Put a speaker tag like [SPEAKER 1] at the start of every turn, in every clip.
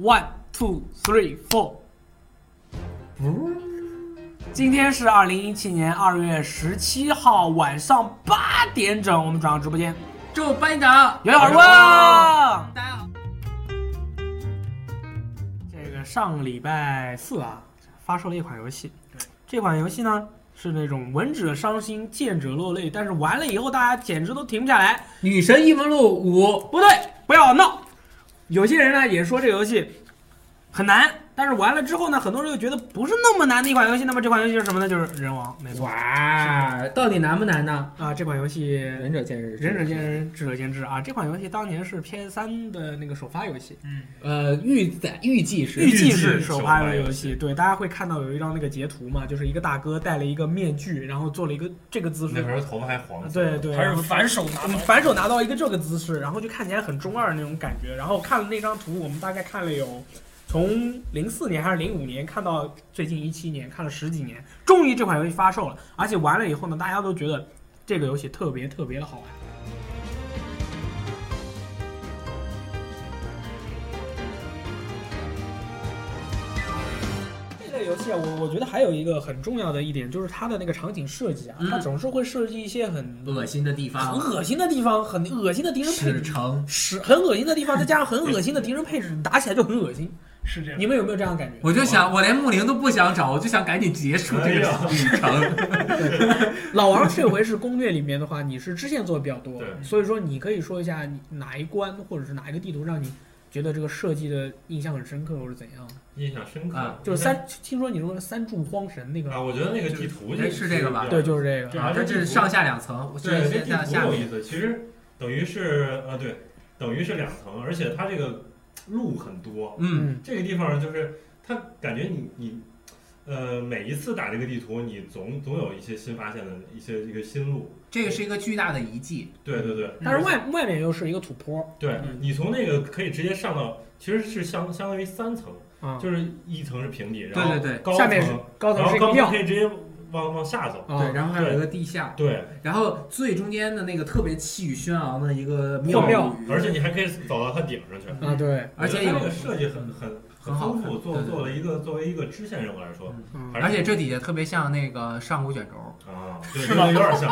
[SPEAKER 1] One, two, three, four。今天是二零一七年二月十七号晚上八点整，我们转到直播间。
[SPEAKER 2] 祝班长
[SPEAKER 1] 有点啊问，
[SPEAKER 2] 大家好，
[SPEAKER 1] 这个上礼拜四啊，发售了一款游戏。这款游戏呢是那种闻者伤心，见者落泪，但是玩了以后大家简直都停不下来。
[SPEAKER 2] 女神异闻录五，
[SPEAKER 1] 不对，不要闹。有些人呢也说这个游戏很难，但是玩了之后呢，很多人又觉得不是那么难的一款游戏。那么这款游戏是什么呢？就是人王，没错。
[SPEAKER 2] 哇，到底难不难呢？
[SPEAKER 1] 啊，这款游戏
[SPEAKER 3] 仁者见仁，
[SPEAKER 1] 仁者见仁，智者见智啊！这款游戏当年是 PS 3的那个首发游戏，
[SPEAKER 2] 呃，预在预计是
[SPEAKER 1] 预计
[SPEAKER 3] 嗯是
[SPEAKER 1] 是首
[SPEAKER 3] 首
[SPEAKER 1] 发
[SPEAKER 3] 发
[SPEAKER 1] 的
[SPEAKER 3] 游
[SPEAKER 1] 游戏。对，大家会看到有一张那个截图嘛，就是一个大哥戴了一个面具，然后做了一个这个姿势
[SPEAKER 3] 那，时候头发还黄色，
[SPEAKER 1] 啊对对，
[SPEAKER 4] 还
[SPEAKER 1] 然
[SPEAKER 4] 是
[SPEAKER 1] 后
[SPEAKER 4] 反手拿
[SPEAKER 1] 我们
[SPEAKER 4] 刀。
[SPEAKER 1] 反手拿到一个这个姿势，然后就看起来很中二那种感觉。然后看了那张图，我们大概看了有从零四年还是零五年看到最近一七年，看了十几年，终于这款游戏发售了，而且玩了以后呢，大家都觉得这个游戏特别特别的好玩。这类游戏啊，我我觉得还有一个很重要的一点就是它的那个场景设计啊，它
[SPEAKER 2] 嗯
[SPEAKER 1] 总是会设计一些很
[SPEAKER 2] 恶心的地
[SPEAKER 1] 很
[SPEAKER 2] 方，
[SPEAKER 1] 恶心的地方，很恶心的敌人配
[SPEAKER 2] 史
[SPEAKER 1] 置，
[SPEAKER 2] 城，
[SPEAKER 1] 屎很恶心的地方，再加上很恶心的敌人配置，打起来就很恶心。
[SPEAKER 4] 是这样。
[SPEAKER 1] 你们有没有这样的感觉？
[SPEAKER 2] 我就想，我连牧灵都不想找，我就想赶紧结束这
[SPEAKER 3] 哎
[SPEAKER 2] 个旅 程。
[SPEAKER 1] 老王这回是攻略里面的话，你是支线做的比较多，
[SPEAKER 3] 对
[SPEAKER 1] 所以说你可以说一下你哪一关或者是哪一个地图让你觉得这个设计的印象很深刻，或者怎样？
[SPEAKER 3] 印象深刻
[SPEAKER 2] 啊。
[SPEAKER 1] 就是三，听说你说三柱荒神那个，
[SPEAKER 3] 啊，我觉得那个地图
[SPEAKER 2] 哎是这个吧
[SPEAKER 1] 对，就是这个。
[SPEAKER 3] 对啊
[SPEAKER 2] 它这是上下两层，我
[SPEAKER 3] 对，这
[SPEAKER 2] 是下
[SPEAKER 3] 地
[SPEAKER 2] 下
[SPEAKER 3] 图有
[SPEAKER 2] 面
[SPEAKER 3] 意思。其实等于是呃，对，等于是两层，而且它这个路很多。
[SPEAKER 2] 嗯，
[SPEAKER 3] 这个地方就是它感觉你你呃，每一次打这个地图，你总总有一些新发现的一些一个新路。
[SPEAKER 2] 这个是一个巨大的遗迹，
[SPEAKER 3] 对对
[SPEAKER 2] 嗯
[SPEAKER 3] 对
[SPEAKER 1] 但是外外面又是一个土坡
[SPEAKER 3] 对
[SPEAKER 1] 嗯，
[SPEAKER 3] 你从那个可以直接上到，其实是相相当于三层，
[SPEAKER 1] 啊，
[SPEAKER 3] 就是一层是平地，然
[SPEAKER 2] 对
[SPEAKER 3] 后
[SPEAKER 2] 对对
[SPEAKER 3] 高
[SPEAKER 1] 下面是
[SPEAKER 3] 层，
[SPEAKER 1] 高
[SPEAKER 3] 然
[SPEAKER 1] 层是
[SPEAKER 3] 后
[SPEAKER 1] 一个
[SPEAKER 3] 高
[SPEAKER 1] 庙
[SPEAKER 3] 层可以直接往往下走。
[SPEAKER 1] 啊
[SPEAKER 2] 对，，然后还有一个地下，
[SPEAKER 3] 哦对，
[SPEAKER 2] 然后最中间的那个特别气宇轩昂的一个
[SPEAKER 1] 庙
[SPEAKER 2] 庙宇，
[SPEAKER 3] 而且你还可以走到它顶上去。
[SPEAKER 1] 啊对，
[SPEAKER 2] 而且
[SPEAKER 3] 它
[SPEAKER 2] 有
[SPEAKER 3] 这个设计很很
[SPEAKER 2] 很好
[SPEAKER 3] 丰
[SPEAKER 2] 看
[SPEAKER 3] 富，做
[SPEAKER 2] 对对
[SPEAKER 3] 作为一个作为一个支线任务来说，
[SPEAKER 1] 嗯
[SPEAKER 3] 还是
[SPEAKER 2] 而且这底下特别像那个上古卷轴，
[SPEAKER 3] 啊，对，是吧？有点像，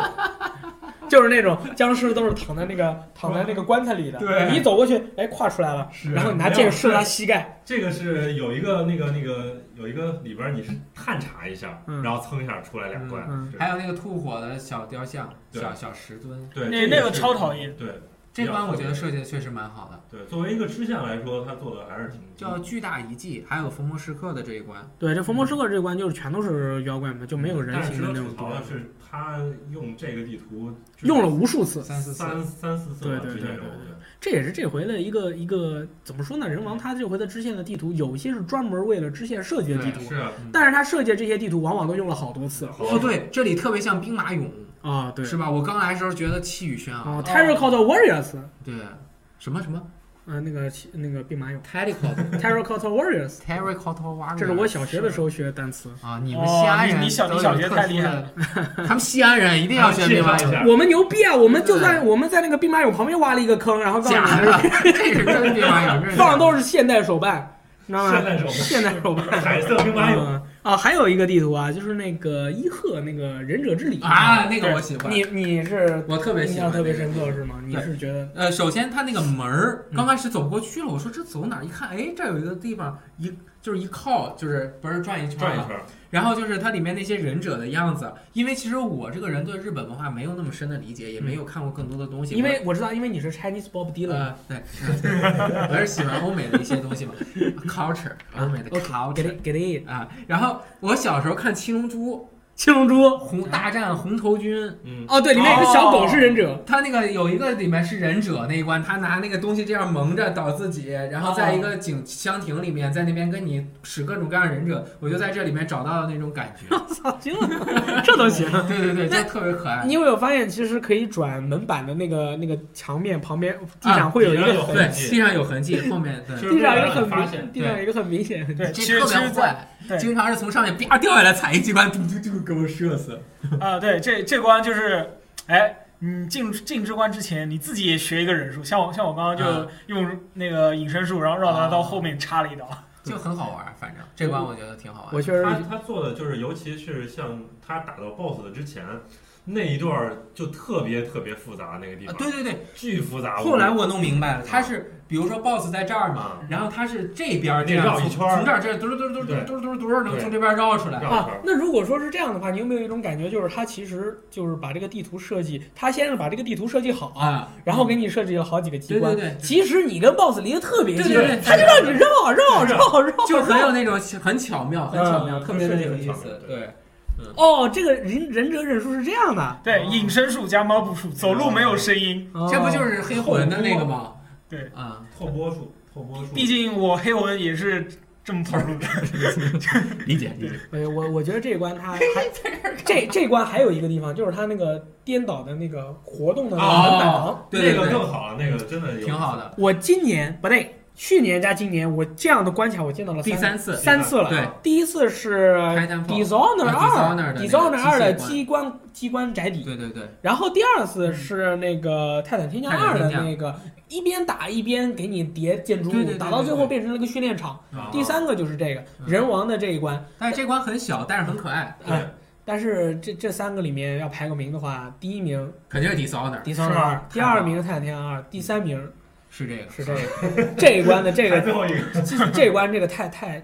[SPEAKER 1] 就是那种僵尸都是躺在那个躺在那个棺材里的，
[SPEAKER 3] 对
[SPEAKER 1] 你一走过去，哎，跨出来了，
[SPEAKER 3] 是
[SPEAKER 1] 然后你拿剑射他膝盖，
[SPEAKER 3] 这个是有一个那个那个有一个里边你是探查一下，
[SPEAKER 1] 嗯
[SPEAKER 3] 然后蹭一下出来两怪
[SPEAKER 1] 嗯，
[SPEAKER 3] 是
[SPEAKER 2] 还有那个吐火的小雕像、
[SPEAKER 3] 对
[SPEAKER 2] 小小石墩，
[SPEAKER 3] 对，
[SPEAKER 4] 那
[SPEAKER 3] 这也
[SPEAKER 4] 那个
[SPEAKER 3] 是
[SPEAKER 4] 超讨厌，
[SPEAKER 3] 对
[SPEAKER 2] 这关我觉得设计的确实蛮好的，
[SPEAKER 3] 对，作为一个支线来说，它做的还是挺
[SPEAKER 2] 叫巨大遗迹，还有逢魔时刻的这一关，
[SPEAKER 1] 对，这逢魔师刻这关就是全都是妖怪嘛，就没有人
[SPEAKER 3] 但是
[SPEAKER 1] 形
[SPEAKER 3] 值
[SPEAKER 1] 的那
[SPEAKER 3] 得吐
[SPEAKER 1] 种
[SPEAKER 3] 槽
[SPEAKER 1] 东
[SPEAKER 3] 的
[SPEAKER 1] 西，
[SPEAKER 3] 是，他用这个地图
[SPEAKER 1] 用了无数次，
[SPEAKER 2] 三四
[SPEAKER 3] 三
[SPEAKER 2] 次，
[SPEAKER 3] 三四次吧
[SPEAKER 1] 对对
[SPEAKER 3] 支线
[SPEAKER 1] 对
[SPEAKER 3] 任务
[SPEAKER 1] 对，这也是这回的一个一个怎么说呢？人王他这回的支线的地图，有一些是专门为了支线设计的地
[SPEAKER 3] 对
[SPEAKER 1] 图，
[SPEAKER 3] 是啊
[SPEAKER 1] 但是他设计的这些地图往往都用了好多次
[SPEAKER 2] 哦对，这里特别像兵马俑，
[SPEAKER 1] 啊，对，
[SPEAKER 2] 是吧？我刚来的时候觉得气宇轩
[SPEAKER 1] 啊
[SPEAKER 3] 哦
[SPEAKER 2] 昂，
[SPEAKER 1] ，Terracotta Warriors，
[SPEAKER 2] 对，什么什么
[SPEAKER 1] 呃，那个那个兵马俑
[SPEAKER 2] t e r r i c o t t
[SPEAKER 1] ，Terracotta Warriors，
[SPEAKER 2] e r r i c o t a w a r
[SPEAKER 1] 这是我小学的时候学的单词。
[SPEAKER 2] 啊，你们西安人
[SPEAKER 4] 哦你你小你小学太厉害了
[SPEAKER 2] 都有特殊的，他们西安人一
[SPEAKER 1] 啊
[SPEAKER 2] 定要学兵马
[SPEAKER 3] 介绍一下
[SPEAKER 2] 俑，
[SPEAKER 1] 我们牛逼啊！我们就在我们在那个兵马俑旁边挖了一个坑，然后告诉
[SPEAKER 2] 假
[SPEAKER 1] 你
[SPEAKER 2] 的，这是真兵马俑，这是
[SPEAKER 1] 放的都是现代手办，你知道
[SPEAKER 3] 现
[SPEAKER 1] 吗？
[SPEAKER 3] 代手
[SPEAKER 1] 现代手 办。
[SPEAKER 3] 彩色兵马俑，
[SPEAKER 1] 嗯啊，还有一个地图啊，就是那个伊贺那个忍者之礼
[SPEAKER 2] 啊，那个我喜欢，
[SPEAKER 1] 你你是
[SPEAKER 2] 我特别
[SPEAKER 1] 印
[SPEAKER 2] 喜
[SPEAKER 1] 象
[SPEAKER 2] 欢，
[SPEAKER 1] 特别深刻是吗？你是觉得
[SPEAKER 2] 呃，首先它那个门儿
[SPEAKER 1] 嗯
[SPEAKER 2] 刚开始走不过去了，我说这走哪儿？一看，哎，这有一个地方，一就是一靠，就是不是转一圈
[SPEAKER 3] 转一
[SPEAKER 2] 嘛
[SPEAKER 3] 圈。
[SPEAKER 2] 然后就是它里面那些忍者的样子，因为其实我这个人对日本文化没有那么深的理解，也没有看过更多的东西，
[SPEAKER 1] 嗯因为我知道，因为你是 Chinese Bob Dylan，
[SPEAKER 2] 呃，对， 我还是喜欢欧美的一些东西嘛，culture，欧
[SPEAKER 1] 啊
[SPEAKER 2] 美的
[SPEAKER 1] get
[SPEAKER 2] culture
[SPEAKER 1] it get it，
[SPEAKER 2] 啊。然后我小时候看《七龙珠》，
[SPEAKER 1] 七龙珠
[SPEAKER 2] 红大战红头军，
[SPEAKER 3] 嗯，
[SPEAKER 1] 哦，对，里面有个小狗是忍者，
[SPEAKER 2] 他那个有一个里面是忍者那一关，他拿那个东西这样蒙着倒自己，然后在一个井箱亭里面，在那边跟你使各种各样的忍者，我就在这里面找到了那种感觉。
[SPEAKER 1] 操，行了，这都行。
[SPEAKER 2] 对对对，就特别可 爱。
[SPEAKER 1] 你有没有发现，其实可以转门板的那个那个墙面旁边地
[SPEAKER 2] 啊
[SPEAKER 1] 上会有一
[SPEAKER 3] 地上
[SPEAKER 1] 个
[SPEAKER 3] 有
[SPEAKER 1] 痕
[SPEAKER 2] 对，地上有痕迹，后面
[SPEAKER 3] 就
[SPEAKER 2] 对，
[SPEAKER 3] 是
[SPEAKER 1] 地上
[SPEAKER 3] 为
[SPEAKER 1] 有一个
[SPEAKER 3] 了让
[SPEAKER 1] 很
[SPEAKER 3] 你发
[SPEAKER 1] 明
[SPEAKER 3] 现
[SPEAKER 1] 显，地上有一个很明显的痕迹。
[SPEAKER 4] 对，其
[SPEAKER 2] 这
[SPEAKER 4] 实
[SPEAKER 2] 特
[SPEAKER 4] 其实
[SPEAKER 2] 别
[SPEAKER 4] 在
[SPEAKER 2] 坏
[SPEAKER 4] 对，
[SPEAKER 2] 经常是从上面啪掉下来踩一机关，嘟嘟嘟给我射死。
[SPEAKER 4] 啊，对这这关就是，哎，你进进之关之前，你自己也学一个忍术，像我像我刚刚
[SPEAKER 1] 嗯
[SPEAKER 4] 就用那个隐身术，然后绕他
[SPEAKER 1] 啊
[SPEAKER 4] 到后面插了一刀。
[SPEAKER 1] 哦
[SPEAKER 2] 就很好玩儿，反正这关我觉得挺好玩儿。
[SPEAKER 1] 我确实
[SPEAKER 3] 他他做的就是，尤其是像他打到 BOSS 的之前那一段儿，就特别特别复杂那个地
[SPEAKER 2] 啊
[SPEAKER 3] 方，
[SPEAKER 2] 对对对，
[SPEAKER 3] 巨复杂。
[SPEAKER 2] 啊后来我弄明白了，他嗯是比如说 boss 在这儿嘛，然后他是这边儿这样
[SPEAKER 3] 得绕
[SPEAKER 2] 从
[SPEAKER 3] 一圈儿
[SPEAKER 2] 从这儿这儿嘟嘟嘟嘟嘟
[SPEAKER 3] 对
[SPEAKER 2] 嘟嘟嘟嘟能
[SPEAKER 3] 对
[SPEAKER 2] 从这边绕出来。
[SPEAKER 3] 绕圈
[SPEAKER 1] 啊
[SPEAKER 3] 儿，
[SPEAKER 1] 那如果说是这样的话，你有没有一种感觉，就是他其实就是把这个地图设计，他先是把这个地图设计好，
[SPEAKER 2] 啊，
[SPEAKER 1] 然后给你设计了好几个机
[SPEAKER 2] 对对
[SPEAKER 1] 关。
[SPEAKER 2] 对，
[SPEAKER 1] 其实你跟 BOSS 离得特别
[SPEAKER 2] 对对对
[SPEAKER 1] 近，他就让你绕啊绕
[SPEAKER 3] 对
[SPEAKER 1] 绕绕，
[SPEAKER 2] 就很有那种很巧妙，很巧妙，
[SPEAKER 3] 嗯
[SPEAKER 2] 特别的有
[SPEAKER 3] 是
[SPEAKER 2] 意
[SPEAKER 3] 这个
[SPEAKER 2] 思
[SPEAKER 3] 巧。妙
[SPEAKER 2] 对，
[SPEAKER 1] 哦，这个忍忍者忍术是这样的，
[SPEAKER 4] 对，
[SPEAKER 2] 哦
[SPEAKER 4] 隐身术加猫步术，走路没有声音。
[SPEAKER 1] 哦
[SPEAKER 2] 这不就是黑魂的那个吗？
[SPEAKER 4] 对
[SPEAKER 2] 啊，
[SPEAKER 3] 透波术，透波
[SPEAKER 1] 嗯
[SPEAKER 3] 术，
[SPEAKER 4] 毕竟我黑文也是这么跑路的。
[SPEAKER 2] 理解
[SPEAKER 4] 理解。
[SPEAKER 1] 哎呀我我觉得这一关 他还这这关还有一个地方，就是他那个颠倒的那个活动的那个文档。
[SPEAKER 2] 哦，对对
[SPEAKER 3] 那个
[SPEAKER 2] 对，
[SPEAKER 3] 更好了，那个真的有
[SPEAKER 2] 挺好。的。
[SPEAKER 1] 我今年不对，去年加今年，我这样的关卡我见到了
[SPEAKER 2] 第
[SPEAKER 1] 三
[SPEAKER 2] 三次
[SPEAKER 1] 三次了。
[SPEAKER 2] 对，
[SPEAKER 1] 第一次是
[SPEAKER 2] Titanfall
[SPEAKER 1] Dishonor
[SPEAKER 2] 啊
[SPEAKER 1] 二
[SPEAKER 2] ，Dishonored 的那个
[SPEAKER 1] ，Dishonor 二的
[SPEAKER 2] 机械
[SPEAKER 1] 机关机关宅邸，
[SPEAKER 2] 对对对，
[SPEAKER 1] 然后第二次是那个《泰坦天降二》的
[SPEAKER 2] 泰坦天降
[SPEAKER 1] 那个，一边打一边给你叠建筑
[SPEAKER 2] 嗯对对
[SPEAKER 1] 物，
[SPEAKER 2] 对
[SPEAKER 1] 打到
[SPEAKER 2] 对
[SPEAKER 1] 最
[SPEAKER 2] 对
[SPEAKER 1] 后变成了个训练场。
[SPEAKER 2] 啊
[SPEAKER 1] 第三个就是这个
[SPEAKER 2] 嗯
[SPEAKER 1] 人王的这一关，
[SPEAKER 2] 但是这关很小，但是很可爱，
[SPEAKER 3] 对
[SPEAKER 1] 哎，但是这这三个里面要排个名的话，第一名
[SPEAKER 2] 肯定是
[SPEAKER 1] 《
[SPEAKER 2] Dishonor，
[SPEAKER 1] Dishonored
[SPEAKER 4] 是
[SPEAKER 1] 二》，啊 第二名《
[SPEAKER 2] 太
[SPEAKER 1] 泰坦天降二》，第三名
[SPEAKER 2] 是这个，
[SPEAKER 1] 是这个 这一关的这
[SPEAKER 3] 还
[SPEAKER 1] 个
[SPEAKER 3] 最后一个
[SPEAKER 1] 这一关这个太太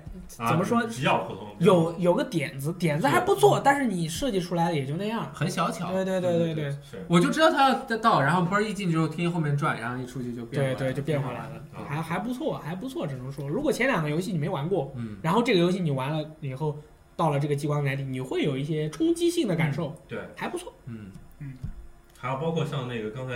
[SPEAKER 3] 啊
[SPEAKER 1] 怎么说
[SPEAKER 3] 比较普通，
[SPEAKER 1] 有有个点子，点子还不错，但是你设计出来的也就那样。
[SPEAKER 2] 很小巧。
[SPEAKER 1] 对对对对对
[SPEAKER 3] 是
[SPEAKER 2] 我就知道他要到，然后不是一进去之后听后面转，然后一出去就变
[SPEAKER 1] 对
[SPEAKER 2] 回来
[SPEAKER 1] 对，就变回来了，啊还还不错，还不错，只能说，如果前两个游戏你没玩过，
[SPEAKER 2] 嗯，
[SPEAKER 1] 然后这个游戏你玩了以后，到了这个激光原理，你会有一些冲击性的感受，
[SPEAKER 3] 对，
[SPEAKER 1] 还不错。
[SPEAKER 2] 嗯，
[SPEAKER 3] 还有包括像那个刚才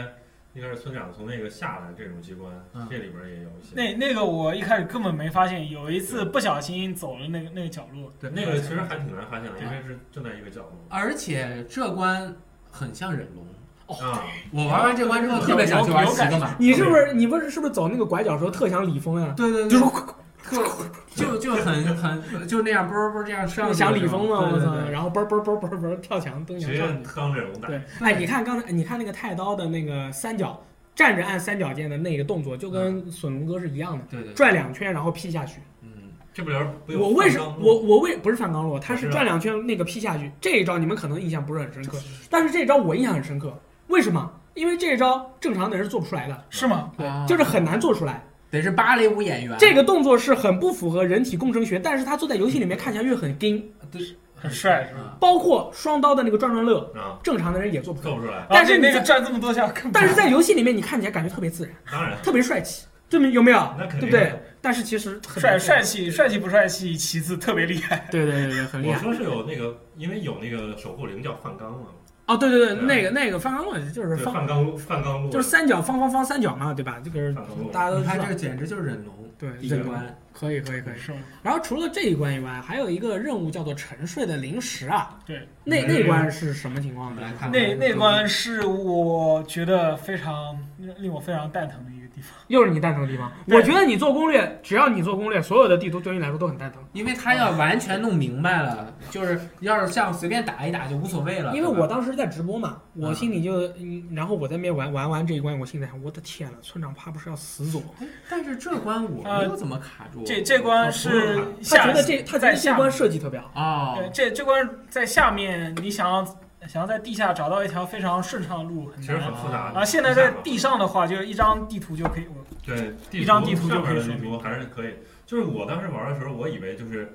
[SPEAKER 3] 应该是村长从那个下来这种机关
[SPEAKER 2] 嗯，
[SPEAKER 3] 这里边也有一些。
[SPEAKER 4] 那那个我一开始根本没发现，有一次不小心走了那个那个角落。
[SPEAKER 2] 对
[SPEAKER 3] 那个其实还挺难发现的，
[SPEAKER 2] 对
[SPEAKER 3] 因为是正在一个角落
[SPEAKER 2] 而且这关很像忍龙。
[SPEAKER 1] 哦
[SPEAKER 3] 啊。
[SPEAKER 2] 我玩完这关之后，特别想去玩十个满。
[SPEAKER 1] 你是不是你不是是不是走那个拐角的时候特想李峰呀、啊
[SPEAKER 2] 对对
[SPEAKER 1] 就
[SPEAKER 2] 对
[SPEAKER 1] 是，
[SPEAKER 2] 特就就很很就那样，啵啵啵这样上去。
[SPEAKER 1] 想李峰嘛，我
[SPEAKER 2] 对对
[SPEAKER 1] 操！
[SPEAKER 2] 对
[SPEAKER 1] 然后嘣嘣嘣嘣嘣跳墙蹬墙
[SPEAKER 3] 直接
[SPEAKER 1] 上去。
[SPEAKER 3] 当忍龙打
[SPEAKER 1] 对，哎，你看刚才你看那个太刀的那个三角站着按三角键的那个动作，就跟笋龙哥是一样的，
[SPEAKER 2] 对对对，
[SPEAKER 1] 转两圈然后劈下去。
[SPEAKER 2] 嗯，
[SPEAKER 3] 这不聊不有
[SPEAKER 1] 我为什
[SPEAKER 3] 放
[SPEAKER 1] 么
[SPEAKER 3] 钢
[SPEAKER 1] 我
[SPEAKER 3] 吗
[SPEAKER 1] 我为不是反刚落，他是
[SPEAKER 3] 我知道
[SPEAKER 1] 转两圈那个劈下去这一招，你们可能印象不是很深刻，但是这一招我印象很深刻。为什么？因为这一招正常的人是做不出来的，
[SPEAKER 4] 是吗？
[SPEAKER 2] 啊
[SPEAKER 1] 就是很难做出来。
[SPEAKER 2] 得是芭蕾舞演员。
[SPEAKER 1] 这个动作是很不符合人体工程学，但是他做在游戏里面看起来越很硬。
[SPEAKER 2] 啊对
[SPEAKER 4] 很帅是吧？
[SPEAKER 2] 啊，
[SPEAKER 1] 包括双刀的那个转转乐，
[SPEAKER 3] 啊
[SPEAKER 1] 正常的人也做不出来，
[SPEAKER 3] 做不出来？
[SPEAKER 1] 但是
[SPEAKER 4] 啊
[SPEAKER 1] 你
[SPEAKER 4] 那那
[SPEAKER 1] 在
[SPEAKER 4] 个转这么多下，根本
[SPEAKER 1] 但是在游戏里面你看起来感觉特别自然，
[SPEAKER 3] 当然，
[SPEAKER 1] 特别帅气，这么有没有？
[SPEAKER 3] 那肯
[SPEAKER 1] 对不
[SPEAKER 3] 定
[SPEAKER 1] 对？但是其实很
[SPEAKER 4] 帅帅，气帅气不帅气，其次特别厉害。
[SPEAKER 1] 对对对对，很厉
[SPEAKER 3] 我
[SPEAKER 1] 害。
[SPEAKER 3] 说是有那个，因为有那个守护灵叫范刚嘛，
[SPEAKER 1] 哦，对对对，
[SPEAKER 3] 对
[SPEAKER 1] 那个那个范刚落就是
[SPEAKER 3] 对
[SPEAKER 1] 方，
[SPEAKER 3] 范刚路，范刚路
[SPEAKER 1] 就是三角方方方三角嘛，对吧？这个是
[SPEAKER 3] 范刚路，
[SPEAKER 1] 大家都
[SPEAKER 2] 你
[SPEAKER 1] 知
[SPEAKER 2] 看
[SPEAKER 1] 道
[SPEAKER 2] 啊这。简直就是忍龙
[SPEAKER 1] 对，
[SPEAKER 2] 第
[SPEAKER 1] 这
[SPEAKER 2] 一
[SPEAKER 1] 嗯个
[SPEAKER 4] 啊
[SPEAKER 2] 关。
[SPEAKER 1] 可以可以可以。
[SPEAKER 4] 是吗？
[SPEAKER 1] 然后除了这一关以外，还有一个任务叫做沉睡的零食啊。
[SPEAKER 4] 对，
[SPEAKER 1] 那
[SPEAKER 3] 嗯
[SPEAKER 1] 那关是什么情
[SPEAKER 2] 我
[SPEAKER 1] 况呢
[SPEAKER 2] 们来？看看
[SPEAKER 4] 那那关是我觉得非常令我非常蛋疼的一个地方。
[SPEAKER 1] 又是你蛋疼的地方。
[SPEAKER 4] 对
[SPEAKER 1] 我觉得你做攻略，只要你做攻略，所有的地图对于你来说都很蛋疼。
[SPEAKER 2] 因为他要完全弄明白了，就是要是像随便打一打就无所谓了。
[SPEAKER 1] 因为
[SPEAKER 2] 对吧
[SPEAKER 1] 我当时在直播嘛，我心里就，嗯，然后我在那边玩玩完这一关，我心里想，我的天了，村长怕不是要死左。
[SPEAKER 2] 哎但是这关我没有怎么卡住。
[SPEAKER 4] 呃这这关是
[SPEAKER 1] 他
[SPEAKER 4] 下
[SPEAKER 1] 觉得这他觉
[SPEAKER 4] 在
[SPEAKER 1] 得这
[SPEAKER 4] 下
[SPEAKER 1] 关设计特别好。
[SPEAKER 4] 对
[SPEAKER 2] 哦，
[SPEAKER 4] 这这关在下面，你想要想要在地下找到一条非常顺畅的路很
[SPEAKER 3] 其实
[SPEAKER 4] 难。
[SPEAKER 3] 很复杂的
[SPEAKER 4] 啊，现在在地上的话，就是一张地图就可以。我
[SPEAKER 3] 对，
[SPEAKER 4] 一张地图就
[SPEAKER 3] 上
[SPEAKER 4] 可
[SPEAKER 3] 面
[SPEAKER 4] 以
[SPEAKER 3] 的
[SPEAKER 4] 说
[SPEAKER 3] 地图还是可以。就是我当时玩的时候，我以为就是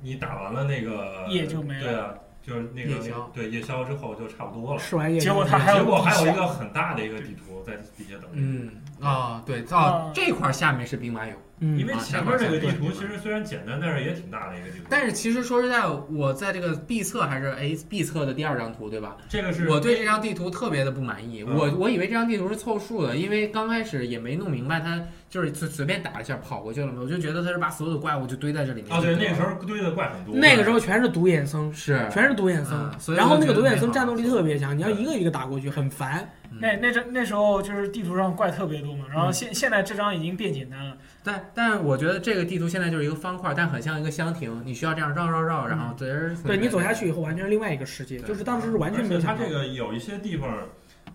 [SPEAKER 3] 你打完了那个
[SPEAKER 4] 夜就没了
[SPEAKER 3] 对啊，就是那个
[SPEAKER 2] 夜宵
[SPEAKER 3] 对夜宵之后就差不多了。
[SPEAKER 1] 吃完夜，
[SPEAKER 4] 哦结果他还有
[SPEAKER 3] 结果还有一个很大的一个地图在底下等着。
[SPEAKER 2] 嗯，哦，对，
[SPEAKER 4] 啊
[SPEAKER 2] 哦，这块儿下面是兵马俑，
[SPEAKER 3] 因
[SPEAKER 1] 嗯，
[SPEAKER 3] 为前面这个地图其实虽然简单，但是也挺大的一个地图。
[SPEAKER 2] 但是其实说实在，我在这个 B 侧还是 A B 侧的第二张图，对吧？
[SPEAKER 3] 这个是
[SPEAKER 2] 我对这张地图特别的不满意，
[SPEAKER 3] 嗯
[SPEAKER 2] 我我以为这张地图是凑数的，因为刚开始也没弄明白，它就是随随便打一下跑过去了嘛，我就觉得它是把所有的怪物就堆在这里面。
[SPEAKER 3] 啊，对，那个时
[SPEAKER 2] 候
[SPEAKER 3] 候堆的怪很多。
[SPEAKER 1] 那个时候全是独眼僧，
[SPEAKER 2] 是
[SPEAKER 1] 全是独眼僧
[SPEAKER 2] 嗯，所以
[SPEAKER 1] 然后
[SPEAKER 2] 我
[SPEAKER 1] 那个
[SPEAKER 2] 觉得
[SPEAKER 1] 独眼僧
[SPEAKER 2] 那
[SPEAKER 1] 战斗力特别强，你要
[SPEAKER 3] 对
[SPEAKER 1] 一个一个打过去，很烦。
[SPEAKER 2] 嗯
[SPEAKER 4] 那那这那时候就是地图上怪特别多嘛，然后现现在这张已经变简单了。
[SPEAKER 2] 但但我觉得这个地图现在就是一个方块，但很像一个箱庭，你需要这样绕绕绕，然后对
[SPEAKER 1] 对你走下去以后，完全是另外一个世界，
[SPEAKER 2] 对嗯
[SPEAKER 1] 就是当时是完全
[SPEAKER 3] 而
[SPEAKER 1] 没有
[SPEAKER 3] 且它
[SPEAKER 1] 想到
[SPEAKER 3] 这。个有一些地方，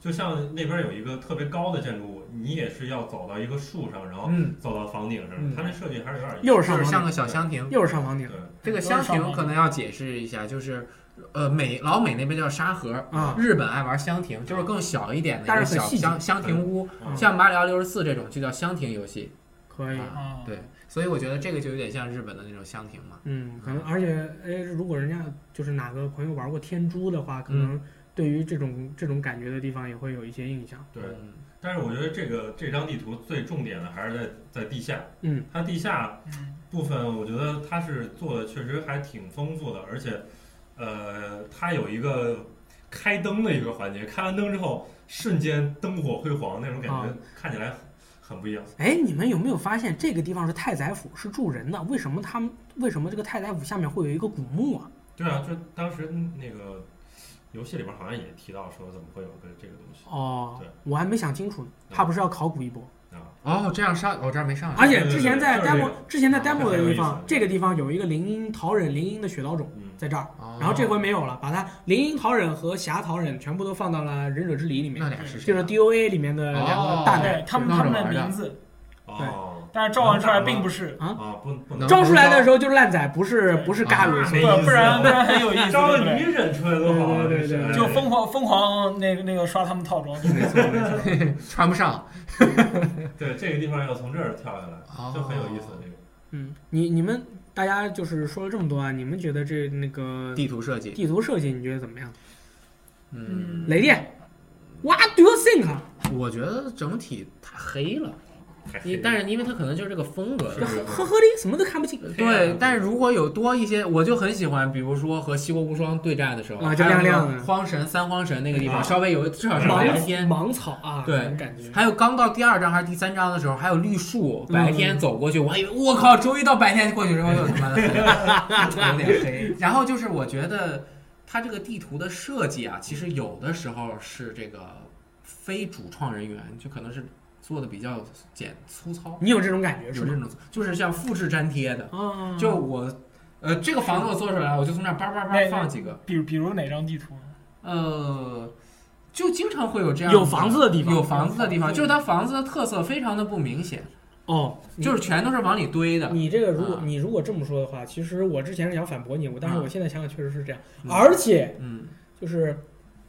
[SPEAKER 3] 就像那边有一个特别高的建筑物，你也是要走到一个树上，然后
[SPEAKER 1] 嗯，
[SPEAKER 3] 走到房顶上
[SPEAKER 1] 嗯，
[SPEAKER 3] 它那设计还是有点
[SPEAKER 1] 又是
[SPEAKER 2] 就
[SPEAKER 1] 上
[SPEAKER 2] 是像
[SPEAKER 1] 房
[SPEAKER 2] 个小香亭
[SPEAKER 1] 顶，。又是上房
[SPEAKER 3] 对
[SPEAKER 1] 顶，
[SPEAKER 2] 这个香亭可能要解释一下，就是呃美老美那边叫沙河，
[SPEAKER 1] 啊
[SPEAKER 2] 日本爱玩香亭，就是更小一点的一
[SPEAKER 1] 但
[SPEAKER 2] 个
[SPEAKER 1] 是很
[SPEAKER 2] 小
[SPEAKER 1] 细致
[SPEAKER 2] 香香亭屋，
[SPEAKER 3] 嗯
[SPEAKER 2] 像马里奥六十四这种就叫香亭游戏。
[SPEAKER 1] 可以。
[SPEAKER 2] 啊
[SPEAKER 3] 嗯
[SPEAKER 4] 啊，
[SPEAKER 2] 对，所以我觉得这个就有点像日本的那种香亭嘛。
[SPEAKER 1] 嗯，可能而且，哎，如果人家就是哪个朋友玩过天珠的话，可
[SPEAKER 2] 嗯
[SPEAKER 1] 能对于这种这种感觉的地方也会有一些印象。
[SPEAKER 3] 对。
[SPEAKER 2] 嗯
[SPEAKER 3] 但是我觉得这个这张地图最重点的还是在在地下，
[SPEAKER 1] 嗯，
[SPEAKER 3] 它地下
[SPEAKER 4] 嗯
[SPEAKER 3] 部分我觉得它是做的确实还挺丰富的，而且，呃，它有一个开灯的一个环节，开完灯之后瞬间灯火辉煌那种感觉
[SPEAKER 1] 啊，
[SPEAKER 3] 看起来很很不一样。
[SPEAKER 1] 哎，你们有没有发现这个地方是太宰府，是住人的？为什么他们为什么这个太宰府下面会有一个古墓啊？
[SPEAKER 3] 对啊，就当时那个游戏里边好像也提到说怎么会有个这个东西
[SPEAKER 1] 哦
[SPEAKER 3] 对，
[SPEAKER 1] 我还没想清楚呢，
[SPEAKER 3] 嗯
[SPEAKER 1] 他不是要考古一波？
[SPEAKER 3] 啊，
[SPEAKER 2] 哦，这样上我、这儿没上来。
[SPEAKER 1] 而且之前在
[SPEAKER 3] 对对
[SPEAKER 1] demo
[SPEAKER 3] 对
[SPEAKER 1] 之前在 demo 的地
[SPEAKER 3] 很有
[SPEAKER 1] 方
[SPEAKER 3] 意思，
[SPEAKER 1] 这个地方有一个灵鹰桃忍灵鹰的雪岛种
[SPEAKER 3] 嗯，
[SPEAKER 1] 在这儿，
[SPEAKER 2] 哦
[SPEAKER 1] 然后这回没有了，把它灵鹰桃忍和霞桃忍全部都放到了忍者之礼里面
[SPEAKER 2] 那，俩是谁啊
[SPEAKER 1] 就是 DOA 里面的两个大
[SPEAKER 2] 哦
[SPEAKER 1] 奶。
[SPEAKER 4] 对他们他们的名字，
[SPEAKER 3] 哦
[SPEAKER 4] 但是照完出来并不是，
[SPEAKER 3] 啊，不不能
[SPEAKER 2] 能
[SPEAKER 1] 招出来的时候就是烂仔，不是不是嘎鲁
[SPEAKER 3] 啊。
[SPEAKER 4] 不不然不然很有意思，
[SPEAKER 3] 招
[SPEAKER 4] 对不
[SPEAKER 3] 了
[SPEAKER 4] 对
[SPEAKER 3] 女忍出来多好啊！
[SPEAKER 1] 对对对
[SPEAKER 3] 真
[SPEAKER 1] 对
[SPEAKER 3] 是
[SPEAKER 4] 就疯狂疯狂那个那个刷他们套装，
[SPEAKER 2] 没错没错， 穿不上。
[SPEAKER 3] 对这个地方要从这儿跳下来，
[SPEAKER 2] 哦
[SPEAKER 3] 就很有意思。这个
[SPEAKER 1] 嗯，你你们大家就是说了这么多啊，你们觉得这那个
[SPEAKER 2] 地图设计，
[SPEAKER 1] 地图设计你觉得怎么样？
[SPEAKER 2] 嗯，
[SPEAKER 1] 雷电，What do you think？
[SPEAKER 2] 我觉得整体太黑了，
[SPEAKER 3] 还
[SPEAKER 2] 因但是因为它可能就是这个风格
[SPEAKER 3] 是。
[SPEAKER 1] 呵呵呵的，什么都看不清
[SPEAKER 2] 对，但是如果有多一些，我就很喜欢，比如说和西国无双对战的时候
[SPEAKER 1] 啊就亮亮的
[SPEAKER 2] 还有荒神、三荒神那个地
[SPEAKER 3] 啊
[SPEAKER 2] 方，稍微有至少是
[SPEAKER 3] 盲
[SPEAKER 2] 白
[SPEAKER 1] 芒
[SPEAKER 2] 天。
[SPEAKER 1] 芒草啊，
[SPEAKER 2] 对
[SPEAKER 1] 那种感觉。
[SPEAKER 2] 还有刚到第二章还是第三章的时候，还有绿树，
[SPEAKER 1] 嗯
[SPEAKER 2] 白天走过去，我还以为我靠，终于到白天过去之后又他妈的黑了 有点黑。然后就是我觉得它这个地图的设计啊，其实有的时候是这个非主创人员就可能是做的比较简粗糙，
[SPEAKER 1] 你有这种感觉是
[SPEAKER 2] 有这
[SPEAKER 1] 吗？
[SPEAKER 2] 种就是像复制粘贴的，
[SPEAKER 4] 哦
[SPEAKER 1] 啊，
[SPEAKER 2] 就我。呃，这个房子我做出来了，我就从那儿叭叭叭
[SPEAKER 4] 那
[SPEAKER 2] 放几个。
[SPEAKER 4] 比如比如哪张地图？
[SPEAKER 2] 呃，就经常会有这样
[SPEAKER 1] 有房子的地方
[SPEAKER 2] 有房子的地
[SPEAKER 4] 有房
[SPEAKER 2] 方，
[SPEAKER 3] 嗯
[SPEAKER 4] 子
[SPEAKER 2] 就是它房子的特色非常的不明显。
[SPEAKER 1] 哦，
[SPEAKER 2] 就是是全都是往里堆 的。
[SPEAKER 1] 你这个，如果
[SPEAKER 2] 啊
[SPEAKER 1] 你如果这么说的话，其实我之前是想反驳你，我但是
[SPEAKER 2] 啊
[SPEAKER 1] 我现在想想确实是这样，
[SPEAKER 2] 嗯
[SPEAKER 1] 而且
[SPEAKER 2] 嗯
[SPEAKER 1] 就是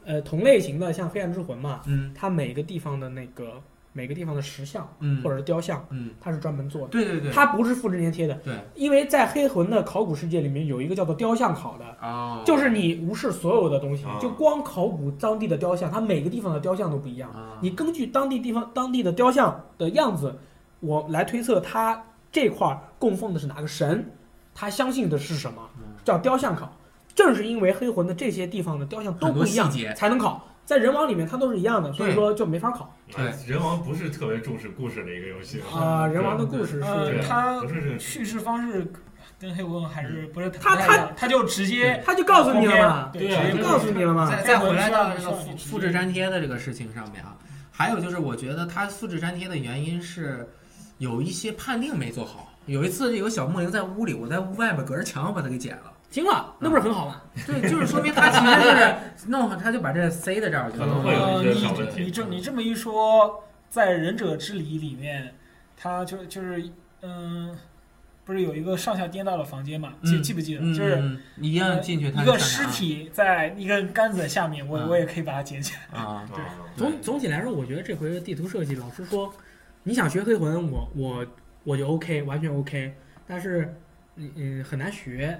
[SPEAKER 1] 呃同类型的像黑暗之魂嘛，
[SPEAKER 2] 嗯
[SPEAKER 1] 它每个地方的那个每个地方的石像
[SPEAKER 2] 嗯
[SPEAKER 1] 或者是雕像，
[SPEAKER 2] 嗯，
[SPEAKER 1] 它是专门做的。
[SPEAKER 2] 对对对，
[SPEAKER 1] 它不是复制粘贴的，
[SPEAKER 2] 对
[SPEAKER 1] 因为在黑魂的考古世界里面有一个叫做雕像考的，
[SPEAKER 2] 哦，
[SPEAKER 1] 就是你无视所有的东西
[SPEAKER 3] 啊，
[SPEAKER 1] 就光考古当地的雕像，它每个地方的雕像都不一样。
[SPEAKER 2] 啊
[SPEAKER 1] 你根据当地地方当地的雕像的样子，我来推测它这块儿供奉的是哪个神，他相信的是什么
[SPEAKER 2] 嗯，
[SPEAKER 1] 叫雕像考。正是因为黑魂的这些地方的雕像都
[SPEAKER 2] 很
[SPEAKER 1] 不
[SPEAKER 2] 多
[SPEAKER 1] 一
[SPEAKER 2] 细
[SPEAKER 1] 样，
[SPEAKER 2] 节，
[SPEAKER 1] 才能考。在人王里面，它都是一样的，所以
[SPEAKER 2] 对
[SPEAKER 1] 说就没法考
[SPEAKER 3] 哎人王不是特别重视故事的一个游戏
[SPEAKER 1] 啊、人王的故事
[SPEAKER 4] 呃
[SPEAKER 3] 对
[SPEAKER 1] 是，
[SPEAKER 4] 它
[SPEAKER 3] 不是这个
[SPEAKER 4] 叙事方式跟黑魂还是不是
[SPEAKER 1] 他
[SPEAKER 4] 太
[SPEAKER 1] 他
[SPEAKER 4] 一样他嗯就直接
[SPEAKER 1] 他就告诉你了嘛，
[SPEAKER 4] 对
[SPEAKER 3] 对啊
[SPEAKER 4] 直
[SPEAKER 1] 就
[SPEAKER 4] 接
[SPEAKER 1] 告诉你了嘛。
[SPEAKER 2] 再
[SPEAKER 4] 嗯
[SPEAKER 2] 再回来到这
[SPEAKER 4] 需
[SPEAKER 2] 个
[SPEAKER 4] 要
[SPEAKER 2] 复
[SPEAKER 4] 需要
[SPEAKER 2] 复制粘贴的这个事情上面啊，还有就是我觉得它复制粘贴的原因是有一些判定没做好。有一次有个小木灵在屋里，我在屋外边隔着墙把它给剪了。
[SPEAKER 1] 行了，那不是很好吗？
[SPEAKER 2] 对，就是说明它其实就是弄好，它就把这塞在这儿，
[SPEAKER 3] 可能会有一些小问题。
[SPEAKER 4] 嗯哦你这
[SPEAKER 2] 嗯
[SPEAKER 4] 你这么一说，在忍者之礼里面，他就就是嗯，不是有一个上下颠倒的房间嘛？记
[SPEAKER 2] 嗯
[SPEAKER 4] 记不记得？
[SPEAKER 2] 嗯
[SPEAKER 4] 就是
[SPEAKER 2] 嗯一
[SPEAKER 1] 呃
[SPEAKER 2] 样进去它
[SPEAKER 4] 一
[SPEAKER 2] 就啊
[SPEAKER 4] 个
[SPEAKER 2] 上
[SPEAKER 4] 尸
[SPEAKER 2] 来
[SPEAKER 4] 体在一根杆子下面，我
[SPEAKER 2] 嗯
[SPEAKER 4] 我也可以把它捡起来。
[SPEAKER 2] 啊，
[SPEAKER 3] 啊
[SPEAKER 1] 总总体来说，我觉得这回的地图设计，老实说，你想学黑魂，我我我就 OK，完全 OK。但是，嗯嗯，很难学。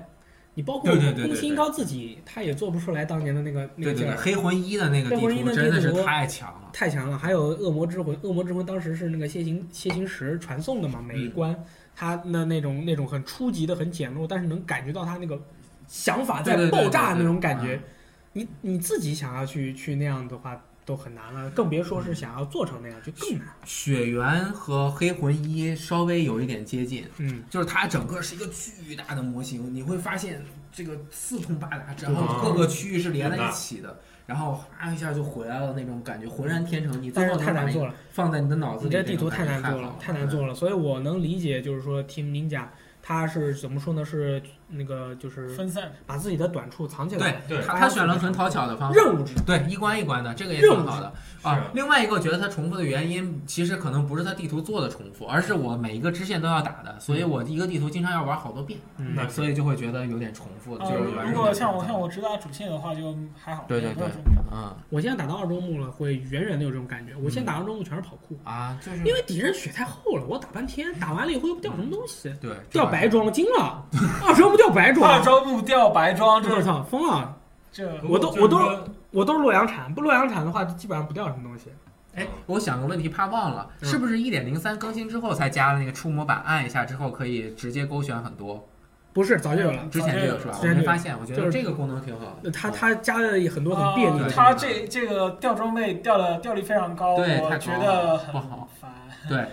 [SPEAKER 1] 你包括
[SPEAKER 2] 对对对对
[SPEAKER 1] 宫崎英高自己，他也做不出来当年的那个那个
[SPEAKER 2] 对对
[SPEAKER 1] 劲
[SPEAKER 2] 对，
[SPEAKER 1] 儿，
[SPEAKER 2] 黑魂一的那个地
[SPEAKER 1] 黑魂一
[SPEAKER 2] 图
[SPEAKER 1] 的
[SPEAKER 2] 真的是
[SPEAKER 1] 地图
[SPEAKER 2] 太强了。
[SPEAKER 1] 太强了。还有恶魔之魂，恶魔之魂当时是那个楔形楔形石传送的嘛，每一
[SPEAKER 2] 嗯
[SPEAKER 1] 关他那那种那种很初级的、很简陋，但是能感觉到他那个想法
[SPEAKER 2] 对
[SPEAKER 1] 在
[SPEAKER 2] 对对
[SPEAKER 1] 爆炸
[SPEAKER 2] 对对
[SPEAKER 1] 那种感觉
[SPEAKER 2] 嗯。
[SPEAKER 1] 你你自己想要去去那样的话，都很难了，更别说是想要做成那样，就更难。
[SPEAKER 2] 血缘和黑魂一稍微有一点接近，
[SPEAKER 1] 嗯，
[SPEAKER 2] 就是它整个是一个巨大的模型，你会发现这个四通八达，
[SPEAKER 1] 对
[SPEAKER 2] 然后各个区域是连在
[SPEAKER 3] 很大
[SPEAKER 2] 一起的，然后哗一下就回来了那种感觉，浑然天成。你
[SPEAKER 1] 但是
[SPEAKER 2] 最后
[SPEAKER 1] 太难做
[SPEAKER 2] 了，
[SPEAKER 1] 了，
[SPEAKER 2] 放在你的脑子
[SPEAKER 1] 你
[SPEAKER 2] 里，
[SPEAKER 1] 这地图太难做
[SPEAKER 2] 了
[SPEAKER 1] 了，，太难做了。所以我能理解，就是说 Team Ninja 他是怎么说呢？是那个就是
[SPEAKER 4] 分散，
[SPEAKER 1] 把自己的短处藏起来，
[SPEAKER 3] 对
[SPEAKER 2] 他他选了很讨巧的方法，
[SPEAKER 1] 任务制。
[SPEAKER 2] 对一关一关的，这个也
[SPEAKER 1] 任务
[SPEAKER 2] 挺好的
[SPEAKER 3] 是
[SPEAKER 2] 啊。另外一个我觉得它重复的原因，其实可能不是它地图做的重复，而是我每一个支线都要打的，所以我一个地图经常要玩好多遍，
[SPEAKER 1] 嗯
[SPEAKER 3] 那
[SPEAKER 2] 所以就会觉得有点重复。
[SPEAKER 4] 啊、
[SPEAKER 2] 就是
[SPEAKER 3] 玩
[SPEAKER 2] 完
[SPEAKER 3] 儿
[SPEAKER 2] 事
[SPEAKER 4] 如
[SPEAKER 2] 儿
[SPEAKER 4] 果
[SPEAKER 2] 就
[SPEAKER 4] 像我
[SPEAKER 2] 完
[SPEAKER 4] 像
[SPEAKER 2] 了
[SPEAKER 4] 我只打主线的话，就还好，
[SPEAKER 2] 对对
[SPEAKER 4] 不要
[SPEAKER 2] 对
[SPEAKER 4] 重
[SPEAKER 2] 嗯
[SPEAKER 1] 我现在打到二周目了，会远远的有这种感觉。我现在打到周目全是跑酷，
[SPEAKER 2] 啊，就是
[SPEAKER 1] 因为敌人血太厚了，我打半天，打完了以后又不掉什么东西，
[SPEAKER 2] 对
[SPEAKER 1] 掉白，装惊了，二周目掉白
[SPEAKER 4] 二
[SPEAKER 1] 装，
[SPEAKER 4] 周目掉白装，
[SPEAKER 1] 我
[SPEAKER 4] 这
[SPEAKER 1] 操疯了！
[SPEAKER 4] 这
[SPEAKER 1] 我都
[SPEAKER 3] 就是
[SPEAKER 1] 我都
[SPEAKER 3] 说
[SPEAKER 1] 我都是洛阳铲，不洛阳铲的话，基本上不掉什么东西。
[SPEAKER 2] 哎，我想个问题，怕忘了，
[SPEAKER 1] 嗯
[SPEAKER 2] 是不是一点零三更新之后才加了那个触摸板，按一下之后可以直接勾选很多？
[SPEAKER 1] 不是，早就有了。
[SPEAKER 2] 嗯之前就有是吧？
[SPEAKER 1] 之
[SPEAKER 4] 哦
[SPEAKER 1] 前
[SPEAKER 2] 我
[SPEAKER 1] 就有
[SPEAKER 2] 没发现，我觉
[SPEAKER 1] 就
[SPEAKER 2] 得
[SPEAKER 1] 是
[SPEAKER 2] 这个功能挺好的。
[SPEAKER 1] 他
[SPEAKER 2] 嗯
[SPEAKER 1] 他加了很多很便利
[SPEAKER 4] 啊
[SPEAKER 1] 的，
[SPEAKER 4] 他这这个掉装备掉的掉率非常高，
[SPEAKER 2] 对太高
[SPEAKER 4] 我
[SPEAKER 2] 了
[SPEAKER 4] 觉得很
[SPEAKER 2] 不好
[SPEAKER 4] 烦。
[SPEAKER 2] 对，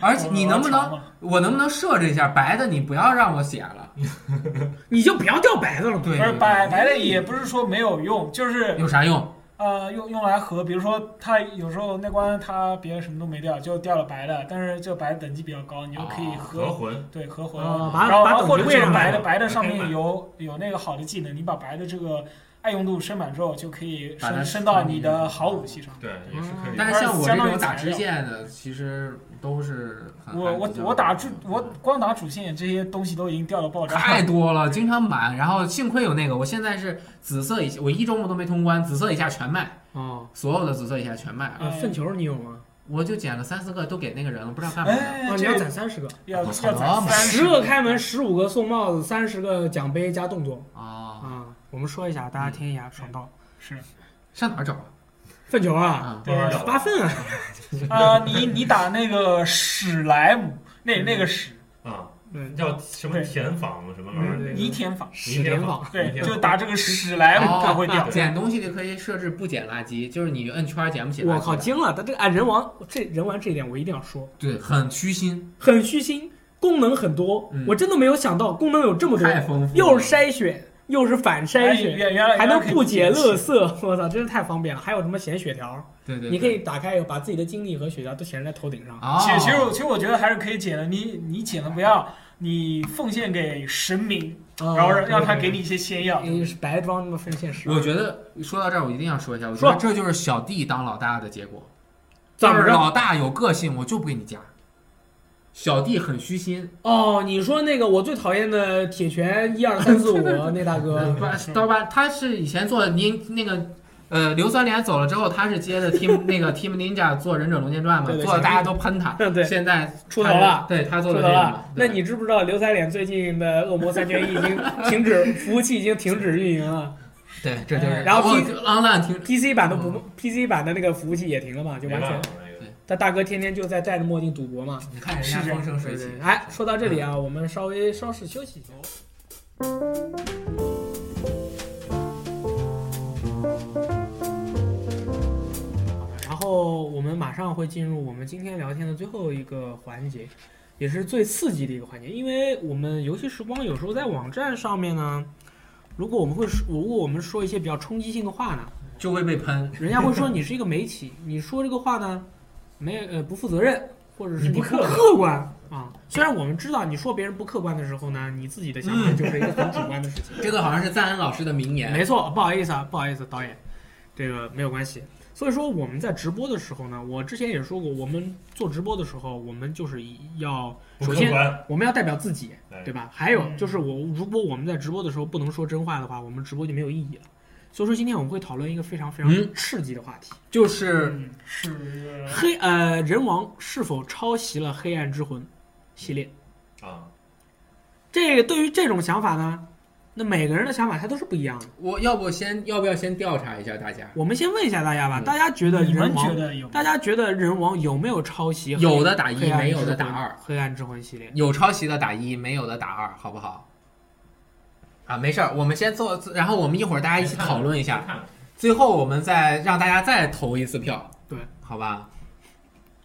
[SPEAKER 2] 而且你能不能我能不能设置一下白的？你不要让我写了。
[SPEAKER 1] 你就不要掉白的了嘛。
[SPEAKER 2] 对，
[SPEAKER 4] 不是白白的也不是说没有用，就是
[SPEAKER 2] 有啥用？
[SPEAKER 4] 呃用用来和，比如说他有时候那关他别的什么都没掉，就掉了白的，但是这白的等级比较高，你就可以
[SPEAKER 2] 哦
[SPEAKER 4] 和、
[SPEAKER 3] 合魂，
[SPEAKER 4] 对合魂，
[SPEAKER 1] 啊，把
[SPEAKER 4] 然后然
[SPEAKER 1] 把
[SPEAKER 4] 后或
[SPEAKER 1] 等
[SPEAKER 4] 者
[SPEAKER 1] 级位
[SPEAKER 4] 是
[SPEAKER 1] 上
[SPEAKER 4] 白
[SPEAKER 1] 来
[SPEAKER 4] 的
[SPEAKER 1] 了。
[SPEAKER 4] 白的上面有有那个好的技能，你把白的这个爱用度升满之后，就可以
[SPEAKER 2] 把它
[SPEAKER 4] 升升到
[SPEAKER 2] 升
[SPEAKER 4] 你
[SPEAKER 2] 到你
[SPEAKER 4] 的
[SPEAKER 2] 的
[SPEAKER 4] 好武器上。
[SPEAKER 3] 对，也是
[SPEAKER 1] 嗯
[SPEAKER 3] 可以。
[SPEAKER 2] 但是像我这
[SPEAKER 4] 相当于
[SPEAKER 2] 种打
[SPEAKER 4] 材
[SPEAKER 2] 支
[SPEAKER 4] 料
[SPEAKER 2] 线的，其实都是
[SPEAKER 1] 啊
[SPEAKER 2] 很
[SPEAKER 4] 我
[SPEAKER 2] 还
[SPEAKER 4] 我
[SPEAKER 2] 比较
[SPEAKER 4] 我打主我光打主线这些东西都已经掉到爆炸， 哎
[SPEAKER 2] 太多了，经常满。然后幸亏有那个，我现在是紫色以下，我一周目都没通关，紫色以下全卖，
[SPEAKER 1] 哦，
[SPEAKER 2] 所有的紫色以下全卖。
[SPEAKER 4] 嗯
[SPEAKER 1] 啊，粪球你有吗？
[SPEAKER 2] 我就捡了三四个，都给那个人了，不知道干嘛的。
[SPEAKER 4] 哎
[SPEAKER 1] 啊，，你
[SPEAKER 4] 这
[SPEAKER 1] 要攒三十个，
[SPEAKER 4] 要
[SPEAKER 2] 我
[SPEAKER 4] 要
[SPEAKER 2] 操
[SPEAKER 4] 攒
[SPEAKER 2] 那么
[SPEAKER 4] 三
[SPEAKER 1] 十个开门，十五个送帽子，三十个奖杯加动作
[SPEAKER 2] 啊，
[SPEAKER 1] 啊。我们说一下，大家听一下，爽到
[SPEAKER 4] 是
[SPEAKER 2] 上哪儿找啊
[SPEAKER 1] 粪球啊，
[SPEAKER 2] 啊？
[SPEAKER 3] 不玩了，
[SPEAKER 1] 八粪啊，
[SPEAKER 4] 啊，你你打那个史莱姆，那那个史
[SPEAKER 3] 啊，
[SPEAKER 1] 嗯，
[SPEAKER 3] 叫什么田坊什么玩意儿？
[SPEAKER 4] 泥田坊，
[SPEAKER 1] 史联网，
[SPEAKER 4] 对
[SPEAKER 3] 泥，田坊
[SPEAKER 4] 就打这个史莱姆它会掉
[SPEAKER 2] 哦。捡东西里可以设置不捡垃圾，就是你摁圈儿捡不起垃圾。
[SPEAKER 1] 我靠，惊了！他这个哎，人王这人王这一点我一定要说，
[SPEAKER 2] 对，很虚心，
[SPEAKER 1] 很虚心，功能很多
[SPEAKER 2] 嗯，
[SPEAKER 1] 我真的没有想到功能有这么多，
[SPEAKER 2] 太丰富了，
[SPEAKER 1] 又是筛选，又是反
[SPEAKER 4] 哎
[SPEAKER 1] 筛选，
[SPEAKER 4] 原原来
[SPEAKER 1] 还能不解
[SPEAKER 4] 乐
[SPEAKER 1] 乐色，我操，真是太方便了。还有什么显血条，
[SPEAKER 2] 对对，
[SPEAKER 1] 你可以打开以后把自己的精力和血条都显示在头顶上。
[SPEAKER 2] 啊，
[SPEAKER 4] 其实
[SPEAKER 1] 哦
[SPEAKER 4] 其实我其实我觉得还是可以捡的，你你捡了不要，你奉献给神明，
[SPEAKER 1] 哦
[SPEAKER 4] 然后让让他给你一些仙药。
[SPEAKER 1] 你是白装那么奉献十二，
[SPEAKER 2] 我觉得说到这儿，我一定要说一下，我觉
[SPEAKER 1] 说
[SPEAKER 2] 得这就是小弟当老大的结果。
[SPEAKER 1] 怎么
[SPEAKER 2] 就是
[SPEAKER 1] 着？
[SPEAKER 2] 老大有个性，我就不给你加。小弟很虚心，
[SPEAKER 1] 哦，你说那个我最讨厌的铁拳一二三四五那大哥，
[SPEAKER 2] 呃刀疤他是以前做您那个。呃，硫酸脸走了之后，他是接 的 Team 那个 Team Ninja 做《忍者龙剑传》嘛
[SPEAKER 1] 对，对
[SPEAKER 2] 做的大家都喷他。
[SPEAKER 1] 对
[SPEAKER 2] 现在
[SPEAKER 1] 出
[SPEAKER 2] 他
[SPEAKER 1] 头了
[SPEAKER 2] 对他做
[SPEAKER 1] 说到
[SPEAKER 2] 的这个
[SPEAKER 1] 了
[SPEAKER 2] 嘛。，
[SPEAKER 1] 那
[SPEAKER 2] 对
[SPEAKER 1] 你知不知道刘三脸最近的恶魔三缺一已经停 止服务器已经停止运营了
[SPEAKER 2] 对这就是
[SPEAKER 1] 然后
[SPEAKER 2] 我
[SPEAKER 1] P-
[SPEAKER 2] 就 Online 听
[SPEAKER 1] ，PC 版都不、PC
[SPEAKER 2] 嗯
[SPEAKER 1] 版的那个服务器也停了嘛，就
[SPEAKER 3] 没
[SPEAKER 1] 完
[SPEAKER 3] 办
[SPEAKER 1] 全
[SPEAKER 3] 法那个。
[SPEAKER 1] 他大哥天天就在戴着墨镜赌博嘛。
[SPEAKER 2] 你看人家
[SPEAKER 4] 是这样
[SPEAKER 2] 风
[SPEAKER 1] 对
[SPEAKER 2] 生水
[SPEAKER 1] 对
[SPEAKER 2] 起
[SPEAKER 1] 对，。哎，说到这里啊，我们稍微稍事休息一下。然后我们马上会进入我们今天聊天的最后一个环节，也是最刺激的一个环节，因为我们游戏时光有时候在网站上面呢，如果我们会说，如果我们说一些比较冲击性的话呢，
[SPEAKER 2] 就会被喷。
[SPEAKER 1] 人家会说你是一个媒体，你说这个话呢，没呃不负责任，或者是
[SPEAKER 3] 你
[SPEAKER 1] 不
[SPEAKER 3] 不客观
[SPEAKER 1] 客观啊。虽然我们知道你说别人不客观的时候呢，你自己的想
[SPEAKER 3] 嗯
[SPEAKER 1] 法就是一个很主观 的事情。
[SPEAKER 2] 这个好像是赞恩老师的名言。
[SPEAKER 1] 没错，不好意思啊，不好意思，导演，这个没有关系。所以说我们在直播的时候呢，我之前也说过，我们做直播的时候，我们就是要
[SPEAKER 3] 不
[SPEAKER 1] 首
[SPEAKER 3] 客
[SPEAKER 1] 先
[SPEAKER 3] 观，
[SPEAKER 1] 我们要代表自己，
[SPEAKER 3] 对
[SPEAKER 1] 对吧？还有
[SPEAKER 4] 嗯
[SPEAKER 1] 就是我，如果我们在直播的时候不能说真话的话，我们直播就没有意义了。所以说今天我们会讨论一个非常非
[SPEAKER 2] 嗯
[SPEAKER 1] 常刺激的话题。
[SPEAKER 2] 就是
[SPEAKER 4] 嗯，是
[SPEAKER 1] 黑呃，人王是否抄袭了《黑暗之魂》系列？
[SPEAKER 3] 啊，
[SPEAKER 1] 这个对于这种想法呢，那每个人的想法它都是不一样的。
[SPEAKER 2] 我要不先要不要先调查一下大家？
[SPEAKER 1] 我们先问一下大家吧，
[SPEAKER 2] 嗯
[SPEAKER 1] 大家觉得
[SPEAKER 4] 你
[SPEAKER 1] 人
[SPEAKER 4] 们觉
[SPEAKER 1] 王，
[SPEAKER 4] 得有吗？
[SPEAKER 1] 大家觉得人王有没有抄袭黑？
[SPEAKER 2] 有的打一
[SPEAKER 1] 黑，暗
[SPEAKER 2] 没
[SPEAKER 1] 之
[SPEAKER 2] 有
[SPEAKER 1] 魂
[SPEAKER 2] 的打二。，
[SPEAKER 1] 黑暗之魂系列。
[SPEAKER 2] 有抄袭的打一，没有的打二，好不好？啊，没事儿，我们先做，然后我们一会儿大家一起讨论一下，
[SPEAKER 3] 看看
[SPEAKER 2] 最后我们再让大家再投一次票，
[SPEAKER 1] 对，
[SPEAKER 2] 好吧？
[SPEAKER 4] 嗯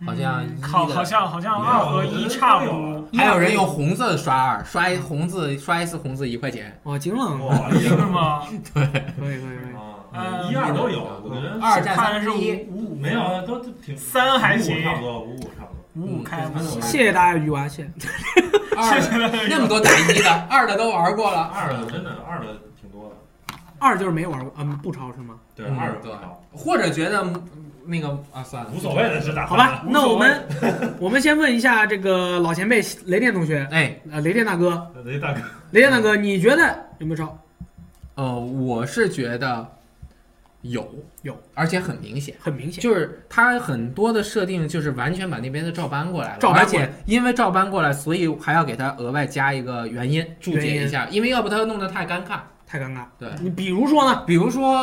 [SPEAKER 2] 好像一
[SPEAKER 4] 好，
[SPEAKER 2] 的
[SPEAKER 4] 好像好像
[SPEAKER 3] 没有
[SPEAKER 4] 二和
[SPEAKER 3] 我觉
[SPEAKER 4] 一
[SPEAKER 3] 得
[SPEAKER 4] 差不
[SPEAKER 3] 都有
[SPEAKER 4] 多
[SPEAKER 3] 了，
[SPEAKER 2] 还有人用红色刷二，刷一红字刷一次红字一块钱，
[SPEAKER 1] 我惊了，
[SPEAKER 3] 哇，
[SPEAKER 4] 是吗？
[SPEAKER 1] 可以可以可以。
[SPEAKER 3] 啊，
[SPEAKER 4] 嗯
[SPEAKER 3] 一二都有，我觉得
[SPEAKER 2] 二战
[SPEAKER 4] 看来
[SPEAKER 2] 三
[SPEAKER 4] 是
[SPEAKER 2] 之一，
[SPEAKER 4] 五五
[SPEAKER 3] 没有，啊，都都挺
[SPEAKER 4] 三还行
[SPEAKER 3] 五五差不多，五五差不多。
[SPEAKER 4] 五五开
[SPEAKER 2] 嗯
[SPEAKER 4] 五五
[SPEAKER 1] 谢谢大家鱼丸，谢谢。
[SPEAKER 2] 二 那么多打一的，二的都玩过了，
[SPEAKER 3] 二的真的二的挺多的，
[SPEAKER 1] 二就是没玩过，嗯，不超是吗？
[SPEAKER 3] 对
[SPEAKER 2] 嗯
[SPEAKER 3] 二的不
[SPEAKER 2] 对
[SPEAKER 3] 少，
[SPEAKER 2] 或者觉得嗯那个啊算了，
[SPEAKER 3] 无所谓的，是打
[SPEAKER 1] 好
[SPEAKER 3] 三
[SPEAKER 1] 吧
[SPEAKER 3] 的，
[SPEAKER 1] 那我们 我们先问一下这个老前辈雷电同学，
[SPEAKER 2] 哎，
[SPEAKER 1] 呃，雷电大哥，
[SPEAKER 3] 那得大哥
[SPEAKER 1] 雷电大哥，你觉得有没有超？
[SPEAKER 2] 呃，我是觉得有
[SPEAKER 1] 有，
[SPEAKER 2] 而且很明显。
[SPEAKER 1] 很明显，
[SPEAKER 2] 就是它很多的设定就是完全把那边的照搬过来了，
[SPEAKER 1] 照搬
[SPEAKER 2] 而
[SPEAKER 1] 过来
[SPEAKER 2] 且因为照搬过来，所以还要给它额外加一个原因注解一下，因为要不它弄得太尴尬。
[SPEAKER 1] 太尴尬。
[SPEAKER 2] 对，
[SPEAKER 1] 你比如说呢？
[SPEAKER 2] 比如说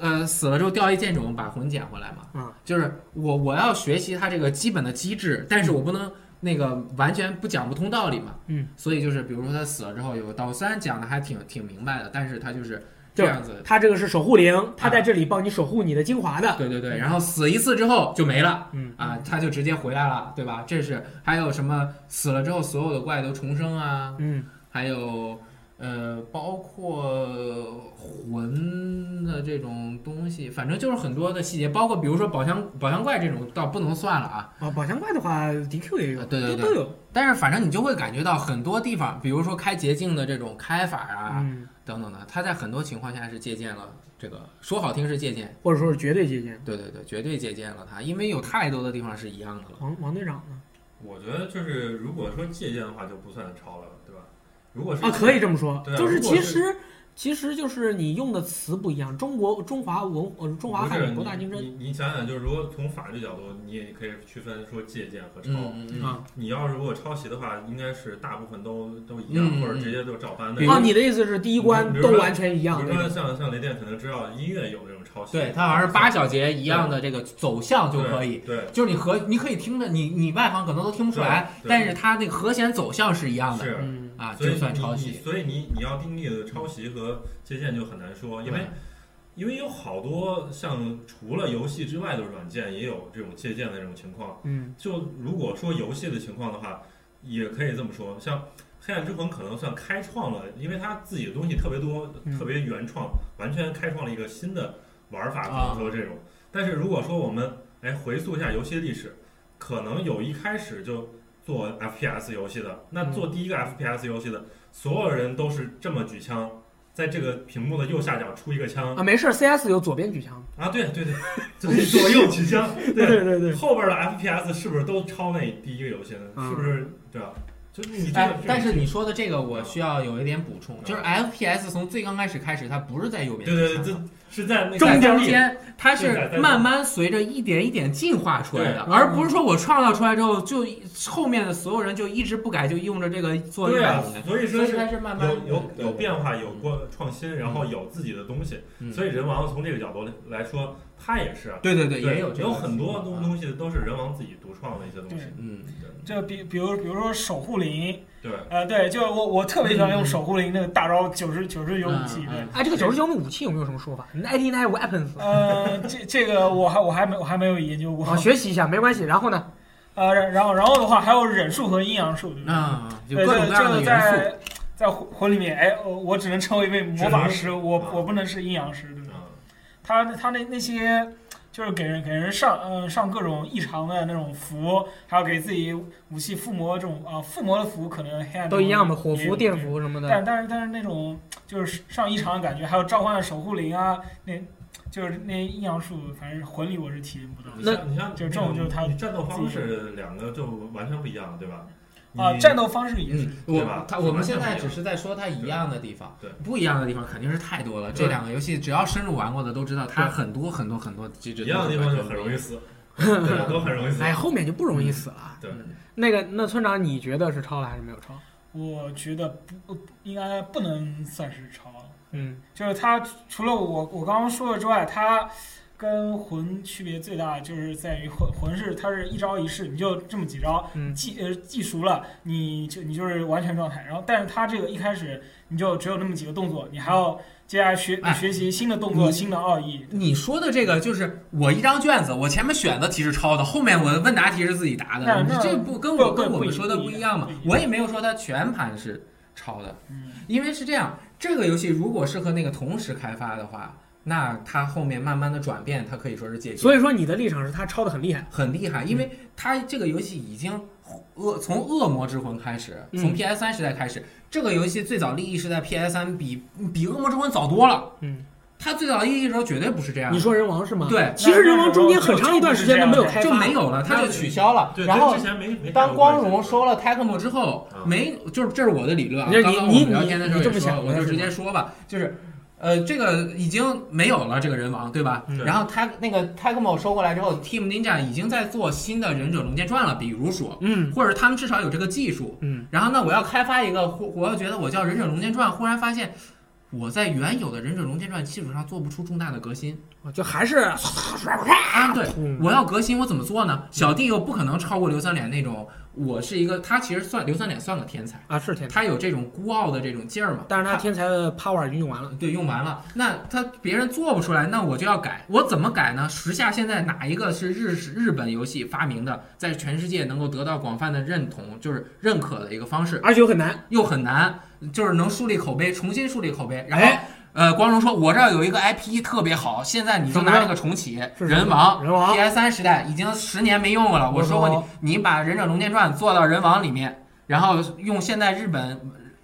[SPEAKER 2] 呃死了之后掉一剑冢，把魂捡回来嘛，
[SPEAKER 1] 嗯，
[SPEAKER 2] 就是我我要学习它这个基本的机制，但是我不能。那个完全不讲不通道理嘛，
[SPEAKER 1] 嗯，
[SPEAKER 2] 所以就是比如说他死了之后有个道，虽然讲的还挺挺明白的，但是他就是这
[SPEAKER 1] 对
[SPEAKER 2] 样子，
[SPEAKER 1] 他这个是守护灵，他在这里帮你守护你的精华的。
[SPEAKER 2] 对对对，然后死一次之后就没了，
[SPEAKER 1] 嗯
[SPEAKER 2] 啊，他就直接回来了，对吧？这是还有什么死了之后所有的怪都重生啊，
[SPEAKER 1] 嗯，
[SPEAKER 2] 还有呃，包括魂的这种东西，反正就是很多的细节，包括比如说宝箱宝箱怪这种倒不能算了啊，
[SPEAKER 1] 啊，宝箱怪的话，DQ 也有，
[SPEAKER 2] 啊对对
[SPEAKER 1] 都
[SPEAKER 2] 对
[SPEAKER 1] 都有。
[SPEAKER 2] 但是反正你就会感觉到很多地方，比如说开捷径的这种开法啊、
[SPEAKER 1] 嗯，
[SPEAKER 2] 等等的，它在很多情况下是借鉴了这个，说好听是借鉴，
[SPEAKER 1] 或者说是绝对接近。
[SPEAKER 2] 对对对，绝对借鉴了它，因为有太多的地方是一样的了。
[SPEAKER 1] 王王队长呢？
[SPEAKER 3] 我觉得就是如果说借鉴的话，就不算抄了，对吧？如果是
[SPEAKER 1] 啊，可以这么说，
[SPEAKER 3] 对啊
[SPEAKER 1] 就是
[SPEAKER 3] 如果
[SPEAKER 1] 其
[SPEAKER 3] 是
[SPEAKER 1] 实其实就是你用的词不一样。中国中华文呃中华
[SPEAKER 3] 不
[SPEAKER 1] 汉
[SPEAKER 3] 是
[SPEAKER 1] 语博大精深
[SPEAKER 3] 你你你想想，就是如果从法律角度，你也可以区分说借鉴和抄。
[SPEAKER 2] 嗯嗯
[SPEAKER 1] 啊
[SPEAKER 3] 你要如果抄袭的话，应该是大部分都都一样，
[SPEAKER 2] 嗯
[SPEAKER 3] 或者直接就照搬的。
[SPEAKER 2] 比如
[SPEAKER 1] 啊，你的意思是第一关
[SPEAKER 3] 比如
[SPEAKER 1] 都
[SPEAKER 3] 说
[SPEAKER 1] 完全一
[SPEAKER 3] 比
[SPEAKER 1] 样
[SPEAKER 3] 如
[SPEAKER 1] 那
[SPEAKER 3] 说
[SPEAKER 1] 种
[SPEAKER 3] 像像雷电可能知道音乐有这种抄袭，
[SPEAKER 2] 对，它好像是八小节一样的这个走向就
[SPEAKER 3] 对
[SPEAKER 2] 可以，
[SPEAKER 3] 对，
[SPEAKER 2] 就是你和你可以听着，你你外行可能都听不出来，
[SPEAKER 3] 对对
[SPEAKER 2] 但是它那个和弦走向是一样的
[SPEAKER 3] 是。
[SPEAKER 1] 嗯
[SPEAKER 2] 啊，
[SPEAKER 3] 所以
[SPEAKER 2] 就算
[SPEAKER 3] 你
[SPEAKER 2] 抄
[SPEAKER 3] 你
[SPEAKER 2] 袭。
[SPEAKER 3] 所以你你要定义的抄袭和借鉴就很难说，因为因为有好多像除了游戏之外的软件也有这种借鉴的这种情况。
[SPEAKER 1] 嗯
[SPEAKER 3] 就如果说游戏的情况的话，也可以这么说，像《黑暗之魂》可能算开创了，因为它自己的东西特别多
[SPEAKER 1] 嗯，
[SPEAKER 3] 特别原创，完全开创了一个新的玩法，
[SPEAKER 2] 啊
[SPEAKER 3] 比如说这种。但是如果说我们哎回溯一下游戏历史，可能有一开始就做 FPS 游戏的，那
[SPEAKER 1] 嗯
[SPEAKER 3] 做第一个 FPS 游戏的，所有人都是这么举枪。在这个屏幕的右下角出一个枪
[SPEAKER 1] 啊，没事，CS 有左边举枪，
[SPEAKER 3] 啊，对 对对，就是左右举枪，对
[SPEAKER 1] 对对对，
[SPEAKER 3] 后边的 FPS 是不是都抄那第一个游戏呢？
[SPEAKER 1] 嗯
[SPEAKER 3] 是不是？对啊，就是你这个
[SPEAKER 2] 哎
[SPEAKER 3] 是，
[SPEAKER 2] 但是你说的这个，我需要有一点补充，
[SPEAKER 3] 嗯
[SPEAKER 2] 就是 FPS 从最刚开始开始，它不是在右边，
[SPEAKER 3] 对对对，这是在那个
[SPEAKER 2] 在中
[SPEAKER 3] 立
[SPEAKER 2] 间，它
[SPEAKER 3] 在
[SPEAKER 2] 是
[SPEAKER 3] 三 D
[SPEAKER 2] 慢慢随着一点一点进化出来的，
[SPEAKER 1] 对
[SPEAKER 2] 而不是说我创造出来之后，就后面的所有人就一直不改，就用着这个做一
[SPEAKER 3] 对
[SPEAKER 2] 百
[SPEAKER 3] 啊
[SPEAKER 2] 年，，
[SPEAKER 3] 所以
[SPEAKER 2] 所
[SPEAKER 3] 说
[SPEAKER 2] 以
[SPEAKER 3] 是
[SPEAKER 2] 它是慢慢
[SPEAKER 3] 有有有变化，有
[SPEAKER 2] 嗯
[SPEAKER 3] 过创新，然后有自己的东西。
[SPEAKER 2] 嗯
[SPEAKER 3] 所以人王从这个角度来说，他也是啊，
[SPEAKER 2] 对对对，
[SPEAKER 3] 对
[SPEAKER 2] 也有这个
[SPEAKER 3] 有很多
[SPEAKER 2] 情
[SPEAKER 3] 东
[SPEAKER 2] 况啊
[SPEAKER 3] 东西都是人王自己独创的一些东西
[SPEAKER 4] 对。
[SPEAKER 2] 嗯。
[SPEAKER 4] 这比比如比如说守护灵，
[SPEAKER 3] 对，
[SPEAKER 4] 呃，对，就我我特别喜欢用守护灵那个大招九十九十九武器，
[SPEAKER 2] 嗯
[SPEAKER 4] 对
[SPEAKER 2] 嗯，
[SPEAKER 1] 哎，这个九十九武器有没有什么说法？Ninety nine weapons
[SPEAKER 4] 呃，这这个我还我还没我还没有研究过
[SPEAKER 1] 啊，，学习一下没关系。然后呢，
[SPEAKER 4] 呃，然然后然后的话还有忍术和阴阳术，对不对？
[SPEAKER 2] 啊，有
[SPEAKER 4] 对，
[SPEAKER 2] 各
[SPEAKER 4] 这
[SPEAKER 2] 种各
[SPEAKER 4] 个这
[SPEAKER 2] 样
[SPEAKER 4] 个
[SPEAKER 2] 的元素。
[SPEAKER 4] 在在魂魂里面，哎，我我只能成为一位魔法师，我
[SPEAKER 3] 啊
[SPEAKER 4] 我不能是阴阳师，对不对？
[SPEAKER 3] 啊，
[SPEAKER 4] 他他那那些就是给人给人上呃上各种异常的那种符，还有给自己武器附魔这种啊、附魔的符，可能黑暗
[SPEAKER 1] 都一样的，火
[SPEAKER 4] 也有
[SPEAKER 1] 符、电。符什么
[SPEAKER 4] 对
[SPEAKER 1] 的，
[SPEAKER 4] 但但是但是那种就是上异常的感觉，还有召唤的守护灵啊，那就是那阴阳术，反正魂里我是体验不到
[SPEAKER 2] 嗯
[SPEAKER 4] 的。
[SPEAKER 3] 你
[SPEAKER 1] 那
[SPEAKER 3] 像你像
[SPEAKER 4] 就这种就是他
[SPEAKER 3] 你战斗方式两个就完全不一样了，对吧？
[SPEAKER 4] 啊，
[SPEAKER 3] 你
[SPEAKER 4] 战斗方式也是
[SPEAKER 2] 嗯，
[SPEAKER 3] 对
[SPEAKER 2] 我
[SPEAKER 3] 吧
[SPEAKER 2] 它
[SPEAKER 3] 是
[SPEAKER 2] 我们
[SPEAKER 3] 完
[SPEAKER 2] 现
[SPEAKER 3] 全
[SPEAKER 2] 在
[SPEAKER 3] 不一
[SPEAKER 2] 只
[SPEAKER 3] 样
[SPEAKER 2] 是在说它一
[SPEAKER 3] 对
[SPEAKER 2] 样的地方，
[SPEAKER 3] 对
[SPEAKER 2] 不一样的地方肯定是太多了。这
[SPEAKER 3] 对
[SPEAKER 2] 两个游戏只要深入玩过的都知道，它
[SPEAKER 3] 对
[SPEAKER 2] 很多很多很多机制
[SPEAKER 3] 一样的地方就很容易死，对，都很容易死。
[SPEAKER 1] 哎，后面就不容易死了。
[SPEAKER 3] 对
[SPEAKER 2] 嗯
[SPEAKER 1] 那个，那村长，你觉得是超了还是没有超？
[SPEAKER 4] 我觉得不不应该不能算是超，
[SPEAKER 1] 嗯，
[SPEAKER 4] 就是它除了我我刚刚说的之外，它跟魂区别最大就是在于魂魂是它是一招一式，你就这么几招，
[SPEAKER 1] 嗯
[SPEAKER 4] 记呃记熟了，你就你就是完全状态。然后，但是它这个一开始你就只有那么几个动作，你还要接下来学、
[SPEAKER 2] 哎
[SPEAKER 4] 学习新的动作、
[SPEAKER 2] 你
[SPEAKER 4] 新的奥义。
[SPEAKER 2] 你说的这个就是我一张卷子，我前面选择题是抄的，后面我问答题是自己答的，
[SPEAKER 4] 那
[SPEAKER 2] 你
[SPEAKER 4] 那
[SPEAKER 2] 这不跟
[SPEAKER 4] 不
[SPEAKER 2] 我
[SPEAKER 4] 不
[SPEAKER 2] 跟我
[SPEAKER 4] 不
[SPEAKER 2] 们
[SPEAKER 4] 一
[SPEAKER 2] 说的不
[SPEAKER 4] 不
[SPEAKER 2] 一样
[SPEAKER 4] 一样
[SPEAKER 2] 嘛
[SPEAKER 4] 不一？样
[SPEAKER 2] 我也没有说它全盘是抄的，
[SPEAKER 4] 嗯，
[SPEAKER 2] 因为是这样，这个游戏如果是和那个同时开发的话，那它后面慢慢的转变，它可以说是借鉴。
[SPEAKER 1] 所以说你的立场是他超的很厉害。
[SPEAKER 2] 很厉害，因为它这个游戏已经恶从恶魔之魂开始，从
[SPEAKER 1] 嗯
[SPEAKER 2] PS 3时代开始，这个游戏最早立意是在 PS 3比比恶魔之魂早多了。
[SPEAKER 1] 嗯，
[SPEAKER 2] 它最早立意的时候绝对不是这样
[SPEAKER 1] 你
[SPEAKER 2] 的，
[SPEAKER 1] 说人王是吗？。
[SPEAKER 2] 对，
[SPEAKER 1] 其实人王中间很长一段时间都没有开发，
[SPEAKER 2] 就没有了，它就取消了。
[SPEAKER 3] 对，
[SPEAKER 2] 然
[SPEAKER 3] 跟
[SPEAKER 2] 后
[SPEAKER 3] 之前没没
[SPEAKER 2] 当光荣
[SPEAKER 3] 说，
[SPEAKER 2] 收了 Tecmo 之后，
[SPEAKER 3] 嗯
[SPEAKER 2] 没就是这是我的理论啊。
[SPEAKER 1] 你
[SPEAKER 2] 刚刚我
[SPEAKER 1] 你
[SPEAKER 2] 们聊天的时候
[SPEAKER 1] 你这
[SPEAKER 2] 也
[SPEAKER 1] 么
[SPEAKER 2] 说，
[SPEAKER 1] 想
[SPEAKER 2] 我
[SPEAKER 1] 的
[SPEAKER 2] 就是直
[SPEAKER 1] 吗
[SPEAKER 2] 接说吧，就是呃，这个已经没有了这个人王，对吧？
[SPEAKER 1] 嗯
[SPEAKER 2] 然后他那个 Tecmo 收过来之后，Team Ninja 已经在做新的忍者龙剑传了，比如说，
[SPEAKER 1] 嗯
[SPEAKER 2] 或者他们至少有这个技术。
[SPEAKER 1] 嗯
[SPEAKER 2] 然后呢，我要开发一个，或我要觉得我叫忍者龙剑传，忽然发现我在原有的忍者龙剑传基础上做不出重大的革新。
[SPEAKER 1] 嗯就还是
[SPEAKER 2] 啊，对，
[SPEAKER 1] 嗯
[SPEAKER 2] 我要革新，我怎么做呢？小弟又不可能超过刘三连那种，我是一个，他其实算刘三连算个天才，
[SPEAKER 1] 啊是天才，
[SPEAKER 2] 他有这种孤傲的这种劲儿嘛。
[SPEAKER 1] 但是他天才的 power 已经用完了，
[SPEAKER 2] 对用完了，那他别人做不出来，那我就要改，我怎么改呢？时下现在哪一个是日日本游戏发明的，在全世界能够得到广泛的认同，就是认可的一个方式，
[SPEAKER 1] 而且又很难。
[SPEAKER 2] 又很难，就是能树立口碑，重新树立口碑，然后。
[SPEAKER 1] 哎
[SPEAKER 2] 呃，光荣说，我这儿有一个 IP 特别好，现在你就拿这个重启《
[SPEAKER 1] 是什么
[SPEAKER 2] 人王》
[SPEAKER 1] 人王
[SPEAKER 2] PS 3时代已经十年没用过了。我
[SPEAKER 1] 我
[SPEAKER 2] 说过
[SPEAKER 1] 说
[SPEAKER 2] 你，你把《忍者龙剑传》做到《人王》里面，然后用现在日本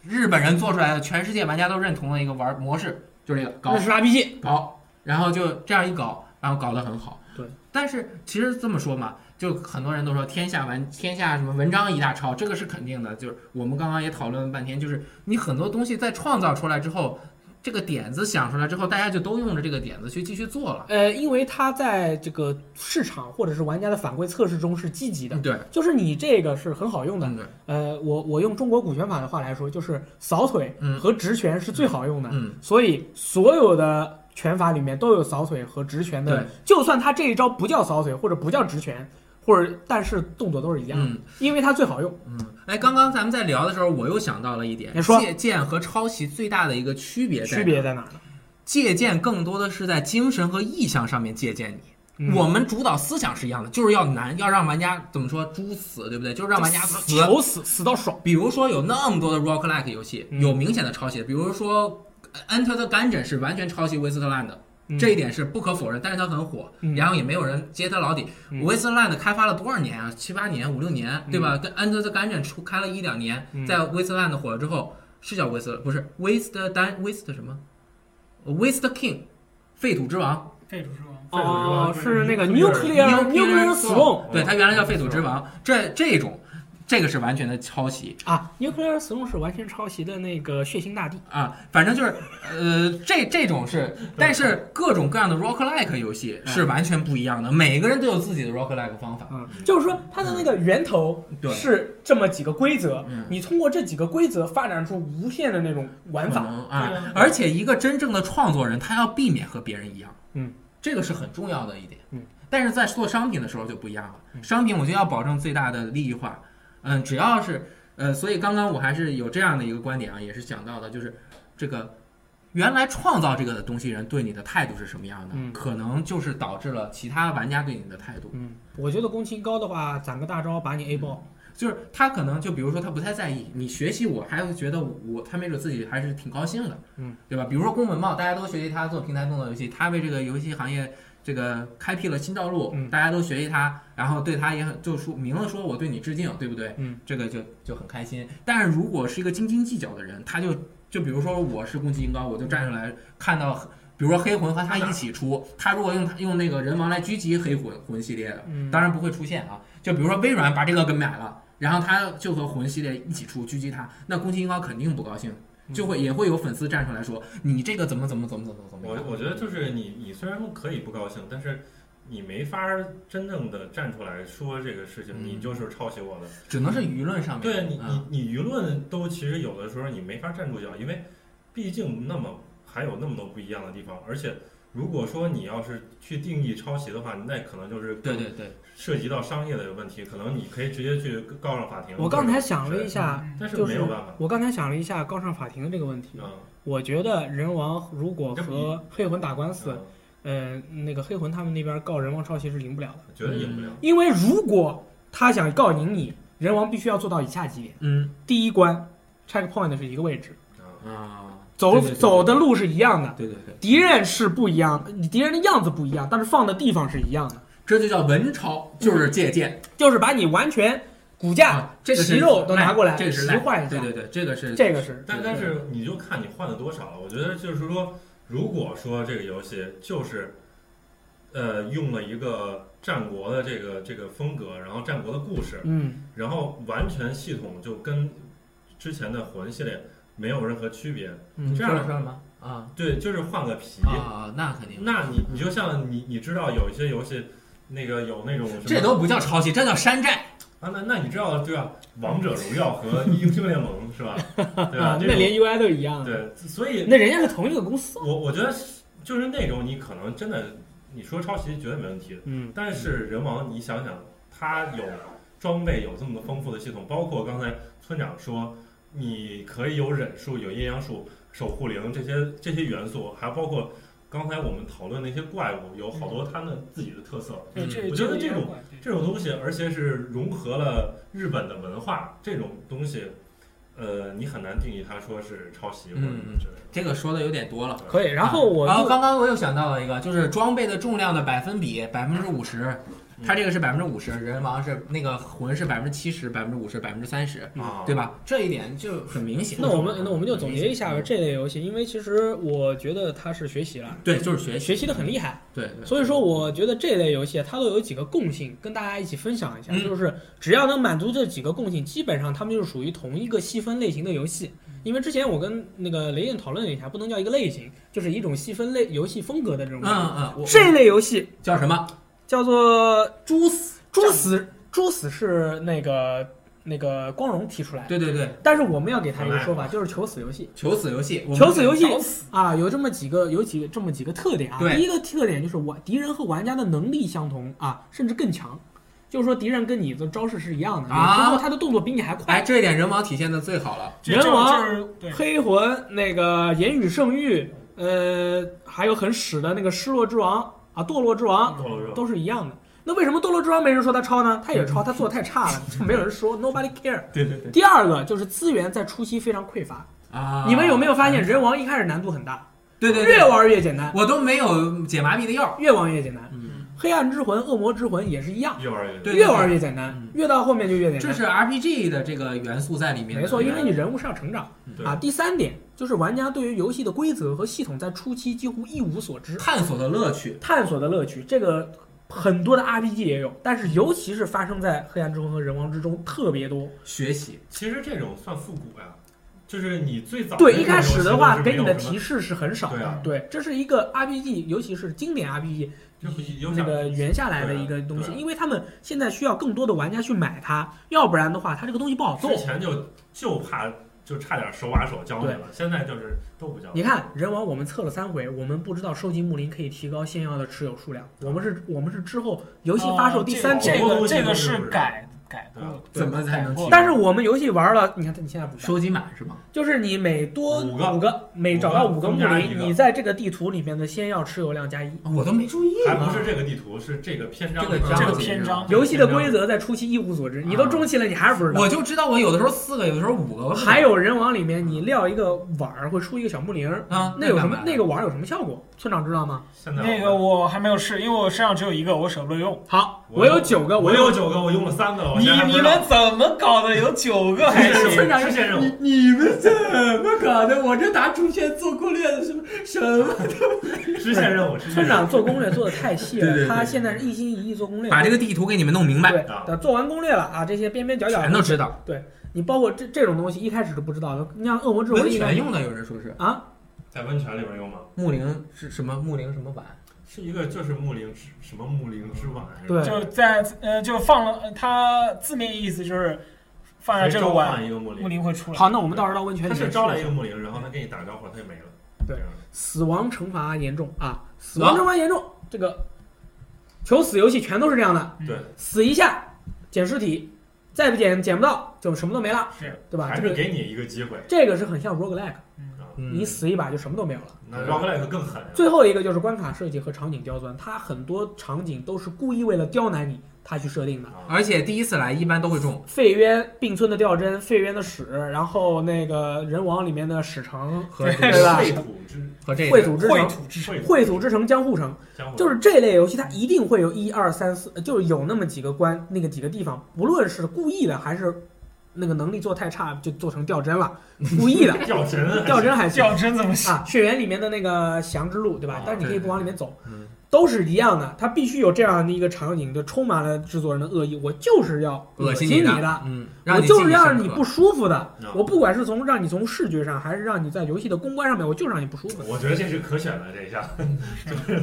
[SPEAKER 2] 日本人做出来的，全世界玩家都认同的一个玩模式，就是这个搞
[SPEAKER 1] 日式 RPG，
[SPEAKER 2] 搞，然后就这样一搞，然后搞得很好。
[SPEAKER 1] 对，
[SPEAKER 2] 但是其实这么说嘛，就很多人都说天下文天下什么文章一大抄，这个是肯定的。就是我们刚刚也讨论了半天，就是你很多东西在创造出来之后，这个点子想出来之后，大家就都用着这个点子去继续做了。
[SPEAKER 1] 呃，因为它在这个市场或者是玩家的反馈测试中是积极的，
[SPEAKER 2] 对，
[SPEAKER 1] 就是你这个是很好用的。
[SPEAKER 2] 嗯对，
[SPEAKER 1] 呃，我我用中国股权法的话来说，就是扫腿
[SPEAKER 2] 嗯
[SPEAKER 1] 和职权是最好用的，
[SPEAKER 2] 嗯，
[SPEAKER 1] 所以所有的。拳法里面都有扫腿和职权的
[SPEAKER 2] 对，
[SPEAKER 1] 就算他这一招不叫扫腿或者不叫职权，或者但是动作都是一样的，
[SPEAKER 2] 嗯
[SPEAKER 1] 因为它最好用。
[SPEAKER 2] 嗯。哎，刚刚咱们在聊的时候，我又想到了一点，
[SPEAKER 1] 你说
[SPEAKER 2] 借鉴和抄袭最大的一个区别在
[SPEAKER 1] 区
[SPEAKER 2] 哪
[SPEAKER 1] 别在哪儿呢？
[SPEAKER 2] 借鉴更多的是在精神和意向上面借鉴你。
[SPEAKER 1] 嗯
[SPEAKER 2] 我们主导思想是一样的，就是要难，要让玩家怎么说猪死，对不对？就是让玩家死。
[SPEAKER 1] 求死死到爽。
[SPEAKER 2] 比如说有那么多的 rock like 游戏，
[SPEAKER 1] 嗯
[SPEAKER 2] 有明显的抄袭，比如说呃 Enter the Gungeon 是完全抄袭 Wasteland 的，这一点是不可否认，但是它很火，
[SPEAKER 1] 嗯
[SPEAKER 2] 然后也没有人揭它老底。
[SPEAKER 1] 嗯
[SPEAKER 2] Wasteland 开发了多少年啊？七八年、五六年，对吧？跟 Enter the Gungeon 出开了一两年，
[SPEAKER 1] 嗯
[SPEAKER 2] 在 Wasteland 火了之后，是叫 Waste 不是 Waste 单 Waste 什么？Waste 呃 King，废土之王。
[SPEAKER 4] 废主之王，
[SPEAKER 1] 哦，是那个
[SPEAKER 3] Nuclear-
[SPEAKER 1] nuclear
[SPEAKER 2] Nuclear
[SPEAKER 1] nuclear
[SPEAKER 2] Throne
[SPEAKER 1] throne
[SPEAKER 2] 对，它原来叫废土之王，这这种，这个是完全的抄袭
[SPEAKER 1] 啊，nuclear throne 是完全抄袭的那个血腥大帝。
[SPEAKER 2] 啊，反正就是，呃， 这这种是，但是各种各样的 rock like 游戏是完全不一样的，每个人都有自己的 rock like 方法，
[SPEAKER 1] 嗯，就是说它的那个源头
[SPEAKER 2] 对
[SPEAKER 1] 是这么几个规则
[SPEAKER 2] 嗯，
[SPEAKER 1] 你通过这几个规则发展出无限的那种玩
[SPEAKER 2] 可
[SPEAKER 1] 法。
[SPEAKER 2] 能啊
[SPEAKER 4] 对啊，
[SPEAKER 2] 而且一个真正的创作人，他要避免和别人一样，
[SPEAKER 1] 嗯，
[SPEAKER 2] 这个是很重要的一点，
[SPEAKER 1] 嗯，
[SPEAKER 2] 但是在做商品的时候就不一样了，商品我就要保证最大的利益化，嗯，只要是呃，所以刚刚我还是有这样的一个观点啊，也是想到的，就是这个原来创造这个的东西人对你的态度是什么样的，
[SPEAKER 1] 嗯
[SPEAKER 2] 可能就是导致了其他玩家对你的态度，
[SPEAKER 1] 嗯，我觉得攻心高的话，攒个大招把你 A 爆。
[SPEAKER 2] 就是他可能就比如说他不太在意你学习我，还会觉得我他没准自己还是挺高兴的，
[SPEAKER 1] 嗯，
[SPEAKER 2] 对吧？比如说宫本茂，大家都学习他做平台动作游戏，他为这个游戏行业这个开辟了新道路，
[SPEAKER 1] 嗯
[SPEAKER 2] 大家都学习他，然后对他也很就说明了说我对你致敬，对不对？
[SPEAKER 1] 嗯，
[SPEAKER 2] 这个就就很开心。但是如果是一个斤斤计较的人，他就就比如说我是宫崎英高，我就站上来看到。比如说黑魂和他一起出，他如果用他用那个人王来狙击黑魂魂系列的，
[SPEAKER 1] 嗯，
[SPEAKER 2] 当然不会出现啊。就比如说微软把这个给买了，然后他就和魂系列一起出狙击他，那宫崎英高肯定不高兴，就会也会有粉丝站出来说你这个怎么怎么怎么怎么怎么
[SPEAKER 3] 我
[SPEAKER 2] 样。
[SPEAKER 3] 我觉得就是你，你虽然可以不高兴，但是你没法儿真正的站出来说这个事情，
[SPEAKER 2] 嗯
[SPEAKER 3] 你就是抄袭我的。
[SPEAKER 2] 只能是舆论上面。
[SPEAKER 3] 对啊你，
[SPEAKER 2] 嗯
[SPEAKER 3] 你你舆论都其实有的时候你没法站住脚，因为毕竟那么还有那么多不一样的地方，而且如果说你要是去定义抄袭的话，那可能就是
[SPEAKER 2] 对对对，
[SPEAKER 3] 涉及到商业的问题，可能你可以直接去告上法庭。
[SPEAKER 1] 我刚才想了一
[SPEAKER 4] 嗯
[SPEAKER 1] 下，
[SPEAKER 3] 但是
[SPEAKER 1] 就
[SPEAKER 3] 没
[SPEAKER 1] 是
[SPEAKER 3] 有办法。
[SPEAKER 1] 我刚才想了一下告上法庭的这个问题，
[SPEAKER 3] 嗯，
[SPEAKER 1] 我觉得人王如果和黑魂打官司，
[SPEAKER 3] 嗯
[SPEAKER 1] 呃，那个黑魂他们那边告人王抄袭是赢不了的，
[SPEAKER 3] 绝对赢不了。
[SPEAKER 1] 因为如果他想告赢你，人王必须要做到以下几点：
[SPEAKER 2] 嗯
[SPEAKER 1] 第一关 checkpoint 是一个位置，
[SPEAKER 3] 啊，
[SPEAKER 2] 啊，
[SPEAKER 1] 走
[SPEAKER 2] 对对对
[SPEAKER 1] 走的路是一样的，
[SPEAKER 2] 对对对，
[SPEAKER 1] 敌人是不一样，敌人的样子不一样，但是放的地方是一样的，
[SPEAKER 2] 这就叫文抄，就是借鉴。
[SPEAKER 1] 就是把你完全骨架、这
[SPEAKER 2] 啊是哎
[SPEAKER 1] 皮肉都拿过来
[SPEAKER 2] 这个是
[SPEAKER 1] 齐
[SPEAKER 2] 赖
[SPEAKER 1] 换一下
[SPEAKER 2] 对，对对，这个是
[SPEAKER 1] 嗯这个是
[SPEAKER 3] 但但是你就看你换了多少了。我觉得就是说，如果说这个游戏就是，呃，用了一个战国的这个这个风格，然后战国的故事，
[SPEAKER 1] 嗯
[SPEAKER 3] 然后完全系统就跟之前的魂系列没有任何区别。
[SPEAKER 2] 嗯，
[SPEAKER 3] 这样
[SPEAKER 2] 说了吗？啊
[SPEAKER 3] 对，就是换个皮。
[SPEAKER 2] 啊，那肯定，
[SPEAKER 3] 那你你就像你你知道有一些游戏，那个有那种什么
[SPEAKER 2] 这都不叫抄袭，这叫山寨。
[SPEAKER 3] 啊，那那你知道对吧？王者荣耀和英雄联盟 是吧？对吧
[SPEAKER 1] 啊，？
[SPEAKER 3] 这
[SPEAKER 1] 那
[SPEAKER 3] 种
[SPEAKER 1] 连 UI 都一样的，
[SPEAKER 3] 对，所以
[SPEAKER 1] 那人家是同一个公司，
[SPEAKER 3] 我我觉得就是那种你可能真的你说抄袭绝对没问题，
[SPEAKER 1] 嗯
[SPEAKER 3] 但是人王你想想，他有装备有这么多丰富的系统，包括刚才村长说你可以有忍术、有阴阳术、守护灵这些这些元素，还包括刚才我们讨论那些怪物，有好多他们自己的特色。
[SPEAKER 4] 对，这
[SPEAKER 3] 嗯我觉得
[SPEAKER 4] 这
[SPEAKER 3] 这
[SPEAKER 4] 个
[SPEAKER 3] 种
[SPEAKER 4] 也怪对
[SPEAKER 3] 这种东西，而且是融合了日本的文化，这种东西，呃，你很难定义它说是抄袭或者什么之类的。
[SPEAKER 2] 这个说的有点多了。
[SPEAKER 1] 可以。然后我
[SPEAKER 2] 然后
[SPEAKER 1] 就
[SPEAKER 2] 啊刚刚我又想到了一个，就是装备的重量的百分比百分之五十，它这个是百分之五十，人王是那个魂是百分之七十，百分之五十，百分之三十，
[SPEAKER 3] 啊，
[SPEAKER 2] 对吧？这一点就很明显。
[SPEAKER 1] 那我们那我们就总结一下吧
[SPEAKER 2] 嗯
[SPEAKER 1] 这类游戏，因为其实我觉得它是学习了，
[SPEAKER 2] 对，就是学习，
[SPEAKER 1] 学习的很厉害。
[SPEAKER 2] 对，对
[SPEAKER 1] 所以说，我觉得这类游戏啊它都有几个共性，跟大家一起分享一下，
[SPEAKER 2] 嗯
[SPEAKER 1] 就是只要能满足这几个共性，基本上它们就是属于同一个细分类型的游戏。因为之前我跟那个雷电讨论了一下，不能叫一个类型，就是一种细分类游戏风格的这种
[SPEAKER 2] 嗯
[SPEAKER 1] 感觉。
[SPEAKER 2] 嗯，我
[SPEAKER 1] 这类游戏
[SPEAKER 2] 叫什么？
[SPEAKER 1] 叫做蛛丝，蛛丝，蛛丝是那个那个光荣提出来的，
[SPEAKER 2] 对对对，
[SPEAKER 1] 但是我们要给它一个说法，就是求死游戏。
[SPEAKER 2] 求死游戏，我们
[SPEAKER 1] 求死游戏
[SPEAKER 2] 找死
[SPEAKER 1] 啊，有这么几个，有几这么几个特点啊。
[SPEAKER 2] 对
[SPEAKER 1] 第一个特点就是玩敌人和玩家的能力相同啊，甚至更强，就是说敌人跟你的招式是一样的，
[SPEAKER 2] 啊
[SPEAKER 1] 然后他的动作比你还快。
[SPEAKER 2] 哎，这一点人王体现的最好了。
[SPEAKER 4] 这这
[SPEAKER 1] 人王
[SPEAKER 4] 就是对
[SPEAKER 1] 黑魂那个言语圣域，呃，还有很屎的那个失落之王啊，堕落之王
[SPEAKER 3] 够
[SPEAKER 2] 嗯
[SPEAKER 3] 了是吧？
[SPEAKER 1] 都是一样的。那为什么堕落之王没人说他抄呢？他也 抄，他做的太差了，就没有人说，nobody care。
[SPEAKER 3] 对对对，
[SPEAKER 1] 第二个就是资源在初期非常匮乏，
[SPEAKER 2] 啊！
[SPEAKER 1] 你们有没有发现人王一开始难度很大，
[SPEAKER 2] 对对
[SPEAKER 1] 越
[SPEAKER 2] 对，
[SPEAKER 1] 玩越简单，
[SPEAKER 2] 我都没有解麻痹的药。
[SPEAKER 1] 越玩越简单。
[SPEAKER 2] 嗯，
[SPEAKER 1] 黑暗之魂、恶魔之魂也是一样，
[SPEAKER 3] 越玩越
[SPEAKER 2] 对
[SPEAKER 1] 越玩越简单
[SPEAKER 2] 嗯，
[SPEAKER 1] 越到后面就越简
[SPEAKER 2] 这
[SPEAKER 1] 单。
[SPEAKER 2] 是 RPG 的这个元素在里面的。嗯
[SPEAKER 1] 没错，因为你
[SPEAKER 2] 对
[SPEAKER 1] 人物是要成长
[SPEAKER 3] 对
[SPEAKER 1] 啊。第三点就是玩家对于游戏的规则和系统在初期几乎一无所知，
[SPEAKER 2] 探索的乐趣。
[SPEAKER 1] 探索的乐趣，这个很多的 RPG 也有，但是尤其是发生在黑暗之魂和人王之中特别多。
[SPEAKER 2] 学习，
[SPEAKER 3] 其实这种算复古呀，就是你最早
[SPEAKER 1] 对，一开始的话给你的
[SPEAKER 3] 示，
[SPEAKER 1] 提示是很少
[SPEAKER 3] 对
[SPEAKER 1] 的
[SPEAKER 3] 啊。
[SPEAKER 1] 对，这是一个 RPG，尤其是经典 RPG
[SPEAKER 3] 这不有
[SPEAKER 1] 那
[SPEAKER 3] 点
[SPEAKER 1] 个原下来的一个东西，
[SPEAKER 3] 对啊
[SPEAKER 1] 因为他们现在需要更多的玩家去买它，要不然的话，它这个东西不好做
[SPEAKER 3] 之。前就就怕就差点手把手教你了，现在就是都不教。
[SPEAKER 1] 你看人王，我们测了三回，我们不知道收集木林可以提高仙药的持有数量。我们是，我们是之后游戏发
[SPEAKER 3] 啊
[SPEAKER 1] 售第三嗯
[SPEAKER 4] 哦这
[SPEAKER 1] 天，
[SPEAKER 4] 这
[SPEAKER 3] 天
[SPEAKER 4] 个这个是改改过的，
[SPEAKER 2] 怎么才能提高
[SPEAKER 1] 但是我们游戏玩了，你看你现在不知道，
[SPEAKER 2] 收集满是吗？
[SPEAKER 1] 就是你每多
[SPEAKER 3] 五个
[SPEAKER 1] 五个，每找到
[SPEAKER 3] 五
[SPEAKER 1] 五
[SPEAKER 3] 个
[SPEAKER 1] 个木
[SPEAKER 3] 增加一
[SPEAKER 1] 林，
[SPEAKER 3] 个
[SPEAKER 1] 你在这个地图里面的仙药持有量加一。
[SPEAKER 2] 我都没注意
[SPEAKER 3] 还不是这个地图，是这个篇章
[SPEAKER 2] 这个
[SPEAKER 3] 里面
[SPEAKER 4] 这
[SPEAKER 2] 章
[SPEAKER 4] 个
[SPEAKER 2] 节
[SPEAKER 4] 篇章
[SPEAKER 1] 游戏的规则在初期一无所知，你都中期了，你还是不知道
[SPEAKER 2] 我。就知道我有的时候四个，有的时候五个。我不知道
[SPEAKER 1] 还有人王里面，你撂一个碗儿会出一个小木铃儿，
[SPEAKER 2] 啊，
[SPEAKER 1] 那有什
[SPEAKER 2] 干
[SPEAKER 1] 么
[SPEAKER 2] 嘛
[SPEAKER 1] 那个碗儿有什么效果？村长知道吗？
[SPEAKER 3] 现在
[SPEAKER 4] 那个我还没有试，因为我身上只有一个，我舍不得用。
[SPEAKER 1] 好，
[SPEAKER 3] 我
[SPEAKER 1] 我有九个，
[SPEAKER 3] 我
[SPEAKER 1] 有
[SPEAKER 3] 有九个，我用了三个，我
[SPEAKER 4] 你
[SPEAKER 3] 现在还不
[SPEAKER 4] 你
[SPEAKER 3] 知道
[SPEAKER 4] 们怎么搞的？有九个还
[SPEAKER 3] 是
[SPEAKER 4] 行
[SPEAKER 1] 村长
[SPEAKER 3] 是这种，
[SPEAKER 2] 你们怎么搞的？我这打主线做攻略的什么什么？
[SPEAKER 3] 支线任务，支线
[SPEAKER 1] 村
[SPEAKER 3] 任务
[SPEAKER 1] 长做攻略做的太细
[SPEAKER 2] 对对
[SPEAKER 1] 了，
[SPEAKER 2] 对
[SPEAKER 1] 他现在是一心一意做攻略。
[SPEAKER 2] 把这个地图给你们弄明白，
[SPEAKER 1] 对，等做完攻略了啊，这些边边角角
[SPEAKER 2] 全都知道。
[SPEAKER 1] 你包括这这种东西一开始是不知道的。你像恶魔之
[SPEAKER 2] 温
[SPEAKER 1] 魂应
[SPEAKER 2] 泉
[SPEAKER 1] 该
[SPEAKER 2] 用的，有人说是
[SPEAKER 1] 啊，
[SPEAKER 3] 在温泉里边用吗？
[SPEAKER 2] 木灵是什么木灵什么碗？
[SPEAKER 3] 是一个就是木灵之什么木灵之碗还是
[SPEAKER 1] 对
[SPEAKER 4] 就在呃，就放了，它字面意思就是放在
[SPEAKER 3] 还
[SPEAKER 4] 这个
[SPEAKER 3] 召
[SPEAKER 4] 碗，
[SPEAKER 3] 唤一个木
[SPEAKER 4] 木
[SPEAKER 3] 灵，
[SPEAKER 4] 林会出来。
[SPEAKER 1] 好，那我们到时候到温泉
[SPEAKER 3] 他
[SPEAKER 1] 里
[SPEAKER 3] 是
[SPEAKER 1] 面
[SPEAKER 3] 招来
[SPEAKER 1] 试
[SPEAKER 3] 一
[SPEAKER 1] 一
[SPEAKER 3] 个
[SPEAKER 1] 下
[SPEAKER 3] 木灵，然后他给你打招呼，他就没了。
[SPEAKER 1] 对
[SPEAKER 3] 这样
[SPEAKER 1] 死亡惩罚严重啊，死亡惩罚严重，这个求死游戏全都是这样的，
[SPEAKER 3] 对，
[SPEAKER 1] 死一下捡尸体，再不捡捡不到就什么都没了，
[SPEAKER 4] 是
[SPEAKER 1] 对吧？
[SPEAKER 3] 还
[SPEAKER 1] 这
[SPEAKER 3] 是
[SPEAKER 1] 个
[SPEAKER 3] 给你一个机会。啊
[SPEAKER 1] 这个是很像 roguelike，
[SPEAKER 2] 嗯
[SPEAKER 1] 你死一把就什么都没有了。
[SPEAKER 3] 那 roguelike 更狠呀，
[SPEAKER 1] 最后一个就是关卡设计和场景刁钻，它很多场景都是故意为了刁难你，他去设定的。
[SPEAKER 3] 啊，
[SPEAKER 2] 而且第一次来一般都会中，
[SPEAKER 1] 废渊并村的吊针，废渊的使，然后那个人王里面的使城
[SPEAKER 2] 和这
[SPEAKER 1] 对吧
[SPEAKER 2] 个
[SPEAKER 3] 废土之
[SPEAKER 2] 和这
[SPEAKER 1] 秽
[SPEAKER 2] 个
[SPEAKER 1] 土之
[SPEAKER 4] 秽
[SPEAKER 1] 城、
[SPEAKER 4] 土之城，
[SPEAKER 1] 秽土之城、江户城，
[SPEAKER 3] 江湖
[SPEAKER 1] 就是这类游戏，它一定会有一二三四，呃就是有那么几个关，那个几个地方，不论是故意的还是那个能力做太差，就做成吊针 了，故意的
[SPEAKER 3] 吊啊针还是
[SPEAKER 1] 吊针还行
[SPEAKER 4] 较真怎么想？
[SPEAKER 1] 啊。血缘里面的那个翔之路，对吧
[SPEAKER 3] 啊？
[SPEAKER 1] 但是你可以不往里面走
[SPEAKER 2] 嗯，
[SPEAKER 1] 都是一样的，它必须有这样的一个场景，就充满了制作人的恶意，我就是要
[SPEAKER 2] 恶
[SPEAKER 1] 心
[SPEAKER 2] 你
[SPEAKER 1] 的，
[SPEAKER 2] 嗯，
[SPEAKER 1] 我
[SPEAKER 2] 让你
[SPEAKER 1] 就是
[SPEAKER 2] 记忆
[SPEAKER 1] 要
[SPEAKER 2] 深
[SPEAKER 1] 让你
[SPEAKER 2] 刻
[SPEAKER 1] 不舒服的
[SPEAKER 3] 啊。
[SPEAKER 1] 我不管是从让你从视觉上，还是让你在游戏的公关上面，我就是让你不舒服。
[SPEAKER 3] 我觉得这是可选的这一下，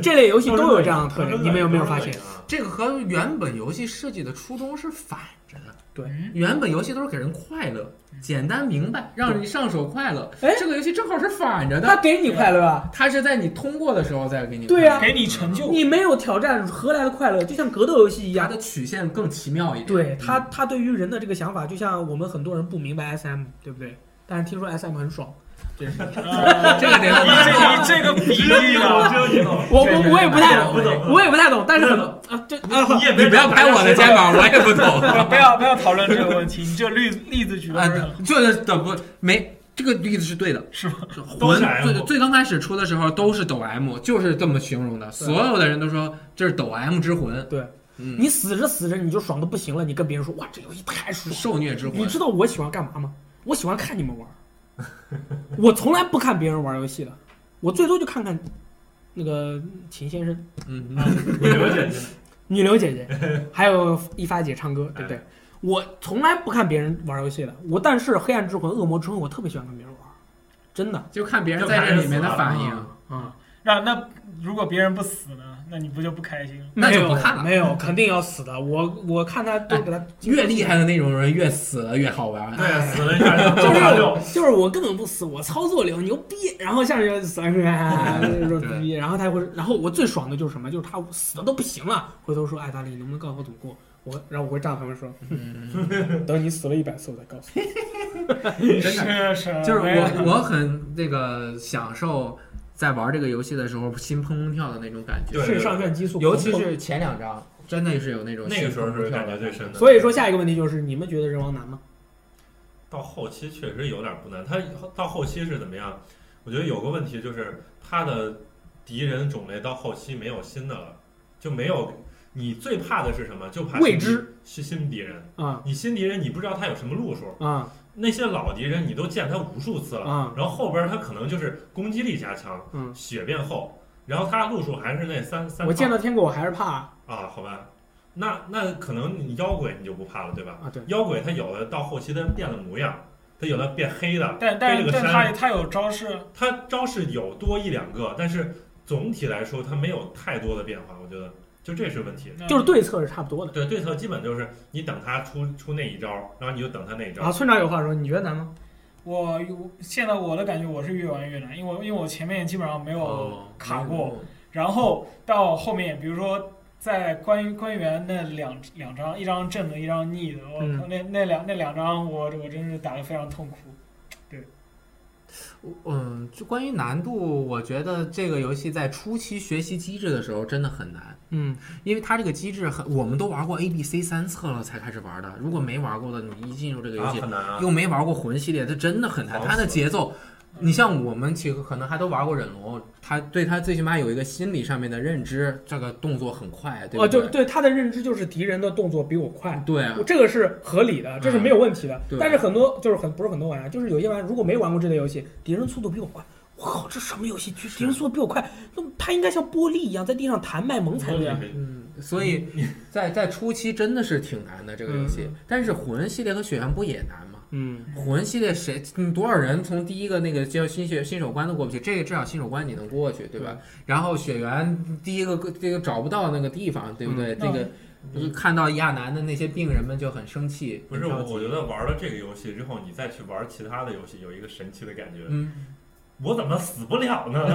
[SPEAKER 1] 这类游戏都有这样的特点，
[SPEAKER 3] 点，
[SPEAKER 1] 你们有没有发现？
[SPEAKER 3] 啊？
[SPEAKER 2] 这个和原本游戏设计的初衷是反着的。
[SPEAKER 4] 嗯
[SPEAKER 2] 原本游戏都是给人快乐、简单明白，让人上手快乐。
[SPEAKER 1] 嗯哎
[SPEAKER 2] 这个游戏正好是反着
[SPEAKER 1] 他
[SPEAKER 2] 的，
[SPEAKER 1] 给你快乐啊！
[SPEAKER 2] 它是在你通过的时候再给你
[SPEAKER 1] 对啊
[SPEAKER 2] 快乐
[SPEAKER 4] 给你成就
[SPEAKER 1] 你没有挑战，何来的快乐？就像格斗游戏一
[SPEAKER 2] 它
[SPEAKER 1] 样。
[SPEAKER 2] 的曲线更奇妙一点。
[SPEAKER 1] 对
[SPEAKER 2] 嗯
[SPEAKER 1] 他，他对于人的这个想法，就像我们很多人不明白 SM，对不对？但是听说 SM 很爽，这是
[SPEAKER 4] 呃
[SPEAKER 2] 这个得问
[SPEAKER 4] 你这你这个比
[SPEAKER 3] 只有你
[SPEAKER 4] 喻
[SPEAKER 3] 懂，
[SPEAKER 4] 啊，
[SPEAKER 3] 只有你懂。
[SPEAKER 1] 我我我也不太
[SPEAKER 3] 不
[SPEAKER 1] 懂，
[SPEAKER 3] 懂，
[SPEAKER 1] 我也不太懂，但是很啊，这
[SPEAKER 3] 你也
[SPEAKER 2] 你不要拍我的肩膀，我也 不懂。
[SPEAKER 4] 不要不要讨论这个问题，你这例例子举的
[SPEAKER 2] 啊
[SPEAKER 4] 不是很好，，
[SPEAKER 2] 就是怎么没这个例子是对的，
[SPEAKER 4] 是吗？
[SPEAKER 3] 都
[SPEAKER 2] 魂
[SPEAKER 3] 是 M
[SPEAKER 2] 最最刚开始出的时候都是抖 M，就是这么形容的，所有的人都说这是抖 M 之魂，
[SPEAKER 1] 对
[SPEAKER 2] 嗯，
[SPEAKER 1] 你死着死着你就爽的不行了，你跟别人说哇，这游戏太爽了。
[SPEAKER 2] 受虐之
[SPEAKER 1] 你
[SPEAKER 2] 魂
[SPEAKER 1] 知。道我喜欢干嘛吗？我喜欢看你们玩儿，我从来不看别人玩游戏的，我最多就看看那个秦先生。
[SPEAKER 2] 嗯，
[SPEAKER 3] 你了解
[SPEAKER 1] 女流姐姐，还有一发姐唱歌，对不对？我从来不看别人玩游戏的，我但是《黑暗之魂》《恶魔之魂》，我特别喜欢看别人玩，真的
[SPEAKER 2] 就看别人嗯在这里面的反应
[SPEAKER 3] 就。
[SPEAKER 1] 啊，
[SPEAKER 4] 那那如果别人不死呢？那你不就不开心了？
[SPEAKER 2] 那
[SPEAKER 1] 没
[SPEAKER 2] 就
[SPEAKER 1] 有
[SPEAKER 2] 不看了哎
[SPEAKER 1] 没有，肯定要死的。我我看他都给他
[SPEAKER 2] 越厉害的那种人越死了越好玩。
[SPEAKER 3] 对，啊死了一 下就
[SPEAKER 1] 就
[SPEAKER 3] 炸六，
[SPEAKER 1] 是就是我根本不死，我操作流牛逼，然后下去就 死了， 说
[SPEAKER 2] 对
[SPEAKER 1] 逼，然后他会，然后我最爽的就是什么，就是他死的都不行了，回头说，哎，大力，你能不能告诉我怎么过？我然后我会站在旁边说，
[SPEAKER 2] 嗯
[SPEAKER 1] 等你死了一百次我再告诉你。
[SPEAKER 2] 真的
[SPEAKER 4] 是是，
[SPEAKER 2] 就是
[SPEAKER 4] 没 有
[SPEAKER 2] 我我很那个享受在玩这个游戏的时候心砰砰跳的那种感觉，
[SPEAKER 3] 对
[SPEAKER 1] 肾上腺激素，
[SPEAKER 2] 尤其是前两章，真的是有那种
[SPEAKER 3] 那个时候
[SPEAKER 2] 心砰
[SPEAKER 3] 是
[SPEAKER 2] 砰跳
[SPEAKER 3] 感
[SPEAKER 2] 的
[SPEAKER 3] 觉最深的。
[SPEAKER 1] 所以说，下一个问题就是，你们觉得人王难吗？
[SPEAKER 3] 到后期确实有点不难。他到后期是怎么样？我觉得有个问题就是他的敌人种类到后期没有新的了，就没有。你最怕的是什么？就怕
[SPEAKER 1] 未知
[SPEAKER 3] 是新敌人。
[SPEAKER 1] 啊
[SPEAKER 3] 你新敌人，你不知道他有什么路数。
[SPEAKER 1] 啊
[SPEAKER 3] 那些老敌人，你都见他无数次了。
[SPEAKER 1] 啊！
[SPEAKER 3] 然后后边他可能就是攻击力加强，
[SPEAKER 1] 嗯
[SPEAKER 3] 血变厚，然后他路数还是那三三套。
[SPEAKER 1] 我见到天狗我还是怕
[SPEAKER 3] 啊，好吧，那那可能你妖鬼你就不怕了，对吧？
[SPEAKER 1] 啊，对，
[SPEAKER 3] 妖鬼他有的到后期他变了模样，他有的变黑的，
[SPEAKER 4] 但
[SPEAKER 3] 背
[SPEAKER 4] 但
[SPEAKER 3] 了个
[SPEAKER 4] 但
[SPEAKER 3] 山
[SPEAKER 4] 他他有招式，
[SPEAKER 3] 他招式有多一两个，但是总体来说他没有太多的变化，我觉得就这是问题。
[SPEAKER 4] 那
[SPEAKER 1] 就是对策是差不多的。
[SPEAKER 3] 对对策基本就是你等他出出那一招，然后你就等他那一
[SPEAKER 1] 啊，
[SPEAKER 3] 招。
[SPEAKER 1] 村长有话说，你觉得难吗？
[SPEAKER 4] 我我现在我的感觉我是越玩越难，因为我因为我前面基本上没有
[SPEAKER 2] 哦
[SPEAKER 4] 卡过，然后到后面比如说。在官官员那两两张，一张正的，一张逆的，我靠，那那两那两张我我真是打得非常痛苦。
[SPEAKER 2] 嗯，就关于难度，我觉得这个游戏在初期学习机制的时候真的很难，
[SPEAKER 1] 嗯，
[SPEAKER 2] 因为它这个机制很，我们都玩过 A、B、C 三册了才开始玩的。如果没玩过的，你一进入这个游
[SPEAKER 3] 啊，
[SPEAKER 2] 戏，
[SPEAKER 3] 很难啊！
[SPEAKER 2] 又没玩过魂系列，它真的很难。
[SPEAKER 3] 好
[SPEAKER 2] 它的
[SPEAKER 3] 死
[SPEAKER 2] 节奏，你像我们其实可能还都玩过忍龙，他对他最起码有一个心理上面的认知，这个动作很快，对
[SPEAKER 1] 哦，
[SPEAKER 2] 不
[SPEAKER 1] 就
[SPEAKER 2] 对？
[SPEAKER 1] 对他的认知就是敌人的动作比我快，
[SPEAKER 2] 对啊，
[SPEAKER 1] 这个是合理的，这是没有问题的。
[SPEAKER 2] 嗯对
[SPEAKER 1] 但是很多就是很不是很多玩家，就是有些玩家如果没玩过这类游戏，敌人速度比我快。我靠，这什么游戏？敌人速度比我快，那么他应该像玻璃一样在地上弹卖萌才对啊！
[SPEAKER 2] 嗯，所以在在初期真的是挺难的这个游戏。但是魂系列和血缘不也难吗？
[SPEAKER 1] 嗯，
[SPEAKER 2] 魂系列谁你多少人从第一个那个叫新血新手关都过不去，这个至少新手关你能过去，对吧？然后血缘第一个这个找不到那个地方，对不对？
[SPEAKER 4] 嗯
[SPEAKER 2] 这
[SPEAKER 1] 哦
[SPEAKER 2] 个、就是看到亚男的那些病人们就很生气，
[SPEAKER 3] 不是
[SPEAKER 2] 很
[SPEAKER 3] 我，
[SPEAKER 2] 着急
[SPEAKER 3] 我觉得玩了这个游戏之后，你再去玩其他的游戏，有一个神奇的感觉，
[SPEAKER 2] 嗯，
[SPEAKER 3] 我怎么死不了 呢？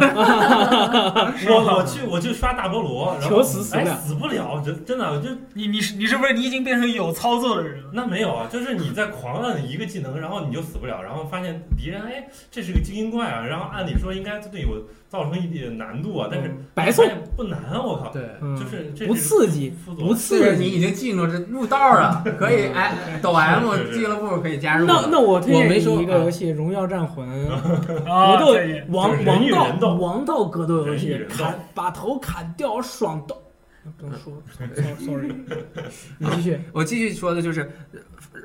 [SPEAKER 3] 我我去我去刷大菠萝，然后
[SPEAKER 1] 求死死不
[SPEAKER 3] 哎
[SPEAKER 1] 了
[SPEAKER 3] 死不了，真真的就
[SPEAKER 4] 你你是你是不是你已经变成有操作的人 了？
[SPEAKER 3] 那没有啊，就是你在狂按一个技能，然后你就死不了，然后发现敌人哎这是个精英怪啊，然后按理说应该对我造成一点难度啊，但是
[SPEAKER 1] 嗯白送
[SPEAKER 3] 发，现不难啊，我靠，
[SPEAKER 2] 对，
[SPEAKER 1] 嗯
[SPEAKER 3] 就是这
[SPEAKER 1] 不刺激，
[SPEAKER 3] 副
[SPEAKER 1] 不
[SPEAKER 3] 作
[SPEAKER 2] 是
[SPEAKER 1] 刺
[SPEAKER 2] 你
[SPEAKER 1] 激。
[SPEAKER 2] 已经进入这入道了，可以哎，抖 M
[SPEAKER 3] 嗯是是是
[SPEAKER 2] 俱乐部可以加入
[SPEAKER 1] 那
[SPEAKER 2] 了。
[SPEAKER 1] 那我推
[SPEAKER 2] 我
[SPEAKER 1] 荐
[SPEAKER 2] 没说啊
[SPEAKER 1] 你一个游戏《荣耀战魂》，
[SPEAKER 4] 啊，
[SPEAKER 1] 格斗
[SPEAKER 4] 对
[SPEAKER 1] 王
[SPEAKER 3] 就是人
[SPEAKER 1] 王
[SPEAKER 3] 与人斗
[SPEAKER 1] 道王道格斗游
[SPEAKER 3] 人与
[SPEAKER 1] 戏
[SPEAKER 3] 人，斗
[SPEAKER 1] 砍把头砍掉爽到。不能说，sorry，你继续。
[SPEAKER 2] 我继续说的就是，呃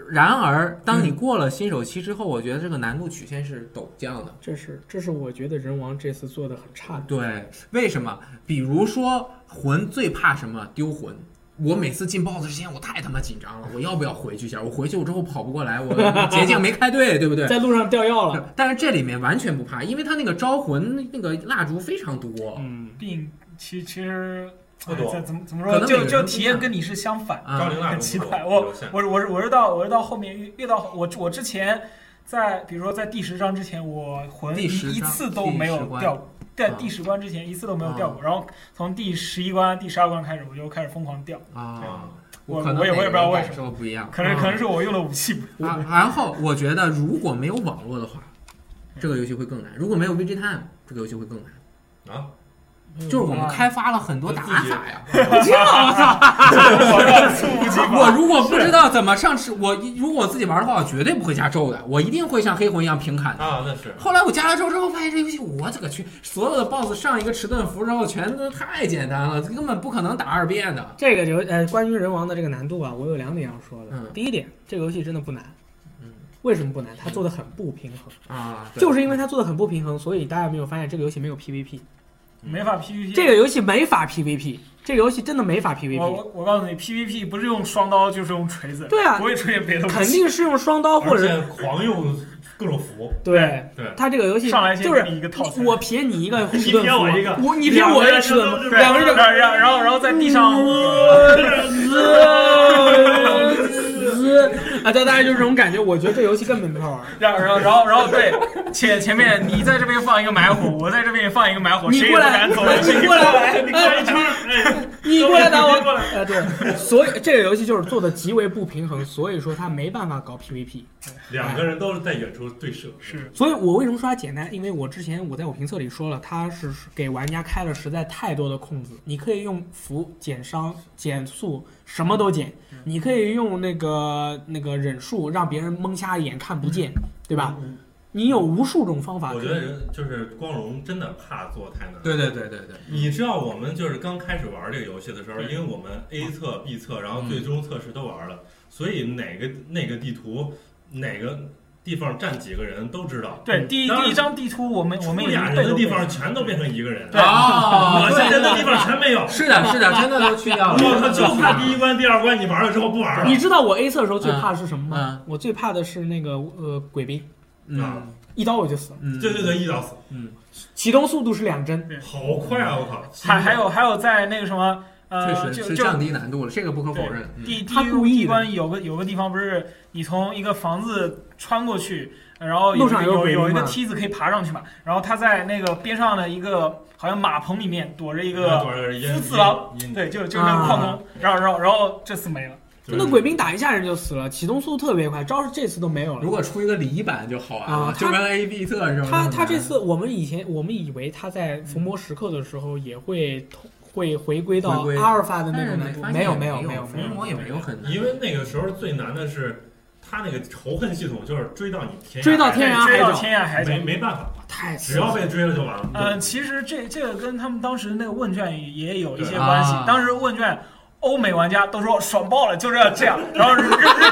[SPEAKER 2] 然而当
[SPEAKER 3] 嗯
[SPEAKER 2] 你过了新手期之后，我觉得这个难度曲线是陡降的。
[SPEAKER 1] 这是这是我觉得人王这次做的很差的。
[SPEAKER 2] 对，为什么？比如说魂最怕什么？丢魂。我每次进 BOSS 之前，我太他妈紧张了，我要不要回去一下？我回去我之后跑不过来， 我捷径没开对，对不对？
[SPEAKER 1] 在路上掉药了。
[SPEAKER 2] 是但是这里面完全不怕，因为他那个招魂那个蜡烛非常多
[SPEAKER 1] 嗯，
[SPEAKER 4] 并其其实
[SPEAKER 3] 不懂
[SPEAKER 4] 哎怎么怎么
[SPEAKER 2] 可
[SPEAKER 4] 说，
[SPEAKER 2] 能每
[SPEAKER 4] 就
[SPEAKER 2] 个人
[SPEAKER 4] 就
[SPEAKER 2] 不一
[SPEAKER 4] 体验
[SPEAKER 2] 样
[SPEAKER 4] 跟你是相反。
[SPEAKER 3] 用招
[SPEAKER 2] 啊。
[SPEAKER 3] 灵蜡
[SPEAKER 4] 很
[SPEAKER 3] 烛
[SPEAKER 4] 奇
[SPEAKER 3] 不够
[SPEAKER 4] 怪，我
[SPEAKER 3] 有限
[SPEAKER 4] 我我是我是到我是到后面越越到我我之前在比如说在第十章之前，我魂
[SPEAKER 2] 第十章
[SPEAKER 4] 一次都没
[SPEAKER 2] 第十
[SPEAKER 4] 有
[SPEAKER 2] 关
[SPEAKER 4] 掉过，在
[SPEAKER 2] 啊
[SPEAKER 4] 第十关之前一次都没有掉
[SPEAKER 1] 啊
[SPEAKER 4] 过，然后从第十一关、第十二关开始，我就开始疯狂掉，
[SPEAKER 2] 啊，
[SPEAKER 4] 我
[SPEAKER 2] 可能
[SPEAKER 4] 我也我也不知道为什
[SPEAKER 2] 么
[SPEAKER 4] 么
[SPEAKER 2] 不一样，
[SPEAKER 4] 可能
[SPEAKER 2] 啊
[SPEAKER 4] 可能是我用的 武器不
[SPEAKER 2] 啊，然后我觉得如果没有网络的话，这个游戏会更难；如果没有 VG Time，这个游戏会更难。
[SPEAKER 3] 啊，
[SPEAKER 1] 嗯
[SPEAKER 2] 就是我
[SPEAKER 4] 嗯
[SPEAKER 2] 们
[SPEAKER 1] 啊
[SPEAKER 2] 开发了很多打法呀。
[SPEAKER 4] 啊猝不及
[SPEAKER 2] 我
[SPEAKER 4] 防。
[SPEAKER 2] 如果不知道怎么上吃，我如果我自己玩的话，我绝对不会加咒的，我一定会像黑魂一样平砍的。
[SPEAKER 3] 啊，那是
[SPEAKER 2] 后来我加了咒之后，发现这游戏我这个去，所有的 BOSS 上一个迟钝符之后，全都太简单了，根本不可能打二遍的。
[SPEAKER 1] 这个游呃，关于人王的这个难度啊，我有两点要说的。
[SPEAKER 2] 嗯
[SPEAKER 1] 第一点，这个游戏真的不难。
[SPEAKER 2] 嗯
[SPEAKER 1] 为什么不难？它做的很不平衡，
[SPEAKER 2] 啊，对
[SPEAKER 1] 就是因为它做的很不平衡，所以大家有没有发现这个游戏没有 PVP，
[SPEAKER 4] 没法 PVP，
[SPEAKER 1] 这个游戏没法 PVP，这个游戏真的没法
[SPEAKER 4] 我
[SPEAKER 1] PVP，
[SPEAKER 4] 我我告诉你，PVP 不是用双刀就是用锤子，
[SPEAKER 1] 对啊
[SPEAKER 4] 不会出现别的武器，
[SPEAKER 1] 肯定是用双刀或
[SPEAKER 3] 而
[SPEAKER 1] 者
[SPEAKER 3] 且狂用各种符，
[SPEAKER 1] 对
[SPEAKER 3] 对
[SPEAKER 1] 它这个游戏
[SPEAKER 4] 上来先
[SPEAKER 1] 就
[SPEAKER 4] 给
[SPEAKER 1] 是
[SPEAKER 4] 你一个套餐
[SPEAKER 1] 我撇你一个迟
[SPEAKER 3] 你
[SPEAKER 1] 钝
[SPEAKER 3] 撇
[SPEAKER 1] 符，
[SPEAKER 3] 我一个
[SPEAKER 1] 我你撇我一个迟钝符，
[SPEAKER 4] 对，
[SPEAKER 1] 两个人就嗯
[SPEAKER 4] 然后然后然后在地上，
[SPEAKER 1] 啊，对，大家就是这种感觉。我觉得这游戏根本没法玩。
[SPEAKER 4] 然后，然后，然后，然后，对，前前面你在这边放一个埋火，我在这边放一个埋火，
[SPEAKER 1] 你
[SPEAKER 4] 谁也
[SPEAKER 1] 过
[SPEAKER 4] 不
[SPEAKER 1] 来
[SPEAKER 4] 敢走，
[SPEAKER 1] 你过来
[SPEAKER 3] 你过一圈，哎，
[SPEAKER 1] 你过来打我
[SPEAKER 3] 你过来，
[SPEAKER 1] 哎，对，所以这个游戏就是做的极为不平衡，所以说它没办法搞 PVP。
[SPEAKER 3] 两个人都是在远处对射，
[SPEAKER 4] 是
[SPEAKER 1] 所以我为什么说它简单？因为我之前我在我评测里说了，它是给玩家开了实在太多的空子。你可以用符减伤、减速，什么都减。
[SPEAKER 2] 嗯
[SPEAKER 1] 你可以用那个那个忍术，让别人蒙瞎眼看不见，对
[SPEAKER 2] 嗯
[SPEAKER 1] 吧？你有无数种方法可
[SPEAKER 3] 我
[SPEAKER 1] 以。
[SPEAKER 3] 觉得人就是光荣真的怕做太难。
[SPEAKER 2] 对对对对对，
[SPEAKER 3] 你知道我们就是刚开始玩这个游戏的时候，因为我们 A 测、B 测，然后最终测试都玩
[SPEAKER 4] 嗯
[SPEAKER 3] 了，所以哪个那个地图哪个地方站几个人都知道。
[SPEAKER 4] 对第一
[SPEAKER 3] 当然
[SPEAKER 4] 第一张地图，我们我们已经
[SPEAKER 3] 俩
[SPEAKER 4] 背
[SPEAKER 3] 人
[SPEAKER 4] 都
[SPEAKER 3] 的
[SPEAKER 4] 背
[SPEAKER 3] 地
[SPEAKER 4] 了
[SPEAKER 3] 方全都变成一个人，啊
[SPEAKER 2] 哦，
[SPEAKER 3] 两
[SPEAKER 2] 对
[SPEAKER 3] 个人的地方全没有。
[SPEAKER 2] 是的，是的，真的都去 掉
[SPEAKER 3] 我
[SPEAKER 2] 了。
[SPEAKER 3] 靠，就怕第一关、第二关你玩了之后不玩
[SPEAKER 1] 你
[SPEAKER 3] 了。
[SPEAKER 1] 知道我 A 测的时候最怕的是什么
[SPEAKER 2] 嗯
[SPEAKER 1] 吗？我最怕的是那个呃鬼兵，
[SPEAKER 2] 嗯
[SPEAKER 1] 一刀我就死了。
[SPEAKER 2] 嗯，
[SPEAKER 3] 对对对，一刀死，
[SPEAKER 2] 嗯，
[SPEAKER 1] 启动速度是两帧，
[SPEAKER 3] 好快啊！我靠，
[SPEAKER 4] 还还有还有在那个什么呃，
[SPEAKER 2] 确
[SPEAKER 4] 就
[SPEAKER 2] 实是
[SPEAKER 4] 就
[SPEAKER 2] 降低难度了，这个不可否认。嗯
[SPEAKER 4] 第第
[SPEAKER 1] 他
[SPEAKER 4] 一
[SPEAKER 1] 故
[SPEAKER 4] 第
[SPEAKER 1] 意
[SPEAKER 4] 一
[SPEAKER 1] 的
[SPEAKER 4] 关有个有个地方不是你从一个房子穿过去，然后有
[SPEAKER 1] 路上有
[SPEAKER 4] 有
[SPEAKER 1] 鬼
[SPEAKER 4] 有一个
[SPEAKER 1] 嘛
[SPEAKER 4] 梯子可以爬上去嘛，然后他在那个边上的一个好像马棚里面躲着一
[SPEAKER 3] 一
[SPEAKER 4] 个
[SPEAKER 3] 夫
[SPEAKER 4] 夫子郎，对，就就那个矿工，然后然后然后这次没了。
[SPEAKER 1] 真的鬼兵打一下人就死了，启动速度特别快，招式这次都没有
[SPEAKER 2] 如
[SPEAKER 1] 了。
[SPEAKER 2] 果出一个礼版就好玩了，
[SPEAKER 1] 啊
[SPEAKER 2] 就跟 A B 测是吧？
[SPEAKER 1] 他他这次我们以前我们以为他在伏魔时刻的时候也会通会回归到
[SPEAKER 2] 回归
[SPEAKER 1] 阿尔法的
[SPEAKER 2] 但
[SPEAKER 1] 那
[SPEAKER 2] 是
[SPEAKER 1] 种难度，
[SPEAKER 2] 没发现
[SPEAKER 1] 没有
[SPEAKER 2] 也
[SPEAKER 1] 没
[SPEAKER 2] 有
[SPEAKER 1] 没有
[SPEAKER 2] 伏
[SPEAKER 1] 没有。
[SPEAKER 2] 魔也没有很难，
[SPEAKER 3] 因为那个时候最难的是，他那个仇恨系统就是追到你天涯
[SPEAKER 1] 追到
[SPEAKER 3] 啊
[SPEAKER 1] 天涯
[SPEAKER 4] 追
[SPEAKER 1] 海
[SPEAKER 4] 到
[SPEAKER 1] 角
[SPEAKER 4] 天涯海角
[SPEAKER 3] 没。没办法，
[SPEAKER 1] 太
[SPEAKER 3] 只
[SPEAKER 1] 次
[SPEAKER 3] 要
[SPEAKER 1] 了，
[SPEAKER 3] 被追了就完了。
[SPEAKER 4] 呃，其实这这个跟他们当时那个问卷也有一些
[SPEAKER 3] 对
[SPEAKER 4] 关系
[SPEAKER 2] 啊。
[SPEAKER 4] 当时问卷，欧美玩家都说爽爆了，就是要这样。然后日日日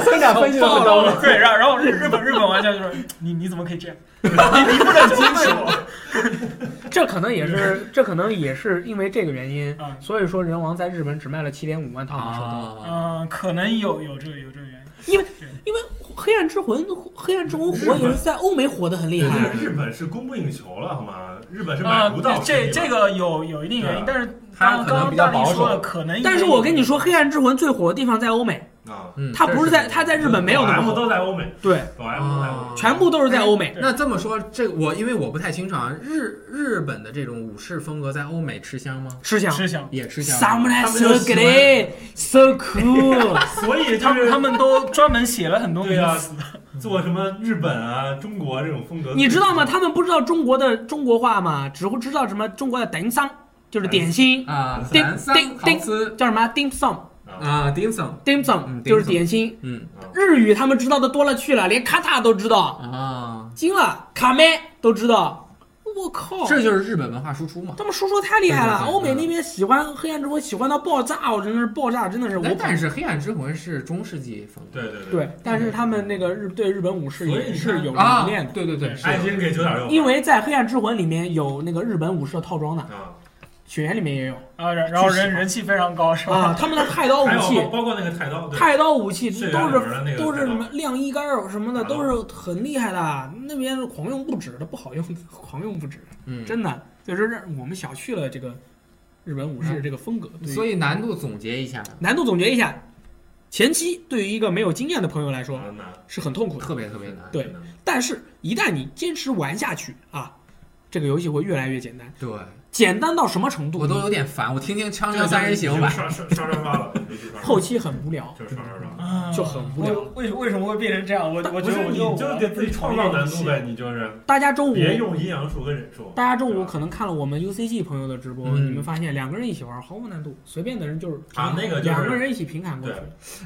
[SPEAKER 2] 村长分析
[SPEAKER 1] 爆了我
[SPEAKER 4] 对，然后然后日日本日本玩家就说你你怎么可以这样？ 你你不能击败我。
[SPEAKER 1] 这可能也 是这可能也是因为这个原因，
[SPEAKER 4] 嗯
[SPEAKER 1] 所以说人王在日本只卖了七点五万套手机。
[SPEAKER 2] 啊，
[SPEAKER 4] 嗯，可能有有这个有这个原因。
[SPEAKER 1] 因为因为黑暗之魂，黑暗之魂火也是在欧美火的很厉害。
[SPEAKER 3] 日本是供不应求了，好吗？日本是买
[SPEAKER 4] 啊
[SPEAKER 3] 不到，
[SPEAKER 4] 这这个有有一定原
[SPEAKER 3] 对
[SPEAKER 4] 因，但是
[SPEAKER 2] 他
[SPEAKER 4] 刚
[SPEAKER 2] 可能
[SPEAKER 4] 刚
[SPEAKER 2] 比较
[SPEAKER 4] 大力
[SPEAKER 2] 保守
[SPEAKER 4] 说了，可能。
[SPEAKER 1] 但是我跟你，说，黑暗之魂最火的地方在欧美，
[SPEAKER 3] 啊，
[SPEAKER 2] 嗯
[SPEAKER 1] 它不是在
[SPEAKER 2] 这是
[SPEAKER 1] 它在日本没有那
[SPEAKER 3] M
[SPEAKER 1] 么火，
[SPEAKER 3] 都在欧美，
[SPEAKER 1] 对，哎
[SPEAKER 3] 抖 M 都在欧美。
[SPEAKER 1] 全部都是在欧美。
[SPEAKER 2] 啊那这么说，这我因为我不太清楚啊，日日本的这种武士风格在欧美吃香吗？
[SPEAKER 1] 吃香
[SPEAKER 4] 吃香。
[SPEAKER 2] 也吃香吗。
[SPEAKER 1] ，Samurai
[SPEAKER 3] 他们就
[SPEAKER 1] so
[SPEAKER 3] 喜欢
[SPEAKER 1] great so cool，
[SPEAKER 3] 所以就
[SPEAKER 4] 他们
[SPEAKER 3] 是
[SPEAKER 4] 他们都专门写了很多
[SPEAKER 3] 对啊呀
[SPEAKER 4] 名词，
[SPEAKER 3] 做什么日本啊、中国这种风 格，
[SPEAKER 1] 你知道吗？？他们不知道中国的中国话吗？只会知道什么中国的点心，就是点心，
[SPEAKER 2] 啊，
[SPEAKER 1] 叮
[SPEAKER 2] 三三
[SPEAKER 1] 叮
[SPEAKER 2] 好
[SPEAKER 1] 叮
[SPEAKER 2] 吃
[SPEAKER 1] 叫什么 dim sum
[SPEAKER 3] 啊，
[SPEAKER 2] 啊，dim sum，
[SPEAKER 1] dim
[SPEAKER 2] 嗯
[SPEAKER 1] sum，
[SPEAKER 2] dim
[SPEAKER 1] 就是
[SPEAKER 2] sum
[SPEAKER 1] 点心。
[SPEAKER 2] 嗯
[SPEAKER 1] 日语他们知道的多了去了，连卡塔都知道，
[SPEAKER 2] 啊，
[SPEAKER 1] 惊了，卡梅都知道。我靠，
[SPEAKER 2] 这就是日本文化输出嘛。
[SPEAKER 1] 他们叔叔太厉害了！
[SPEAKER 2] 对对对
[SPEAKER 1] 欧美那边喜欢黑暗之魂，喜欢到爆炸，我真的是爆炸，真的是我
[SPEAKER 2] 哎但。但是黑暗之魂是中世纪风格，
[SPEAKER 3] 对对对，
[SPEAKER 1] 对，但是他们那个日对日本武士
[SPEAKER 3] 所以你
[SPEAKER 1] 也
[SPEAKER 3] 看
[SPEAKER 1] 是有
[SPEAKER 2] 啊
[SPEAKER 1] 留恋的，，
[SPEAKER 2] 对对对，是
[SPEAKER 3] 爱心给九点六，
[SPEAKER 1] 因为在黑暗之魂里面有那个日本武士的套装的，
[SPEAKER 3] 啊，
[SPEAKER 1] 血缘里面也有
[SPEAKER 4] 啊，然然后
[SPEAKER 1] 去
[SPEAKER 4] 人
[SPEAKER 1] 喜欢
[SPEAKER 4] 人气非常高，
[SPEAKER 1] 啊，
[SPEAKER 4] 是吧？
[SPEAKER 1] 他们的太刀武
[SPEAKER 3] 还有包
[SPEAKER 1] 器。
[SPEAKER 3] 包括那个太刀，对，
[SPEAKER 1] 太刀武器
[SPEAKER 3] 血
[SPEAKER 1] 都
[SPEAKER 3] 缘
[SPEAKER 1] 是
[SPEAKER 3] 里面的那个
[SPEAKER 1] 都是
[SPEAKER 3] 太刀
[SPEAKER 1] 什么晾衣杆儿什么的，
[SPEAKER 3] 啊
[SPEAKER 1] 都是很厉害的。那边狂用不止的，不好用，狂用不止。
[SPEAKER 2] 嗯，
[SPEAKER 1] 真的就是让我们小觑了这个日本武士这个风格。
[SPEAKER 3] 嗯
[SPEAKER 2] 所
[SPEAKER 1] 以
[SPEAKER 2] 以难度总结一下，
[SPEAKER 1] 难度总结一下，前期对于一个没有经验的朋友来说
[SPEAKER 3] 难难，
[SPEAKER 1] 是很痛苦的，
[SPEAKER 2] 特别特别难。
[SPEAKER 1] 对
[SPEAKER 3] 真的，
[SPEAKER 1] 但是一旦你坚持玩下去啊，这个游戏会越来越简单，
[SPEAKER 2] 对，
[SPEAKER 1] 简单到什么程度？
[SPEAKER 2] 我都有点烦，我听听《锵
[SPEAKER 3] 这
[SPEAKER 2] 锵三人行》吧。
[SPEAKER 3] 刷刷刷刷刷了，已经刷刷
[SPEAKER 1] 后期很无聊，
[SPEAKER 3] 就是刷刷刷。
[SPEAKER 4] 啊
[SPEAKER 1] 就很无聊
[SPEAKER 4] 我为为什么会变成这样？我
[SPEAKER 3] 不
[SPEAKER 4] 我觉得
[SPEAKER 3] 是
[SPEAKER 4] 我
[SPEAKER 3] 你
[SPEAKER 4] 觉得我
[SPEAKER 3] 嗯就得自己创造难度呗，你就是嗯
[SPEAKER 1] 大家中午。
[SPEAKER 3] 别用阴阳术跟忍术。
[SPEAKER 1] 大家中午可能看了我们 UCG 朋友的直播，
[SPEAKER 2] 嗯
[SPEAKER 1] 你们发现两个人一起玩毫无难度，随便的人就是平
[SPEAKER 3] 啊那个就是
[SPEAKER 1] 两个人一起平砍过去
[SPEAKER 3] 对。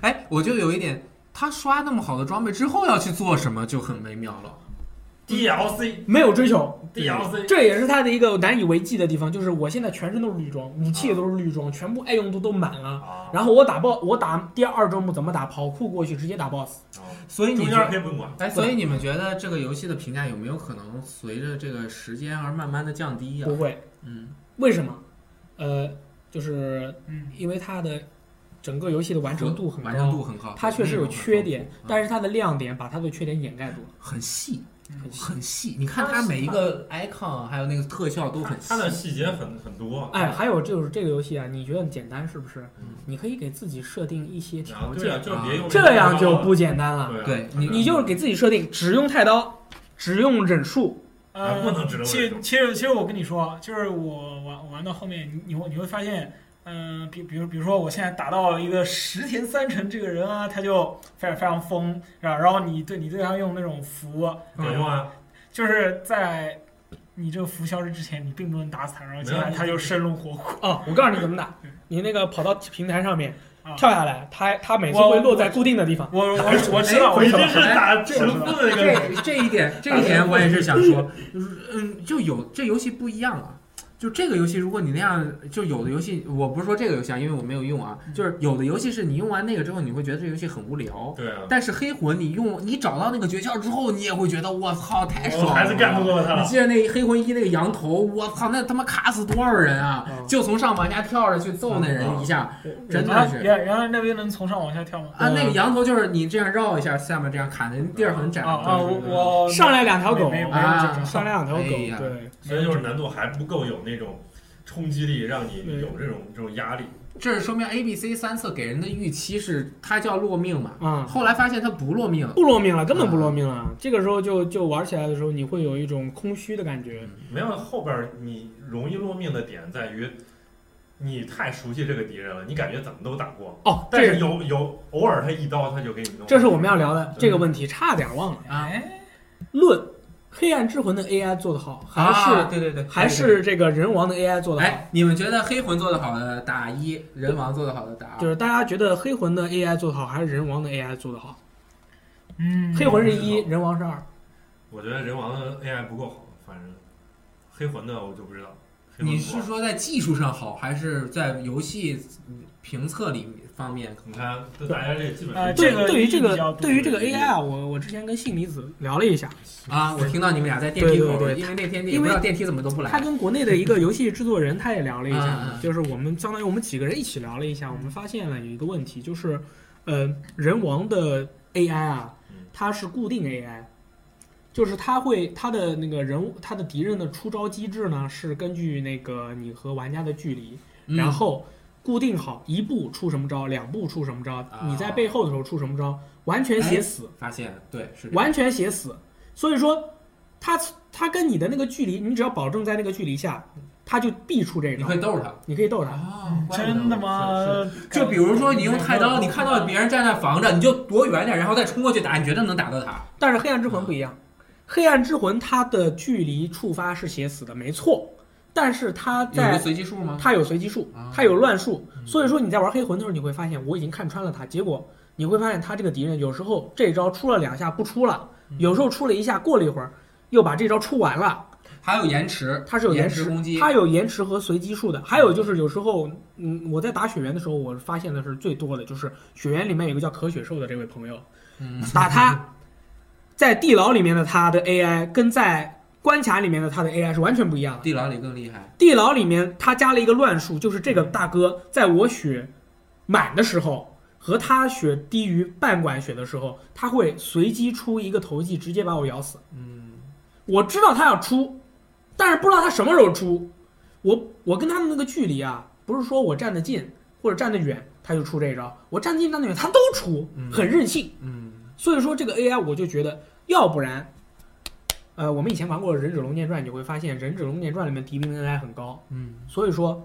[SPEAKER 2] 哎，我就有一点，他刷那么好的装备之后要去做什么就很微妙了。
[SPEAKER 3] DLC
[SPEAKER 1] 没有追求，
[SPEAKER 3] DLC
[SPEAKER 1] 这也是他的一个难以为继的地方。就是我现在全身都是绿装，武器也都是绿装，全部爱用度都满了。
[SPEAKER 3] 啊，
[SPEAKER 1] 然后我打 BOSS，我打第二周目怎么打？跑酷过去直接打 BOSS。
[SPEAKER 2] 所以
[SPEAKER 3] 中
[SPEAKER 2] 你
[SPEAKER 3] 间
[SPEAKER 2] 觉
[SPEAKER 3] 可以不用管，
[SPEAKER 2] 哎，所以你们觉得这个游戏的评价有没有可能随着这个时间而慢慢的降低呀、
[SPEAKER 1] 不会，
[SPEAKER 2] 嗯，
[SPEAKER 1] 为什么？呃，就是
[SPEAKER 4] 嗯
[SPEAKER 1] 因为它的整个游戏的完成度很
[SPEAKER 2] 完成
[SPEAKER 1] 高，
[SPEAKER 2] 度很高，
[SPEAKER 1] 它确实有缺点，但
[SPEAKER 2] 是
[SPEAKER 1] 是它的亮点把它的缺点掩盖住了。
[SPEAKER 2] 很细，
[SPEAKER 1] 很细
[SPEAKER 2] 很细。你看它每一个 icon 还有那个特效都很细。
[SPEAKER 3] 它的细节很很多。
[SPEAKER 1] 哎，还有就是这个游戏啊，你觉得简单是不是
[SPEAKER 2] 嗯？
[SPEAKER 1] 你可以给自己设定一些
[SPEAKER 3] 然后
[SPEAKER 1] 条
[SPEAKER 3] 对啊，
[SPEAKER 1] 件，
[SPEAKER 3] 就别用
[SPEAKER 1] 这样就不简单了。
[SPEAKER 3] 对
[SPEAKER 2] 对
[SPEAKER 3] 啊
[SPEAKER 2] 你
[SPEAKER 1] 你就是给自己设定只用太刀，只用忍术，
[SPEAKER 4] 呃，
[SPEAKER 3] 啊不能只能
[SPEAKER 4] 其
[SPEAKER 3] 为
[SPEAKER 4] 实
[SPEAKER 3] 主
[SPEAKER 4] 其实其实我跟你说，啊就是我玩玩到后面，你你会你会发现，嗯、比比如比如说我现在打到一个石田三成这个人啊，他就非常非常疯，然后然后你对你对他用那种符，
[SPEAKER 3] 管用啊，
[SPEAKER 4] 就是在你这个符消失之前，你并不能打死他，然后接下来他就生龙活虎。
[SPEAKER 1] 哦，我告诉你怎么打，你那个跑到平台上面
[SPEAKER 4] 啊
[SPEAKER 1] 跳下来，它它每次会落在固定的地方。
[SPEAKER 4] 我我 我知道，
[SPEAKER 3] 我
[SPEAKER 4] 我
[SPEAKER 3] 一
[SPEAKER 4] 知
[SPEAKER 3] 定
[SPEAKER 4] 道，
[SPEAKER 3] 是 打神父的那个。
[SPEAKER 2] 这这一点，这一点我也是想说，嗯，就有这游戏不一样啊。就这个游戏，如果你那样，就有的游戏，我不是说这个游戏啊，因为我没有用啊，就是有的游戏是你用完那个之后，你会觉得这游戏很无聊。
[SPEAKER 3] 对啊，
[SPEAKER 2] 但是黑魂，你用你找到那个诀窍之后，你也会觉得我操太爽
[SPEAKER 3] 我
[SPEAKER 2] 了，
[SPEAKER 3] 还是干不过
[SPEAKER 2] 你
[SPEAKER 3] 他。
[SPEAKER 2] 记得那黑魂一那个羊头，我操，那他妈卡死多少人啊！
[SPEAKER 1] 嗯
[SPEAKER 2] 就从上往下跳着去揍那
[SPEAKER 3] 嗯
[SPEAKER 2] 人一下，真的
[SPEAKER 4] 啊
[SPEAKER 2] 是
[SPEAKER 4] 原原来那边能从上往下跳吗？
[SPEAKER 2] 啊，那个
[SPEAKER 1] 嗯
[SPEAKER 2] 羊头就是你这样绕一下，下面这样砍人，地儿很窄。
[SPEAKER 4] 啊
[SPEAKER 1] 哦
[SPEAKER 4] 啊，
[SPEAKER 2] 对
[SPEAKER 4] 我
[SPEAKER 2] 对对
[SPEAKER 4] 我
[SPEAKER 1] 上来两条狗，
[SPEAKER 4] 没没没有这
[SPEAKER 2] 啊
[SPEAKER 4] 种
[SPEAKER 1] 上来两条狗，
[SPEAKER 2] 哎呀
[SPEAKER 1] 对，
[SPEAKER 3] 所以就是难度还不够有那种冲击力，让你有这种这种压力。
[SPEAKER 2] 这是说明 A、B、C 三次给人的预期是它叫落命嘛，
[SPEAKER 1] 啊、
[SPEAKER 2] 后来发现它不落命，
[SPEAKER 1] 不落命了，根本不落命了。这个时候就就玩起来的时候，你会有一种空虚的感觉。
[SPEAKER 3] 没有后边你容易落命的点在于，你太熟悉这个敌人了，你感觉怎么都打过。
[SPEAKER 1] 哦，
[SPEAKER 3] 但
[SPEAKER 1] 这
[SPEAKER 3] 是有有偶尔他一刀他就给你弄。
[SPEAKER 1] 这是我们要聊的这个问题，差点忘了。
[SPEAKER 2] 啊
[SPEAKER 4] 哎，
[SPEAKER 1] 论《黑暗之魂》的 AI 做得好，还是、
[SPEAKER 2] 啊对对对，
[SPEAKER 1] 还
[SPEAKER 2] 对对
[SPEAKER 1] 是这个人王的 AI 做
[SPEAKER 2] 对
[SPEAKER 1] 得好？
[SPEAKER 2] 哎，你们觉得黑魂做的好的打一，人王做的好的打
[SPEAKER 1] 就
[SPEAKER 2] 二，
[SPEAKER 1] 是大家觉得黑魂的 AI 做得好，还是人王的 AI 做得好？
[SPEAKER 4] 嗯，
[SPEAKER 1] 黑魂是一，人王是二。
[SPEAKER 3] 我觉得人王的 AI 不够好，反正黑魂的我就不知道。黑魂
[SPEAKER 2] 你
[SPEAKER 3] 不好
[SPEAKER 2] 是说在技术上好，还是在游戏评测里方面
[SPEAKER 3] 你看，这大家这基本上
[SPEAKER 4] 呃这
[SPEAKER 1] 对
[SPEAKER 4] 个
[SPEAKER 1] 对于这
[SPEAKER 4] 比较
[SPEAKER 1] 个
[SPEAKER 4] 不
[SPEAKER 1] 对于这个
[SPEAKER 3] 容易
[SPEAKER 1] AI 啊，我我之前跟信离子聊了一下，
[SPEAKER 2] 啊？我听到你们俩在电梯口，
[SPEAKER 1] 嗯对对对
[SPEAKER 2] 因为那天
[SPEAKER 1] 因为
[SPEAKER 2] 也不知道电梯怎么都不
[SPEAKER 1] 他
[SPEAKER 2] 来。
[SPEAKER 1] 跟国内的一个游戏制作人他也聊了一
[SPEAKER 2] 嗯
[SPEAKER 1] 下
[SPEAKER 2] 嗯，
[SPEAKER 1] 就是我们相当于我们几个人一起聊了一下，我们发现了有一个问题，就是呃，人王的 AI 啊
[SPEAKER 3] 嗯，
[SPEAKER 1] 它是固定 AI。就是它会，它的那个人物，它的敌人的出招机制呢，是根据那个你和玩家的距离，
[SPEAKER 2] 嗯
[SPEAKER 1] 然后固定好一步出什么招，两步出什么招
[SPEAKER 2] 啊，
[SPEAKER 1] 你在背后的时候出什么招，完全写死，
[SPEAKER 2] 发现对是这样
[SPEAKER 1] 完全写死。所以说，他他跟你的那个距离，你只要保证在那个距离下，他就必出这
[SPEAKER 2] 你
[SPEAKER 1] 招
[SPEAKER 2] 会。逗他
[SPEAKER 1] 你可以逗他，
[SPEAKER 2] 啊
[SPEAKER 4] 真的？
[SPEAKER 2] 怪不得是是
[SPEAKER 4] 吗？
[SPEAKER 2] 就比如说你用太刀，你看到别人站那防着，你就躲远点，然后再冲过去打，你绝对能打到他。
[SPEAKER 1] 但是黑暗之魂不一样，黑暗之魂它的距离触发是写死的，没错。但是它
[SPEAKER 2] 有一个
[SPEAKER 1] 在
[SPEAKER 2] 随机数吗？
[SPEAKER 1] 它有随机数
[SPEAKER 2] 啊，
[SPEAKER 1] 它有乱数，
[SPEAKER 2] 嗯
[SPEAKER 1] 所以说你在玩黑魂的时候，你会发现我已经看穿了他，结果你会发现他这个敌人有时候这招出了两下不出了，
[SPEAKER 2] 嗯
[SPEAKER 1] 有时候出了一下，过了一会儿又把这招出完了，
[SPEAKER 2] 还有延迟，
[SPEAKER 1] 它是有
[SPEAKER 2] 延
[SPEAKER 1] 延
[SPEAKER 2] 迟
[SPEAKER 1] 迟
[SPEAKER 2] 攻击，嗯
[SPEAKER 1] 它有延迟和随机数的。还有就是有时候，嗯，我在打血缘的时候，我发现的是最多的就是血缘里面有个叫可血兽的这位朋友，
[SPEAKER 2] 嗯
[SPEAKER 1] 打他，在地牢里面的他的 AI 跟在关卡里面的他的 AI 是完全不一样的。
[SPEAKER 2] 地牢里更厉害。
[SPEAKER 1] 地牢里面他加了一个乱数，就是这个大哥在我血满的时候和他血低于半管血的时候，他会随机出一个投技，直接把我咬死。
[SPEAKER 2] 嗯，
[SPEAKER 1] 我知道他要出，但是不知道他什么时候出。我我跟他的那个距离啊，不是说我站得近或者站得远他就出这一招，我站得近站得远他都出
[SPEAKER 2] 嗯，
[SPEAKER 1] 很任性。
[SPEAKER 2] 嗯，
[SPEAKER 1] 所以说这个 AI 我就觉得，要不然，呃，我们以前玩过《忍者龙剑传》，你会发现《忍者龙剑传》里面敌兵 AI 很高，
[SPEAKER 2] 嗯，
[SPEAKER 1] 所以说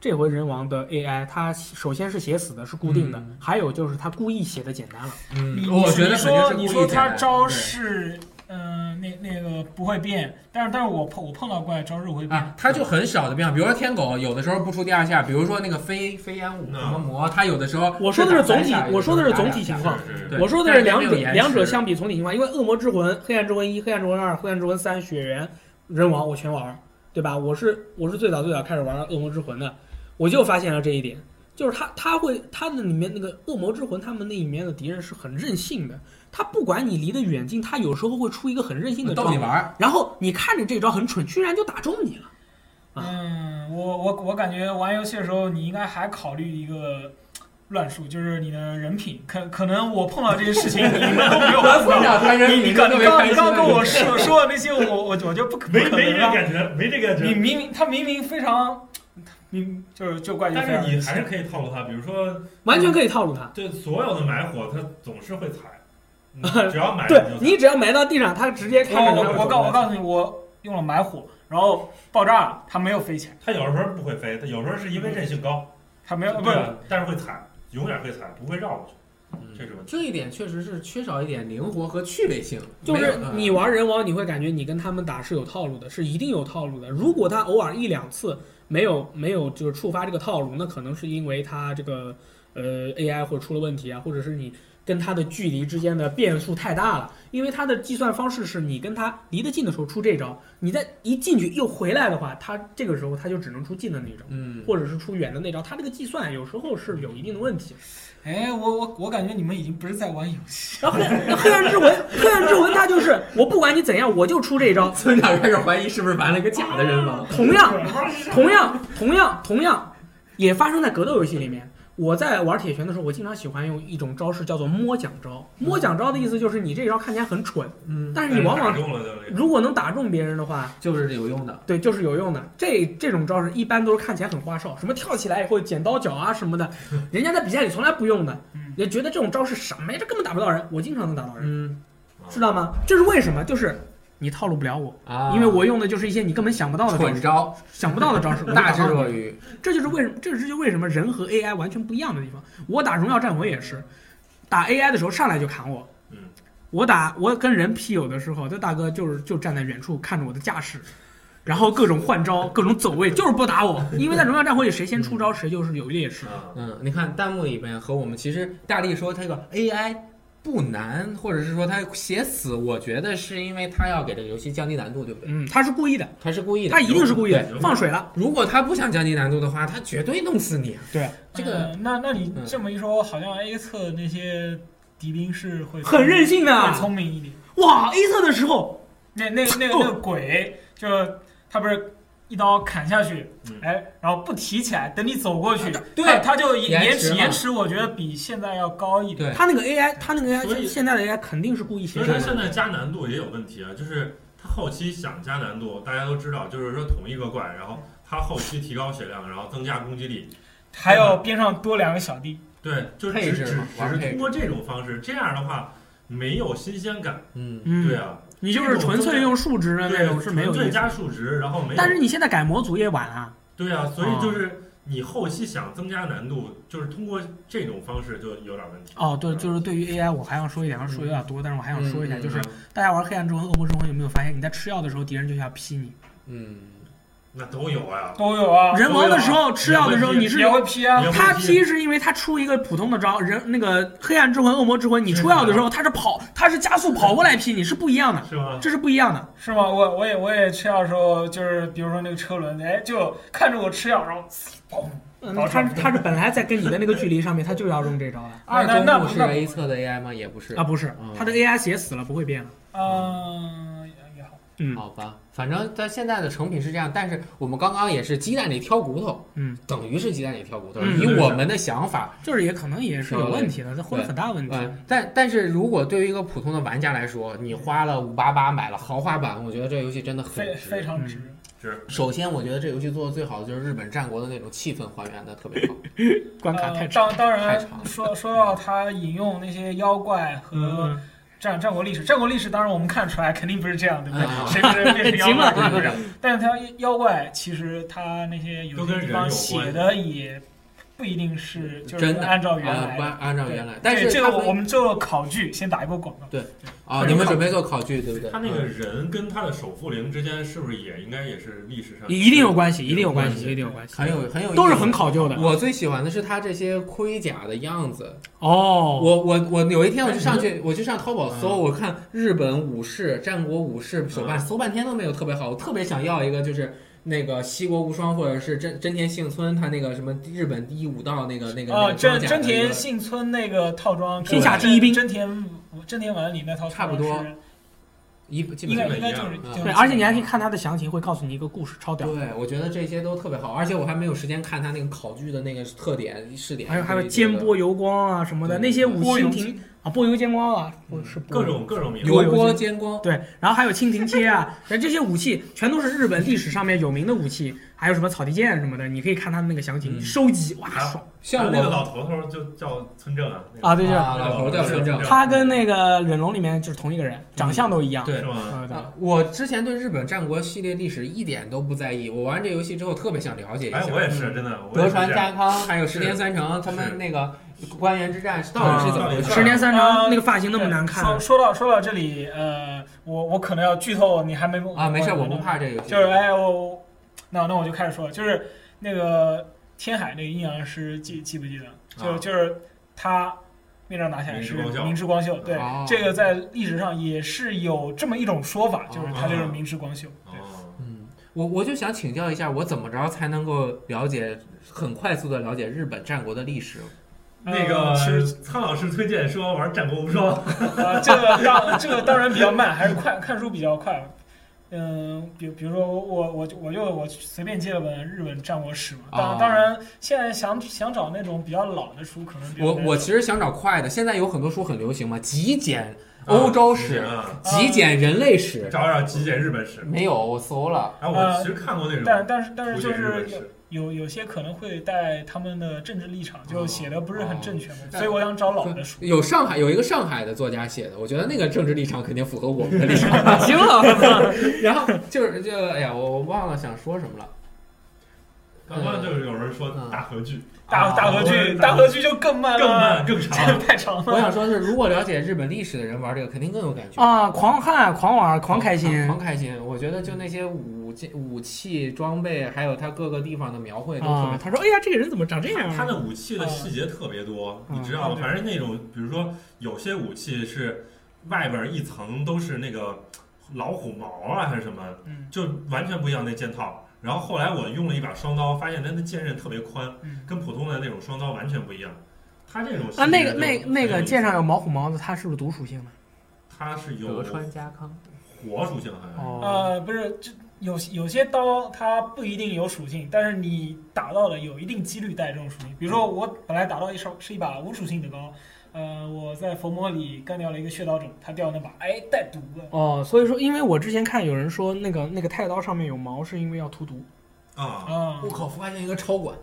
[SPEAKER 1] 这回人王的 AI 它首先是写死的，是固定的，
[SPEAKER 2] 嗯
[SPEAKER 1] 还有就是它故意写的简单了，
[SPEAKER 4] 你
[SPEAKER 2] 嗯，
[SPEAKER 4] 你
[SPEAKER 2] 我觉得
[SPEAKER 4] 你
[SPEAKER 2] 肯定
[SPEAKER 4] 说
[SPEAKER 2] 是
[SPEAKER 4] 你
[SPEAKER 2] 故
[SPEAKER 4] 说
[SPEAKER 2] 意简单
[SPEAKER 4] 他招
[SPEAKER 2] 对
[SPEAKER 4] 式，嗯，那那个不会变，但是但是我碰我碰到怪招式会变，
[SPEAKER 2] 啊，它就很少的变化，比如说天狗有的时候不出第二下，比如说那个飞飞烟雾
[SPEAKER 3] 嗯
[SPEAKER 4] 啊
[SPEAKER 2] 什么魔，它有的时候
[SPEAKER 1] 我说的是
[SPEAKER 2] 打三
[SPEAKER 1] 总体
[SPEAKER 2] 下
[SPEAKER 1] 我说的是总体
[SPEAKER 2] 有时候
[SPEAKER 1] 情
[SPEAKER 2] 打
[SPEAKER 1] 况
[SPEAKER 2] 两下
[SPEAKER 3] 是
[SPEAKER 2] 对
[SPEAKER 1] 我说的是两
[SPEAKER 2] 但
[SPEAKER 1] 者
[SPEAKER 2] 是没有延迟
[SPEAKER 1] 两者相比总体情况，因为恶魔之魂、黑暗之魂一、黑暗之魂二、黑暗之魂三、血缘、人王我全玩儿，对吧？我是我是最早最早开始玩恶魔之魂的，我就发现了这一点，就是他他会他的里面那个恶魔之魂，他们那里面的敌人是很任性的，他不管你离得远近，他有时候会出一个很任性的
[SPEAKER 2] 逗
[SPEAKER 1] 招
[SPEAKER 2] 你，玩儿，
[SPEAKER 1] 然后你看着这招很蠢，居然就打中你了。啊
[SPEAKER 4] 嗯，我我我感觉玩游戏的时候，你应该还考虑一个乱数，就是你的人品。可可能我碰到这些事情，你们都没有
[SPEAKER 2] 我
[SPEAKER 4] 碰
[SPEAKER 2] 分
[SPEAKER 4] 到。
[SPEAKER 2] 享他人
[SPEAKER 4] 你你
[SPEAKER 2] 品
[SPEAKER 4] 刚
[SPEAKER 2] 特
[SPEAKER 4] 你
[SPEAKER 2] 别
[SPEAKER 4] 刚
[SPEAKER 2] 开
[SPEAKER 4] 你
[SPEAKER 2] 心啊
[SPEAKER 4] 刚
[SPEAKER 2] 的
[SPEAKER 4] 跟我
[SPEAKER 2] 一个
[SPEAKER 4] 说说的那些，我我我就不可不
[SPEAKER 3] 没
[SPEAKER 4] 可
[SPEAKER 3] 没这个
[SPEAKER 4] 能让
[SPEAKER 3] 感觉，没这个感觉。
[SPEAKER 4] 你明明他明明非常，明就是就怪
[SPEAKER 3] 但是你还是
[SPEAKER 4] 是
[SPEAKER 3] 可以套路他，比如说，
[SPEAKER 1] 完
[SPEAKER 2] 嗯
[SPEAKER 1] 全可以套路他，
[SPEAKER 3] 对所有的买火，他总是会踩， 嗯只要买
[SPEAKER 1] 对
[SPEAKER 3] 就踩
[SPEAKER 1] 你只要埋到地上，他直接
[SPEAKER 4] 我
[SPEAKER 2] 哦
[SPEAKER 1] 看着他
[SPEAKER 4] 我
[SPEAKER 1] 会
[SPEAKER 4] 我
[SPEAKER 1] 走
[SPEAKER 4] 告
[SPEAKER 1] 的
[SPEAKER 4] 我告诉你，我用了买火，然后爆炸了，它没有飞起来，
[SPEAKER 3] 他有时候不会飞，他有时候是因为韧性高，
[SPEAKER 4] 它没有不
[SPEAKER 3] 对啊
[SPEAKER 4] 是
[SPEAKER 3] 吧，但是会踩，永远会踩，不会绕过去，
[SPEAKER 1] 嗯
[SPEAKER 3] 这是问题。
[SPEAKER 2] 嗯这一点确实是缺少一点灵活和趣味性，
[SPEAKER 1] 就
[SPEAKER 2] 没有嗯
[SPEAKER 1] 是你玩人王，你会感觉你跟他们打是有套路的，是一定有套路的。如果他偶尔一两次没有没有就是触发这个套路，那可能是因为他这个呃 AI 或者出了问题啊，或者是你跟他的距离之间的变数太大了。因为他的计算方式是你跟他离得近的时候出这招，你在一进去又回来的话，他这个时候他就只能出近的那招，
[SPEAKER 2] 嗯，
[SPEAKER 1] 或者是出远的那招。他这个计算有时候是有一定的问题。
[SPEAKER 4] 哎，我我我感觉你们已经不是在玩游戏，
[SPEAKER 1] 然后黑黑暗之魂，黑暗之魂他就是我不管你怎样，我就出这一招。
[SPEAKER 2] 村长开始怀疑是不是玩了一个假的人王，
[SPEAKER 1] 同样， 同样，同样，同样，也发生在格斗游戏里面。我在玩铁拳的时候，我经常喜欢用一种招式叫做摸奖招。摸奖招的意思就是你这招看起来很蠢，
[SPEAKER 2] 嗯，
[SPEAKER 1] 但是你往
[SPEAKER 3] 打
[SPEAKER 1] 往
[SPEAKER 3] 中了就
[SPEAKER 1] 如果能打中别人的话，
[SPEAKER 2] 就是有用的，
[SPEAKER 1] 对，就是有用的。这这种招式一般都是看起来很花哨，什么跳起来以后剪刀脚啊什 么的，人家在比赛里从来不用的
[SPEAKER 4] 嗯，
[SPEAKER 1] 也觉得这种招式什么呀，这根本打不到人。我经常能打到人，
[SPEAKER 2] 嗯
[SPEAKER 1] 知道吗？这是为什么？就是你套路不了我，
[SPEAKER 2] 啊，
[SPEAKER 1] 因为我用的就是一些你根本想不到的招
[SPEAKER 2] 蠢
[SPEAKER 1] 式，
[SPEAKER 2] 招，
[SPEAKER 1] 想不到的招 式，我就
[SPEAKER 2] 大
[SPEAKER 1] 打
[SPEAKER 2] 智
[SPEAKER 1] 到你
[SPEAKER 2] 若愚，
[SPEAKER 1] 这就是为什么，这就是为什么人和 AI 完全不一样的地方。我打荣耀战魂也是，打 AI 的时候上来就砍我。
[SPEAKER 3] 嗯，
[SPEAKER 1] 我打我跟人 P 友的时候，这大哥就是就站在远处看着我的架势，然后各种换招，各种走位，就是不打我。因为在荣耀战魂里，谁先出招谁就是有劣势。
[SPEAKER 3] 啊，
[SPEAKER 2] 嗯，你看弹幕里边和我们其实大力说这个 AI 不难，或者是说他写死，我觉得是因为他要给这个游戏降低难度，对不对？
[SPEAKER 1] 嗯，他是故意的，
[SPEAKER 2] 他是故意的，
[SPEAKER 1] 他一定是故意的
[SPEAKER 3] 有，
[SPEAKER 1] 放水了。
[SPEAKER 2] 如果他不想降低难度的话，他绝对弄死你啊。
[SPEAKER 1] 对，
[SPEAKER 2] 这个
[SPEAKER 4] 嗯那那你
[SPEAKER 2] 嗯
[SPEAKER 4] 这么一说，好像 A 测那些敌兵是会
[SPEAKER 1] 很任性的
[SPEAKER 4] 会聪明一点。
[SPEAKER 1] 哇！A 测的时候，
[SPEAKER 4] 那那那个那个鬼，就他不是一刀砍下去
[SPEAKER 3] 嗯，
[SPEAKER 4] 哎，然后不提起来，等你走过去，
[SPEAKER 2] 对
[SPEAKER 4] 他他就延
[SPEAKER 2] 延迟
[SPEAKER 4] 迟
[SPEAKER 2] 嘛
[SPEAKER 4] 延迟，我觉得比现在要高一点。
[SPEAKER 2] 对，
[SPEAKER 1] 他那个 AI，他那个
[SPEAKER 3] 所以
[SPEAKER 1] AI 现在的 AI 肯定是故意
[SPEAKER 3] 其
[SPEAKER 1] 写
[SPEAKER 3] 实
[SPEAKER 1] 这
[SPEAKER 3] 他
[SPEAKER 1] 个
[SPEAKER 3] 现在加难度也有问题啊，就是他后期想加难度，大家都知道，就是说同一个怪，然后他后期提高血量，然后增加攻击力，
[SPEAKER 4] 还要边上多两个小弟。
[SPEAKER 3] 对，就
[SPEAKER 2] 配置
[SPEAKER 3] 只只只
[SPEAKER 2] 嘛玩
[SPEAKER 3] 是
[SPEAKER 2] 配置
[SPEAKER 3] 通过这种方式，这样的话没有新鲜感。
[SPEAKER 2] 嗯，
[SPEAKER 1] 嗯，
[SPEAKER 3] 对啊，
[SPEAKER 1] 你就是纯粹用数值的那
[SPEAKER 3] 对，啊
[SPEAKER 1] 种是没有
[SPEAKER 3] 纯粹
[SPEAKER 1] 意思
[SPEAKER 3] 加
[SPEAKER 1] 的。
[SPEAKER 3] 数值，然后没有。
[SPEAKER 1] 但是你现在改模组也晚啊，
[SPEAKER 3] 对啊，所以
[SPEAKER 1] 啊
[SPEAKER 3] 就是你后期想增加难度，就是通过这种方式就有点问题。
[SPEAKER 1] 哦，对，就是对于 AI，我还想说一点，说有点多，但是我还想说一下，
[SPEAKER 2] 嗯嗯
[SPEAKER 1] 就是大家玩黑暗之魂、恶魔之魂有没有发现，你在吃药的时候，敌人就想劈你；
[SPEAKER 2] 嗯，
[SPEAKER 3] 那都有啊，
[SPEAKER 1] 哦
[SPEAKER 4] 都有啊，
[SPEAKER 1] 人王的时候吃药的时候，
[SPEAKER 3] 也会
[SPEAKER 1] 你是
[SPEAKER 4] 也会 P 啊
[SPEAKER 3] 也，会
[SPEAKER 1] 他劈是因为他出一个普通的招，人那个黑暗之魂、恶魔之魂，你出药的时候他是跑，他是加速跑过来劈你，是不一样的，
[SPEAKER 3] 是吗？
[SPEAKER 1] 这是不一样的。
[SPEAKER 4] 是吗？我我也我也吃药的时候，就是比如说那个车轮，哎，就看着我吃药，然后砰，
[SPEAKER 1] 嗯
[SPEAKER 4] 老，
[SPEAKER 1] 他
[SPEAKER 4] 师
[SPEAKER 1] 是他是本来在跟你的那个距离上面，他就要用这招的
[SPEAKER 4] 啊
[SPEAKER 2] 二
[SPEAKER 4] 那
[SPEAKER 2] 周
[SPEAKER 4] 那
[SPEAKER 2] 目是
[SPEAKER 4] 那
[SPEAKER 2] A 测的 AI 吗？也不是
[SPEAKER 1] 啊，，不是
[SPEAKER 2] 嗯，
[SPEAKER 1] 他的 AI 血死了不会变了。啊
[SPEAKER 4] 嗯、也也好，
[SPEAKER 1] 嗯
[SPEAKER 2] 好吧，反正它现在的成品是这样，但是我们刚刚也是鸡蛋里挑骨头，
[SPEAKER 1] 嗯，
[SPEAKER 2] 等于是鸡蛋里挑骨头，
[SPEAKER 1] 嗯
[SPEAKER 2] 以我们的想法，
[SPEAKER 1] 就是也可能也是有问题的，这会有很大问题。
[SPEAKER 2] 呃，但但是如果对于一个普通的玩家来说，你花了五八八买了豪华版，我觉得这游戏真的很
[SPEAKER 4] 非
[SPEAKER 2] 值
[SPEAKER 4] 非常值。
[SPEAKER 2] 首先，我觉得这游戏做的最好的就是日本战国的那种气氛还原的特别好。
[SPEAKER 1] 关卡太
[SPEAKER 4] 呃、
[SPEAKER 1] 长，
[SPEAKER 4] 当当
[SPEAKER 2] 太
[SPEAKER 4] 然
[SPEAKER 2] 长了
[SPEAKER 4] 说说到他引用那些妖怪和
[SPEAKER 1] 嗯，
[SPEAKER 4] 战战国历史，战国历史当然我们看出来肯定不是这样，对不对？
[SPEAKER 2] 啊
[SPEAKER 4] 谁不是 变成妖怪？
[SPEAKER 1] 急了
[SPEAKER 2] 嗯
[SPEAKER 4] 对不对？但是他妖怪其实他那些有
[SPEAKER 3] 都
[SPEAKER 4] 些
[SPEAKER 3] 跟
[SPEAKER 4] 地
[SPEAKER 3] 人
[SPEAKER 4] 方
[SPEAKER 3] 有
[SPEAKER 4] 写
[SPEAKER 3] 关
[SPEAKER 4] 的也不一定是就是
[SPEAKER 2] 真的
[SPEAKER 4] 按照原
[SPEAKER 2] 啊
[SPEAKER 4] 来
[SPEAKER 2] 不按
[SPEAKER 4] 的。
[SPEAKER 2] 按照
[SPEAKER 4] 对
[SPEAKER 2] 原来，但
[SPEAKER 4] 这
[SPEAKER 2] 是
[SPEAKER 4] 这
[SPEAKER 2] 它
[SPEAKER 4] 个
[SPEAKER 2] 会
[SPEAKER 4] 我我们做考据，先打一波广告。
[SPEAKER 2] 啊，你们准备做考据对不对？嗯
[SPEAKER 3] 他那个人跟他的首富灵之间是不是也应该也是历史上
[SPEAKER 1] 一定有关系，一定有
[SPEAKER 2] 关
[SPEAKER 1] 关
[SPEAKER 2] 系
[SPEAKER 1] 系，一定有关系，
[SPEAKER 2] 很有很有，
[SPEAKER 1] 都是很。考究的。
[SPEAKER 2] 我最喜欢的是他这些盔甲的样子。
[SPEAKER 1] 哦，
[SPEAKER 2] 我我我有一天我就上去，我就上淘宝搜，我看日本武士、战国武士手办，搜半天都没有特别好。我特别想要一个，就是那个西国无双或者是真真田幸村他那个什么日本第一武道那个那个那
[SPEAKER 4] 哦，
[SPEAKER 2] 个
[SPEAKER 4] 真
[SPEAKER 2] 装甲
[SPEAKER 4] 真
[SPEAKER 2] 的那
[SPEAKER 4] 田
[SPEAKER 2] 个
[SPEAKER 4] 幸村那个套装，
[SPEAKER 1] 天下第一兵
[SPEAKER 4] 真田真田丸里那套
[SPEAKER 2] 差不多
[SPEAKER 4] 套装是
[SPEAKER 2] 一基
[SPEAKER 4] 应
[SPEAKER 2] 本
[SPEAKER 4] 该
[SPEAKER 2] 上
[SPEAKER 4] 应该就是
[SPEAKER 2] 嗯
[SPEAKER 4] 就是
[SPEAKER 1] 对，而且你还可以看他的详情，会告诉你一个故事，超屌。
[SPEAKER 2] 对，我觉得这些都特别好，而且我还没有时间看他那个考据的那个特点试点，
[SPEAKER 1] 还有还有
[SPEAKER 2] 所以
[SPEAKER 1] 尖
[SPEAKER 2] 觉得
[SPEAKER 1] 波油光啊什么的，
[SPEAKER 2] 对
[SPEAKER 1] 那些五
[SPEAKER 4] 波
[SPEAKER 1] 蜻
[SPEAKER 4] 涌
[SPEAKER 1] 蜓啊，波油尖光啊，
[SPEAKER 2] 嗯
[SPEAKER 1] 不是波
[SPEAKER 3] 各种各种名
[SPEAKER 1] 有啊
[SPEAKER 3] 字？
[SPEAKER 2] 油波尖光，
[SPEAKER 1] 对，然后还有蜻蜓贴啊，但这些武器全都是日本历史上面有名的武器，还有什么草地剑什么的，你可以看他们那个详情，
[SPEAKER 2] 嗯
[SPEAKER 1] 收集哇
[SPEAKER 3] 啊
[SPEAKER 1] 爽
[SPEAKER 2] 像我
[SPEAKER 3] 那个老头头就叫村正啊，那个
[SPEAKER 1] 啊！对，就是
[SPEAKER 2] 啊老头叫村正
[SPEAKER 3] 对
[SPEAKER 1] 他跟那个忍龙里面就是同一个人，长相都一样。
[SPEAKER 2] 对
[SPEAKER 3] 是吗？
[SPEAKER 1] 啊，对
[SPEAKER 2] 啊我之前对日本战国系列历史一点都不在意，我玩这游戏之后特别想了解一下。
[SPEAKER 3] 哎，我也是真的，我也
[SPEAKER 2] 德
[SPEAKER 3] 是这
[SPEAKER 2] 川
[SPEAKER 3] 样
[SPEAKER 2] 家康还有石田
[SPEAKER 3] 是
[SPEAKER 2] 三成他
[SPEAKER 3] 是
[SPEAKER 2] 们那个官员之战到底是怎么回
[SPEAKER 3] 啊
[SPEAKER 2] 事？
[SPEAKER 1] 十年三成
[SPEAKER 4] 啊
[SPEAKER 1] 那个发型那么难
[SPEAKER 4] 说
[SPEAKER 1] 看，
[SPEAKER 4] 说到说到这里，呃，我我可能要剧透，你还没
[SPEAKER 2] 啊，没事，我不
[SPEAKER 4] 呢
[SPEAKER 2] 怕这游戏。
[SPEAKER 4] 就是哎我，那那我就开始说，就是那个天海那个阴阳师记记不记得？就、
[SPEAKER 2] 啊
[SPEAKER 4] 就是他面罩拿下来是
[SPEAKER 3] 明智光秀
[SPEAKER 4] 明智光秀，对，
[SPEAKER 2] 哦
[SPEAKER 4] 这个在历史上也是有这么一种说法，就是他就是
[SPEAKER 3] 哦
[SPEAKER 4] 明智光秀。对
[SPEAKER 3] 哦，
[SPEAKER 2] 嗯，我我就想请教一下，我怎么着才能够了解很快速的了解日本战国的历史？
[SPEAKER 3] 那
[SPEAKER 4] 呃其
[SPEAKER 3] 个
[SPEAKER 4] 实
[SPEAKER 3] 苍老师推荐说玩战国无双，
[SPEAKER 4] 呃，这个当这个当然比较慢，还是快看书比较快。嗯，比比如说我我就我就我随便借了本日本战国史嘛，当
[SPEAKER 2] 啊
[SPEAKER 4] 当然现在想想找那种比较老的书，可能比较
[SPEAKER 2] 我
[SPEAKER 4] 难
[SPEAKER 2] 我
[SPEAKER 4] 找
[SPEAKER 2] 其实想找快的，现在有很多书很流行嘛，极简欧洲史、
[SPEAKER 3] 啊，
[SPEAKER 2] 极简人类史，
[SPEAKER 3] 找找极简日本史。
[SPEAKER 2] 没有，我搜了。
[SPEAKER 3] 哎，我其实看过那种
[SPEAKER 4] 但但是但是
[SPEAKER 3] 图
[SPEAKER 4] 就
[SPEAKER 3] 解日
[SPEAKER 4] 是
[SPEAKER 3] 本史，
[SPEAKER 4] 有有些可能会带他们的政治立场，
[SPEAKER 3] 哦
[SPEAKER 4] 就写的不是很正确嘛，
[SPEAKER 2] 哦
[SPEAKER 4] 所以我想找老的书。
[SPEAKER 2] 有上海有一个上海的作家写的，我觉得那个政治立场肯定符合我们 的立场。
[SPEAKER 1] 行了，我操
[SPEAKER 2] 然后就是就哎呀，我我忘了想说什么了。
[SPEAKER 3] 刚刚就是有人说大合剧
[SPEAKER 4] 大
[SPEAKER 2] 啊
[SPEAKER 4] 大合剧，
[SPEAKER 3] 哦我
[SPEAKER 4] 大合剧就更慢了，
[SPEAKER 3] 更慢更长，
[SPEAKER 4] 这个 太长
[SPEAKER 2] 我
[SPEAKER 4] 了。
[SPEAKER 2] 想说是，如果了解日本历史的人玩这个，肯定更有感觉。
[SPEAKER 1] 啊！狂汉、狂玩、狂开心，
[SPEAKER 2] 啊狂开心！我觉得就那些武器、武器装备，还有它各个地方的描绘都特别
[SPEAKER 1] 啊，他说：“哎呀，这个人怎么长这样
[SPEAKER 3] 他
[SPEAKER 1] 啊
[SPEAKER 3] 的武器的细节特别多，
[SPEAKER 1] 嗯
[SPEAKER 3] 你知道吗？
[SPEAKER 4] 嗯
[SPEAKER 3] 反正那种，比如说有些武器是外边一层都是那个老虎毛啊，还是什么，
[SPEAKER 4] 嗯
[SPEAKER 3] 就完全不一样那剑套。然后后来我用了一把双刀，发现它的剑刃特别宽，
[SPEAKER 4] 嗯，
[SPEAKER 3] 跟普通的那种双刀完全不一样。它这种细节
[SPEAKER 1] 啊？那个
[SPEAKER 3] 就
[SPEAKER 1] 那
[SPEAKER 3] 很
[SPEAKER 1] 那
[SPEAKER 3] 有
[SPEAKER 1] 个
[SPEAKER 3] 意思
[SPEAKER 1] 剑上有毛虎毛子，它是不是毒属性的？
[SPEAKER 3] 它是有
[SPEAKER 2] 德川家康
[SPEAKER 3] 火属性好像是。
[SPEAKER 1] 哦，
[SPEAKER 4] 呃，不是，这有有些刀它不一定有属性，但是你打到的有一定几率带这种属性。比如说我本来打到一手是一把无属性的刀，呃，我在逢魔里干掉了一个血刀者，他掉那把，哎，带毒了。
[SPEAKER 1] 哦，所以说，因为我之前看有人说那个那个太刀上面有毛，是因为要涂毒。
[SPEAKER 3] 啊，
[SPEAKER 4] 啊
[SPEAKER 2] 我靠，发现一个超管，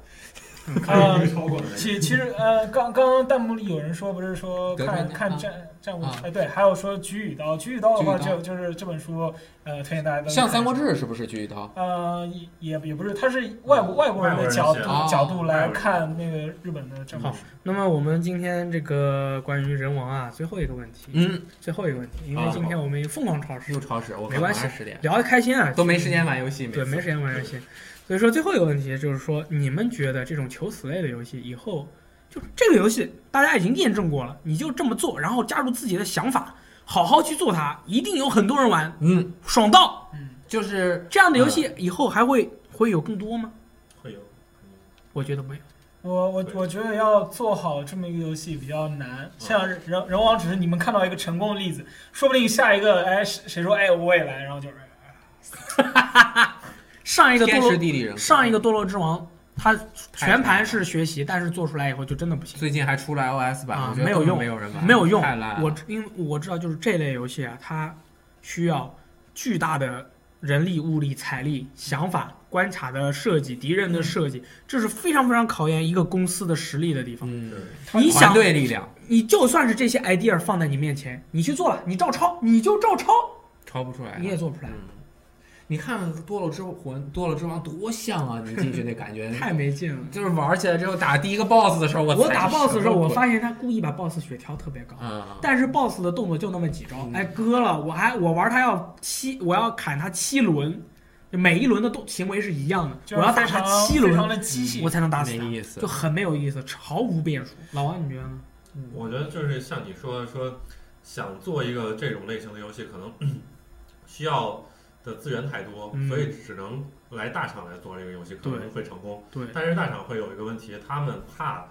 [SPEAKER 4] 嗯
[SPEAKER 3] 看超过了。
[SPEAKER 4] 其其实呃，刚刚刚弹幕里有人说，不是说
[SPEAKER 2] 德川
[SPEAKER 4] 看
[SPEAKER 2] 的
[SPEAKER 4] 看
[SPEAKER 2] 啊
[SPEAKER 4] 战战无
[SPEAKER 2] 啊
[SPEAKER 4] 哎对，还有说《菊与刀》，《菊与刀》的话
[SPEAKER 2] 菊与刀
[SPEAKER 4] 就就是这本书，呃，推荐大家都
[SPEAKER 2] 像《
[SPEAKER 4] 看
[SPEAKER 2] 三国志》是不是《菊与刀》？
[SPEAKER 4] 呃，也也也不是，他是外国外国人
[SPEAKER 3] 外国
[SPEAKER 4] 的
[SPEAKER 3] 人
[SPEAKER 4] 角
[SPEAKER 3] 写
[SPEAKER 4] 度
[SPEAKER 3] 的
[SPEAKER 2] 哦
[SPEAKER 4] 角度
[SPEAKER 3] 外
[SPEAKER 4] 来
[SPEAKER 3] 国人
[SPEAKER 4] 看那个日本的战国
[SPEAKER 1] 好
[SPEAKER 4] 史。
[SPEAKER 1] 嗯那么我们今天这个关于人王啊，最后一个问题，
[SPEAKER 2] 嗯，
[SPEAKER 1] 最后一个问题，因
[SPEAKER 2] 啊
[SPEAKER 1] 为今天我们疯狂超时
[SPEAKER 2] 又，超时，我
[SPEAKER 1] 没关系
[SPEAKER 2] 十点
[SPEAKER 1] 聊得开心啊，
[SPEAKER 2] 都没时间玩游戏，
[SPEAKER 1] 对，
[SPEAKER 2] 每次
[SPEAKER 1] 没时间玩游戏。所以说最后一个问题就是说，你们觉得这种求死类的游戏以后，就这个游戏大家已经验证过了，你就这么做，然后加入自己的想法，好好去做它，一定有很多人玩，
[SPEAKER 2] 嗯，
[SPEAKER 1] 爽到
[SPEAKER 4] 嗯，
[SPEAKER 2] 就是
[SPEAKER 1] 这样的游
[SPEAKER 2] 嗯
[SPEAKER 1] 戏以后还会会有更多吗？
[SPEAKER 3] 会有，
[SPEAKER 1] 我觉得没有。
[SPEAKER 4] 我我
[SPEAKER 3] 对嗯
[SPEAKER 4] 我觉得要做好这么一个游戏比较难，像人人王只是你们看到一个成功的例子，说不定下一个哎谁谁说哎我也来，然后就是
[SPEAKER 1] 上一个
[SPEAKER 2] 天
[SPEAKER 1] 堕
[SPEAKER 2] 时
[SPEAKER 1] 落，
[SPEAKER 2] 地利人和。
[SPEAKER 1] 上一个堕落之王，它全盘是学习，但是做出来以后就真的不行。
[SPEAKER 2] 最近还出了 iOS 版，
[SPEAKER 1] 啊
[SPEAKER 2] 我觉得
[SPEAKER 1] 没有
[SPEAKER 2] 根本
[SPEAKER 1] 用
[SPEAKER 2] 没有人玩，
[SPEAKER 1] 没有用
[SPEAKER 2] 太烂。。嗯
[SPEAKER 1] 我因为我知道，就是这类游戏啊，它需要巨大的人力、物力、财力、想法、关卡的设计、敌人的设计，这是非常非常考验一个公司的实力的地方。
[SPEAKER 2] 嗯，
[SPEAKER 1] 你
[SPEAKER 2] 团
[SPEAKER 1] 想，
[SPEAKER 2] 队力量
[SPEAKER 1] 你就算是这些 idea 放在你面前，你去做了，你照抄，你就照抄，
[SPEAKER 2] 超不出来，
[SPEAKER 1] 你也做不出来，
[SPEAKER 2] 嗯。你看《堕落之魂》《堕落之王》多像啊！你进去那 感觉，
[SPEAKER 1] 太没劲了。
[SPEAKER 2] 就是玩起来之后打第一个 boss 的时候，我
[SPEAKER 1] 我
[SPEAKER 2] 才
[SPEAKER 1] 打
[SPEAKER 2] 是
[SPEAKER 1] boss 的时候，
[SPEAKER 2] 什么
[SPEAKER 1] 我
[SPEAKER 2] 鬼
[SPEAKER 1] 发现他故意把 boss 血调特别高。
[SPEAKER 2] 啊，
[SPEAKER 1] 但是 BOSS 的动作就那么几招
[SPEAKER 2] 嗯，
[SPEAKER 1] 哎，割了，我还我玩他要七，我要砍他七轮，就每一轮的动行为是一样的，
[SPEAKER 4] 就是
[SPEAKER 1] 我要
[SPEAKER 4] 非
[SPEAKER 1] 打他
[SPEAKER 4] 常
[SPEAKER 1] 七
[SPEAKER 4] 非常
[SPEAKER 1] 轮，
[SPEAKER 4] 的机械。
[SPEAKER 1] 我才能打死
[SPEAKER 2] 嗯没
[SPEAKER 1] 他，
[SPEAKER 2] 意思
[SPEAKER 1] 就。很没有意思，毫无变数。老王，你觉得呢？
[SPEAKER 3] 我觉得就是像你说说，想做一个这种类型的游戏，可能 需要的资源太多，
[SPEAKER 1] 嗯
[SPEAKER 3] 所以只能来大厂来做这个游戏，可
[SPEAKER 1] 对
[SPEAKER 3] 能会成功。
[SPEAKER 1] 对，
[SPEAKER 3] 但是大厂会有一个问题，他们怕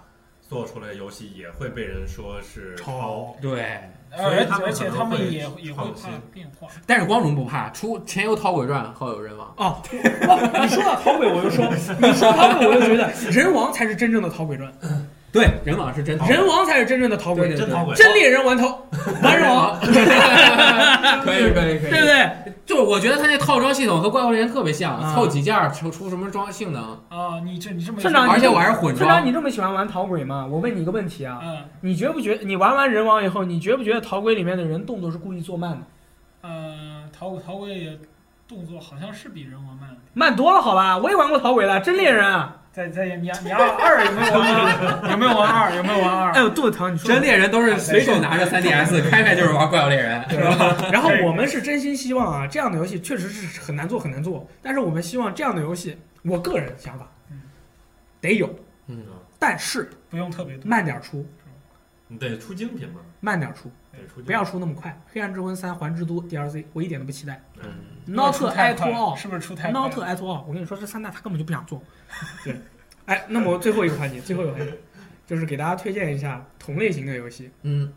[SPEAKER 3] 做出来的游戏也会被人说是
[SPEAKER 1] 抄，
[SPEAKER 2] 对，
[SPEAKER 3] 所以
[SPEAKER 4] 而且
[SPEAKER 3] 他们
[SPEAKER 4] 而且
[SPEAKER 3] 可能
[SPEAKER 4] 他们
[SPEAKER 3] 会
[SPEAKER 4] 也也会
[SPEAKER 3] 创新
[SPEAKER 4] 怕变化。
[SPEAKER 2] 但是光荣不怕，出前有讨鬼传，后有人王。
[SPEAKER 1] 哦，哦你说到逃鬼，我就说， 你说逃鬼，我就觉得人王才是真正的逃鬼传，
[SPEAKER 2] 对，人王是真
[SPEAKER 1] 人王才是真正的逃鬼
[SPEAKER 2] 对，
[SPEAKER 3] 真
[SPEAKER 2] 对
[SPEAKER 3] 讨鬼。
[SPEAKER 1] 真猎人玩逃玩人王，
[SPEAKER 2] 可以可以可
[SPEAKER 1] 对
[SPEAKER 2] 以，
[SPEAKER 1] 不对？
[SPEAKER 2] 就是我觉得他那套装系统和怪物猎人特别像，
[SPEAKER 1] 啊
[SPEAKER 2] 凑几件儿出出什么装性能，
[SPEAKER 4] 啊，你这你这么一
[SPEAKER 1] 村长
[SPEAKER 4] 说
[SPEAKER 2] 而且我还是混
[SPEAKER 1] 村长，
[SPEAKER 2] 装。
[SPEAKER 1] 你这么喜欢玩逃鬼吗？我问你一个问题啊，
[SPEAKER 4] 嗯
[SPEAKER 1] 你觉不觉？你玩完人王以后，你觉不觉得逃鬼里面的人动作是故意做慢的？
[SPEAKER 4] 呃，逃鬼逃鬼也动作好像是比人王慢了点。
[SPEAKER 1] 慢多了，好吧？我也玩过逃鬼了，真猎人啊！
[SPEAKER 4] 再再你你二二有没有玩二？有没有玩二？有没有玩
[SPEAKER 1] 哎
[SPEAKER 4] 二？
[SPEAKER 1] 呦，肚子疼，你说
[SPEAKER 2] 真。猎人都
[SPEAKER 1] 哎
[SPEAKER 2] 是随手拿着 3DS，开开就是玩怪物猎人，是吧？
[SPEAKER 1] 然后我们是真心希望啊，这样的游戏确实是很难做，很难做。但是我们希望这样的游戏，我个人想法
[SPEAKER 4] 嗯，
[SPEAKER 1] 得有，
[SPEAKER 2] 嗯，
[SPEAKER 1] 但是
[SPEAKER 4] 不用特别多。
[SPEAKER 1] 慢点出，
[SPEAKER 3] 你得出精品嘛，
[SPEAKER 1] 慢点出，
[SPEAKER 3] 得出精品哎
[SPEAKER 1] 不要出那么快。黑暗之魂三还之都 DLC，我一点都不期待。
[SPEAKER 3] 嗯
[SPEAKER 1] Not
[SPEAKER 4] 出太
[SPEAKER 1] at
[SPEAKER 4] 快
[SPEAKER 1] all，
[SPEAKER 4] 是不是出太快
[SPEAKER 1] Not at all，我跟你说，这三大他根本就不想做。对，哎，那么最后一个环节，最后一个环节就是给大家推荐一下同类型的游戏。
[SPEAKER 2] 嗯，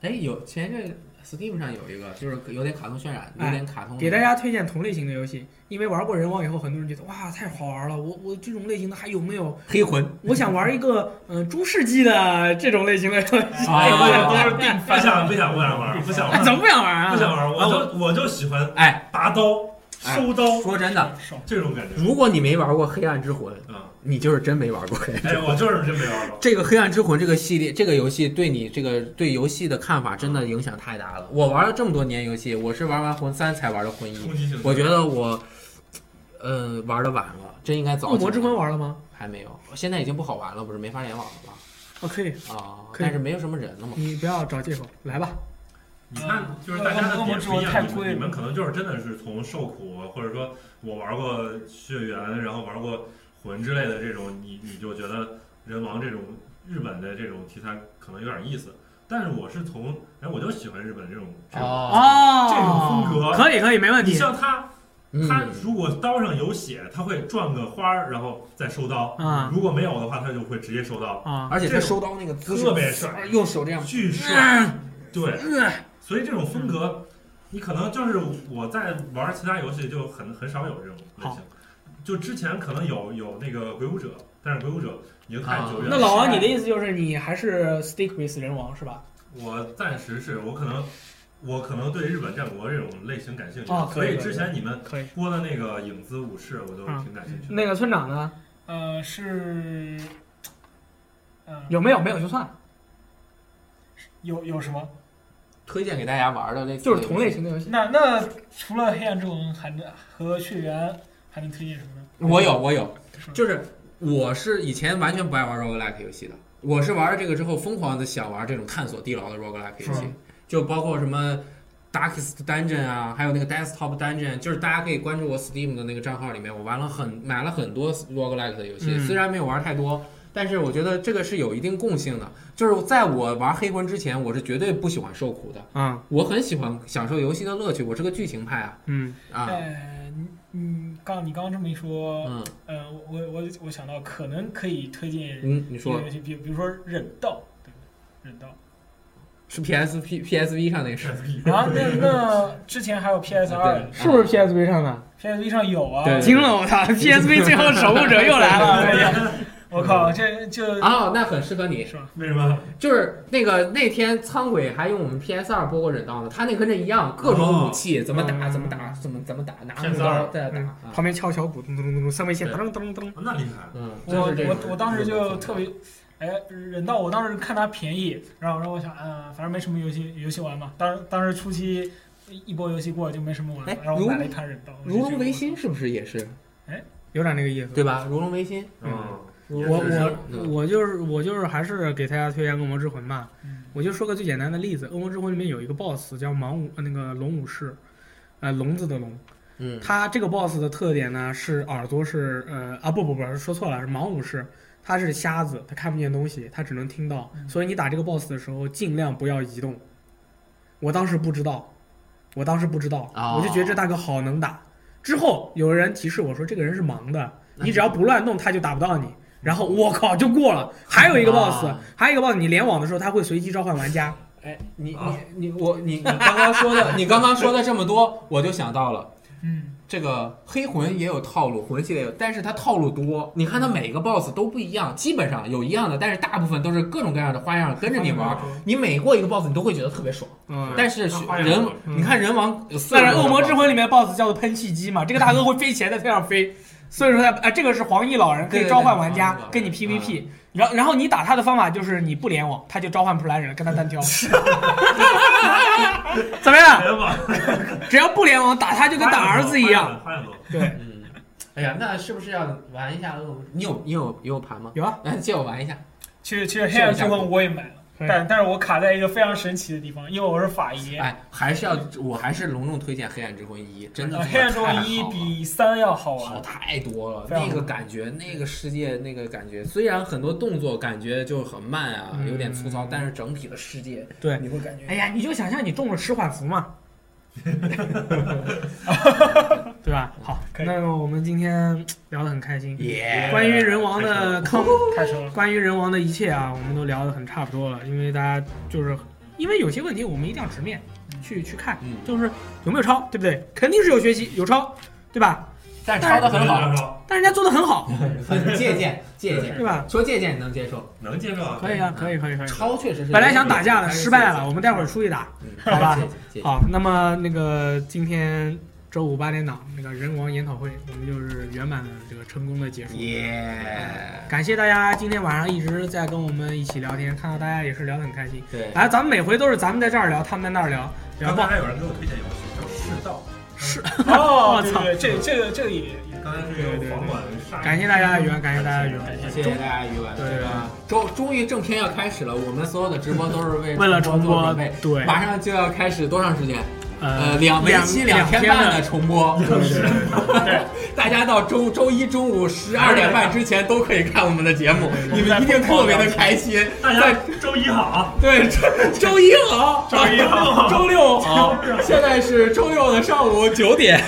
[SPEAKER 2] 哎，有前阵 Steam 上有一个，就是有点卡通渲染，有
[SPEAKER 1] 哎
[SPEAKER 2] 点卡通的，
[SPEAKER 1] 给大家推荐同类型的游戏，因为玩过人王以后，很多人觉得哇太好玩了，我我这种类型的还有没有？
[SPEAKER 2] 黑魂
[SPEAKER 1] 我想玩一个嗯、呃中世纪的这种类型的游戏。
[SPEAKER 2] 啊。
[SPEAKER 3] 不想不想不想玩，不 想
[SPEAKER 1] 哎
[SPEAKER 3] 玩，
[SPEAKER 1] 怎么不想玩
[SPEAKER 3] 不想
[SPEAKER 1] 啊？
[SPEAKER 3] 玩，我就我就喜欢
[SPEAKER 2] 哎，
[SPEAKER 3] 拔刀、
[SPEAKER 1] 哎
[SPEAKER 3] 收刀
[SPEAKER 2] 说真的，
[SPEAKER 4] 手
[SPEAKER 3] 这种感觉
[SPEAKER 2] 如果你没玩过《黑暗之魂》，
[SPEAKER 1] 嗯
[SPEAKER 3] 啊。
[SPEAKER 2] 你就是真没玩过黑暗之魂
[SPEAKER 3] 哎，我就是真没玩过。
[SPEAKER 2] 这个《黑暗之魂》这个系列，这个游戏对你这个对游戏的看法真的影响太大了。我玩了这么多年游戏，我是玩完魂三才玩的魂一
[SPEAKER 3] 冲，击性，
[SPEAKER 2] 我觉得我，呃，玩的晚了，真应该早。
[SPEAKER 1] 恶魔之魂玩了吗？
[SPEAKER 2] 还没有，现在已经不好玩了，不是没法联网了吗？
[SPEAKER 1] 哦，可以，
[SPEAKER 2] 啊，
[SPEAKER 1] 可以
[SPEAKER 2] 但是没有什么人了嘛。
[SPEAKER 1] 你不要找借口，来吧。
[SPEAKER 3] 你看，就是大家的点不一样，呃你们你们可能就是真的是从受苦，或者说我玩过血缘，然后玩过魂之类的这种，你你就觉得人王这种日本的这种题材可能有点意思。但是我是从，哎，我就喜欢日本这种这种。
[SPEAKER 2] 哦，
[SPEAKER 1] 哦
[SPEAKER 3] 啊这种风格
[SPEAKER 1] 可以可以，没问
[SPEAKER 3] 你
[SPEAKER 1] 题。
[SPEAKER 3] 像他，
[SPEAKER 2] 嗯
[SPEAKER 3] 他如果刀上有血，他会转个花儿，然后再收刀；
[SPEAKER 1] 啊
[SPEAKER 3] 如果没有的话，他就会直接收刀，
[SPEAKER 1] 啊，
[SPEAKER 2] 而且他收刀那个姿势
[SPEAKER 3] 特别帅，
[SPEAKER 2] 用手这样，
[SPEAKER 3] 巨帅。
[SPEAKER 2] 嗯
[SPEAKER 3] 对，所以这种风格，你可能就是我在玩其他游戏就很很少有这种类型
[SPEAKER 1] 好。
[SPEAKER 3] 就之前可能有有那个鬼舞者，但是鬼舞者已经太久远
[SPEAKER 1] 啊那
[SPEAKER 3] 了。
[SPEAKER 1] 老王，你的意思就是你还是 stick with 人王是吧？
[SPEAKER 3] 我暂时是我可能我可能对日本战国这种类型感兴趣，
[SPEAKER 1] 哦可
[SPEAKER 3] 所
[SPEAKER 1] 以嗯
[SPEAKER 3] 以之前你们
[SPEAKER 1] 可以。
[SPEAKER 3] 播的那个影子武士我都挺感兴趣的。
[SPEAKER 1] 那个村长呢？
[SPEAKER 4] 呃，是，嗯、
[SPEAKER 1] 有没有没有就算了，
[SPEAKER 4] 有有什么？
[SPEAKER 2] 推荐给大家玩的类似
[SPEAKER 1] 就是同类。型的游戏。
[SPEAKER 4] 那那除了黑暗之魂还能和血缘还能推荐什么呢？
[SPEAKER 2] 我有，我有，
[SPEAKER 4] 嗯是吗
[SPEAKER 2] 就是我是以前完全不爱玩 roguelike 游戏的，我是玩了这个之后疯狂的想玩这种探索地牢的 roguelike 游戏
[SPEAKER 4] 是，
[SPEAKER 2] 就包括什么 Darkest Dungeon 啊，还有那个 Desktop Dungeon，就是大家可以关注我 Steam 的那个账号里面，我玩了很买了很多 roguelike 的游戏，
[SPEAKER 1] 嗯
[SPEAKER 2] 虽然没有玩太多。但是我觉得这个是有一定共性的，就是在我玩黑魂之前，我是绝对不喜欢受苦的，
[SPEAKER 1] 啊，
[SPEAKER 2] 我很喜欢享受游戏的乐趣，我是个剧情派啊
[SPEAKER 1] 嗯，
[SPEAKER 2] 啊，
[SPEAKER 4] 呃，你你刚你刚刚这么一说，
[SPEAKER 2] 嗯
[SPEAKER 4] 呃，我我我我想到可能可以推荐
[SPEAKER 2] 嗯，你
[SPEAKER 4] 一
[SPEAKER 2] 说
[SPEAKER 4] 个游戏，比比如说忍道，对不对？忍道
[SPEAKER 2] 是 PSP PSV 上那个事儿？
[SPEAKER 4] 啊，那那之前还有 PS
[SPEAKER 2] 啊
[SPEAKER 4] 二
[SPEAKER 2] 对
[SPEAKER 1] 是不是 PSV 上的？
[SPEAKER 4] ，PSV 上有啊。
[SPEAKER 2] 对
[SPEAKER 1] 惊了我操！PSV 最后守护者又来 了，
[SPEAKER 4] 哎呀，我靠，这就
[SPEAKER 2] 哦，那很适合你，
[SPEAKER 4] 是吧？
[SPEAKER 3] 为什么？
[SPEAKER 2] 就是那个那天苍鬼还用我们 PS 二播过忍道呢，他那跟这一样，各种武器怎么打
[SPEAKER 1] 嗯
[SPEAKER 2] 怎么打怎么怎么打，拿
[SPEAKER 3] PS2
[SPEAKER 2] 木刀再打
[SPEAKER 1] 嗯，
[SPEAKER 2] 啊
[SPEAKER 1] 旁边敲小鼓，咚咚咚咚，三味线，噔噔噔。
[SPEAKER 3] 那厉害！
[SPEAKER 2] 嗯，
[SPEAKER 4] 我我我当时就特别，哎，忍道我当时看它便宜，然后然后我想，嗯、反正没什么游戏游戏玩嘛。当当时初期一波游戏过就没什么玩
[SPEAKER 2] 哎，
[SPEAKER 4] 然后
[SPEAKER 2] 如
[SPEAKER 4] 我买了一盘忍道。我就
[SPEAKER 2] 如龙
[SPEAKER 4] 觉得
[SPEAKER 2] 维
[SPEAKER 4] 我
[SPEAKER 2] 新是不是也是
[SPEAKER 1] 有点那个意思。
[SPEAKER 2] 对吧？如龙维新，
[SPEAKER 3] 嗯，
[SPEAKER 1] 我
[SPEAKER 3] 也是
[SPEAKER 1] 我
[SPEAKER 2] 嗯
[SPEAKER 1] 我就是我就是还是给大家推荐《恶魔之魂》吧。
[SPEAKER 4] 嗯
[SPEAKER 1] 我就说个最简单的例子，《恶魔之魂》里面有一个 BOSS 叫盲武，呃那个龙武士，呃，聋子的聋。
[SPEAKER 2] 嗯
[SPEAKER 1] 他这个 BOSS 的特点呢是耳朵是呃啊不不不说错了是盲武士，他是瞎子，他看不见东西，他只能听到，
[SPEAKER 4] 嗯
[SPEAKER 1] 所以你打这个 BOSS 的时候尽量不要移动。我当时不知道，我当时不知道，
[SPEAKER 2] 哦
[SPEAKER 1] 我就觉得这大哥好能打。之后有人提示我说这个人是盲的，
[SPEAKER 2] 那
[SPEAKER 1] 你只要不乱动他就打不到你。然后我靠就过了。还有一个 BOSS，、
[SPEAKER 2] 啊
[SPEAKER 1] 还有一个 BOSS，你联网的时候他会随机召唤玩家。
[SPEAKER 2] 哎，你你你我你你刚刚说的你刚刚说的这么多，我就想到了。
[SPEAKER 4] 嗯，
[SPEAKER 2] 这个黑魂也有套路，魂系列有，但是它套路多。你看它每个 boss 都不一样，基本上有一样的，但是大部分都是各种各样的花样跟着你玩。你每过一个 boss，你都会觉得特别爽。
[SPEAKER 1] 嗯，
[SPEAKER 2] 但是
[SPEAKER 3] 它哦花样
[SPEAKER 2] 人
[SPEAKER 3] 多，
[SPEAKER 1] 嗯
[SPEAKER 2] 你看人王 有四
[SPEAKER 1] 但
[SPEAKER 2] 个
[SPEAKER 1] 是
[SPEAKER 2] 人
[SPEAKER 1] 《恶魔之魂》里面 BOSS 叫做喷气机嘛，这个大哥会飞起来在天上飞，所以说他啊，这个是黄奕老人可以召唤玩家
[SPEAKER 2] 对
[SPEAKER 1] 跟你
[SPEAKER 2] 对对
[SPEAKER 1] PVP，然后然后你打他的方法就是你不联网，他就召唤不出来人，跟他单挑。 怎么样？
[SPEAKER 3] 人王
[SPEAKER 1] 只要不联网打他就跟打儿子一样。，
[SPEAKER 3] 花样多。
[SPEAKER 1] 对，
[SPEAKER 2] 嗯，哎呀，那是不是要玩一下恶魔？你有你有有盘吗？
[SPEAKER 1] 有啊，
[SPEAKER 2] 来借我玩一下。
[SPEAKER 4] 其实其实黑暗之魂我也买了，
[SPEAKER 1] 嗯
[SPEAKER 4] 但但是我卡在一个非常神奇的地方，因为我是法爷。
[SPEAKER 2] 哎，还是要，我还是隆重推荐《黑暗之魂一》，真的
[SPEAKER 4] 呃
[SPEAKER 2] 做得
[SPEAKER 4] 黑暗之
[SPEAKER 2] 太
[SPEAKER 4] 魂
[SPEAKER 2] 好
[SPEAKER 4] 一
[SPEAKER 2] 了
[SPEAKER 4] 比三要好
[SPEAKER 2] 好
[SPEAKER 4] 玩，
[SPEAKER 2] 太多了，
[SPEAKER 4] 非常
[SPEAKER 2] 那个感觉，那个世界，那个感觉，虽然很多动作感觉就很慢啊，
[SPEAKER 1] 嗯
[SPEAKER 2] 有点粗糙，但是整体的世界，
[SPEAKER 1] 对
[SPEAKER 2] 你会感觉，
[SPEAKER 1] 哎呀，你就想象你中了迟缓符 嘛，对吧？好，
[SPEAKER 4] 可以
[SPEAKER 1] 那我们今天聊得很开心，
[SPEAKER 2] 耶，
[SPEAKER 1] 关于人王的坑
[SPEAKER 4] 太深了。
[SPEAKER 1] 关于人王的一切啊，我们都聊得很差不多了，因为大家就是因为有些问题我们一定要直面去去看，
[SPEAKER 2] 嗯，
[SPEAKER 1] 就是有没有抄，对不对？肯定是有学习有抄，对吧？
[SPEAKER 2] 但是抄的很好，
[SPEAKER 3] 好，
[SPEAKER 1] 但人家做的很好，
[SPEAKER 2] 很借鉴，借鉴，
[SPEAKER 1] 对吧？
[SPEAKER 2] 说借鉴你能接受，
[SPEAKER 3] 能接受啊？
[SPEAKER 1] 可以啊，可以，可以，可以。
[SPEAKER 2] 抄确实是，
[SPEAKER 1] 本来想打架的，失败了，我们待会儿
[SPEAKER 2] 儿，
[SPEAKER 1] 出去打。
[SPEAKER 2] 嗯
[SPEAKER 1] 好吧
[SPEAKER 2] 借鉴，借鉴
[SPEAKER 1] 好，那么那个今天周五八点档那个人王研讨会，我们就是圆满的这个成功的结束。
[SPEAKER 2] 耶，
[SPEAKER 1] 感谢大家今天晚上一直在跟我们一起聊天，看到大家也是聊得很开心。
[SPEAKER 2] 对，
[SPEAKER 1] 哎，咱们每回都是咱们在这儿聊，他们在那儿聊，聊
[SPEAKER 3] 刚
[SPEAKER 1] 不
[SPEAKER 3] 才还有人给我推荐游戏叫《世道
[SPEAKER 1] 是。
[SPEAKER 4] 哦，
[SPEAKER 1] 我
[SPEAKER 4] 对
[SPEAKER 1] 操
[SPEAKER 4] 对，对这这个这个也，》，
[SPEAKER 3] 刚才是有房管杀人，
[SPEAKER 1] 感谢大家的鱼丸，感谢大家的鱼丸。
[SPEAKER 2] 谢谢大家鱼丸，
[SPEAKER 1] 对
[SPEAKER 2] 这个终终于正片要开始了，我们所有的直播都是为
[SPEAKER 1] 为了
[SPEAKER 2] 重
[SPEAKER 1] 重
[SPEAKER 2] 播
[SPEAKER 1] 播
[SPEAKER 2] 做准备，，
[SPEAKER 1] 对，
[SPEAKER 2] 马上就要开始多长时间？呃，
[SPEAKER 1] 呃，
[SPEAKER 2] 两为期
[SPEAKER 1] 两
[SPEAKER 2] 天半的
[SPEAKER 1] 的，
[SPEAKER 2] 重播， 大家到周周一中午十二点半之前都可以看我们的节目，你们一定特别的开心。
[SPEAKER 3] 大
[SPEAKER 2] 在
[SPEAKER 3] 家周一好啊，
[SPEAKER 2] 对周周一好，
[SPEAKER 3] 周一好
[SPEAKER 2] 周六好，现在是周六的上午九点，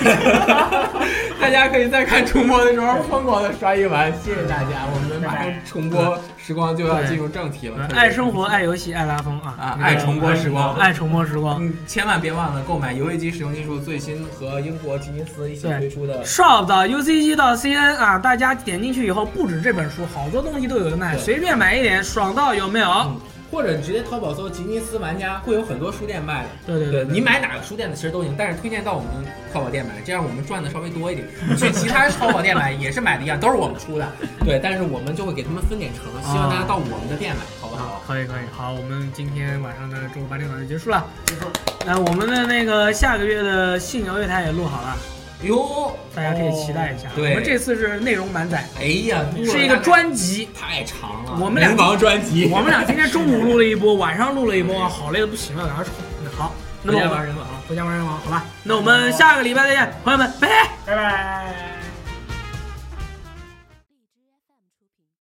[SPEAKER 2] 大家可以在看重播的时候疯狂的刷一晚，谢谢大家，我们马上重播时光就要进入正题了，
[SPEAKER 1] 爱生活，爱游戏，爱拉风啊，
[SPEAKER 2] 啊，
[SPEAKER 1] 那个
[SPEAKER 2] 爱重播时光。
[SPEAKER 1] 爱重播时光。
[SPEAKER 2] 嗯，千万别忘了购买游戏机使用技术最新和英国吉尼斯一起推出的
[SPEAKER 1] shop 到 UCG 到 CN 啊，大家点进去以后，不止这本书，好多东西都有的卖，
[SPEAKER 2] 对
[SPEAKER 1] 随便买一点，爽到有没有？
[SPEAKER 2] 嗯或者你直接淘宝搜吉尼斯玩家，会有很多书店卖的。
[SPEAKER 1] 对对
[SPEAKER 2] 对，你买哪个书店的其实都行，但是推荐到我们淘宝店买，这样我们赚的稍微多一点。去其他淘宝店买也是买的一样，都是我们出的。对，但是我们就会给他们分点成，希
[SPEAKER 1] 啊
[SPEAKER 2] 望大家到我们的店买，好不好？
[SPEAKER 1] 可以可以，好，我们今天晚上的周五八点档就结束了。结束。那我们的那个下个月的信遥月台也录好了，
[SPEAKER 2] 哟，
[SPEAKER 1] 大家可以期待一下。
[SPEAKER 2] 对
[SPEAKER 1] 我们这次是内容满载，
[SPEAKER 2] 哎呀，
[SPEAKER 1] 是一个专辑。
[SPEAKER 2] 太长了，
[SPEAKER 1] 我们俩
[SPEAKER 2] 人王专辑，
[SPEAKER 1] 我们俩今天中午录了一波，晚上录了一波，好累的不行了，赶快好，那么我们
[SPEAKER 2] 回家玩人王。啊
[SPEAKER 1] 回家玩人王，好吧？那我们下个礼拜再见，朋友们，拜拜。
[SPEAKER 4] 拜拜。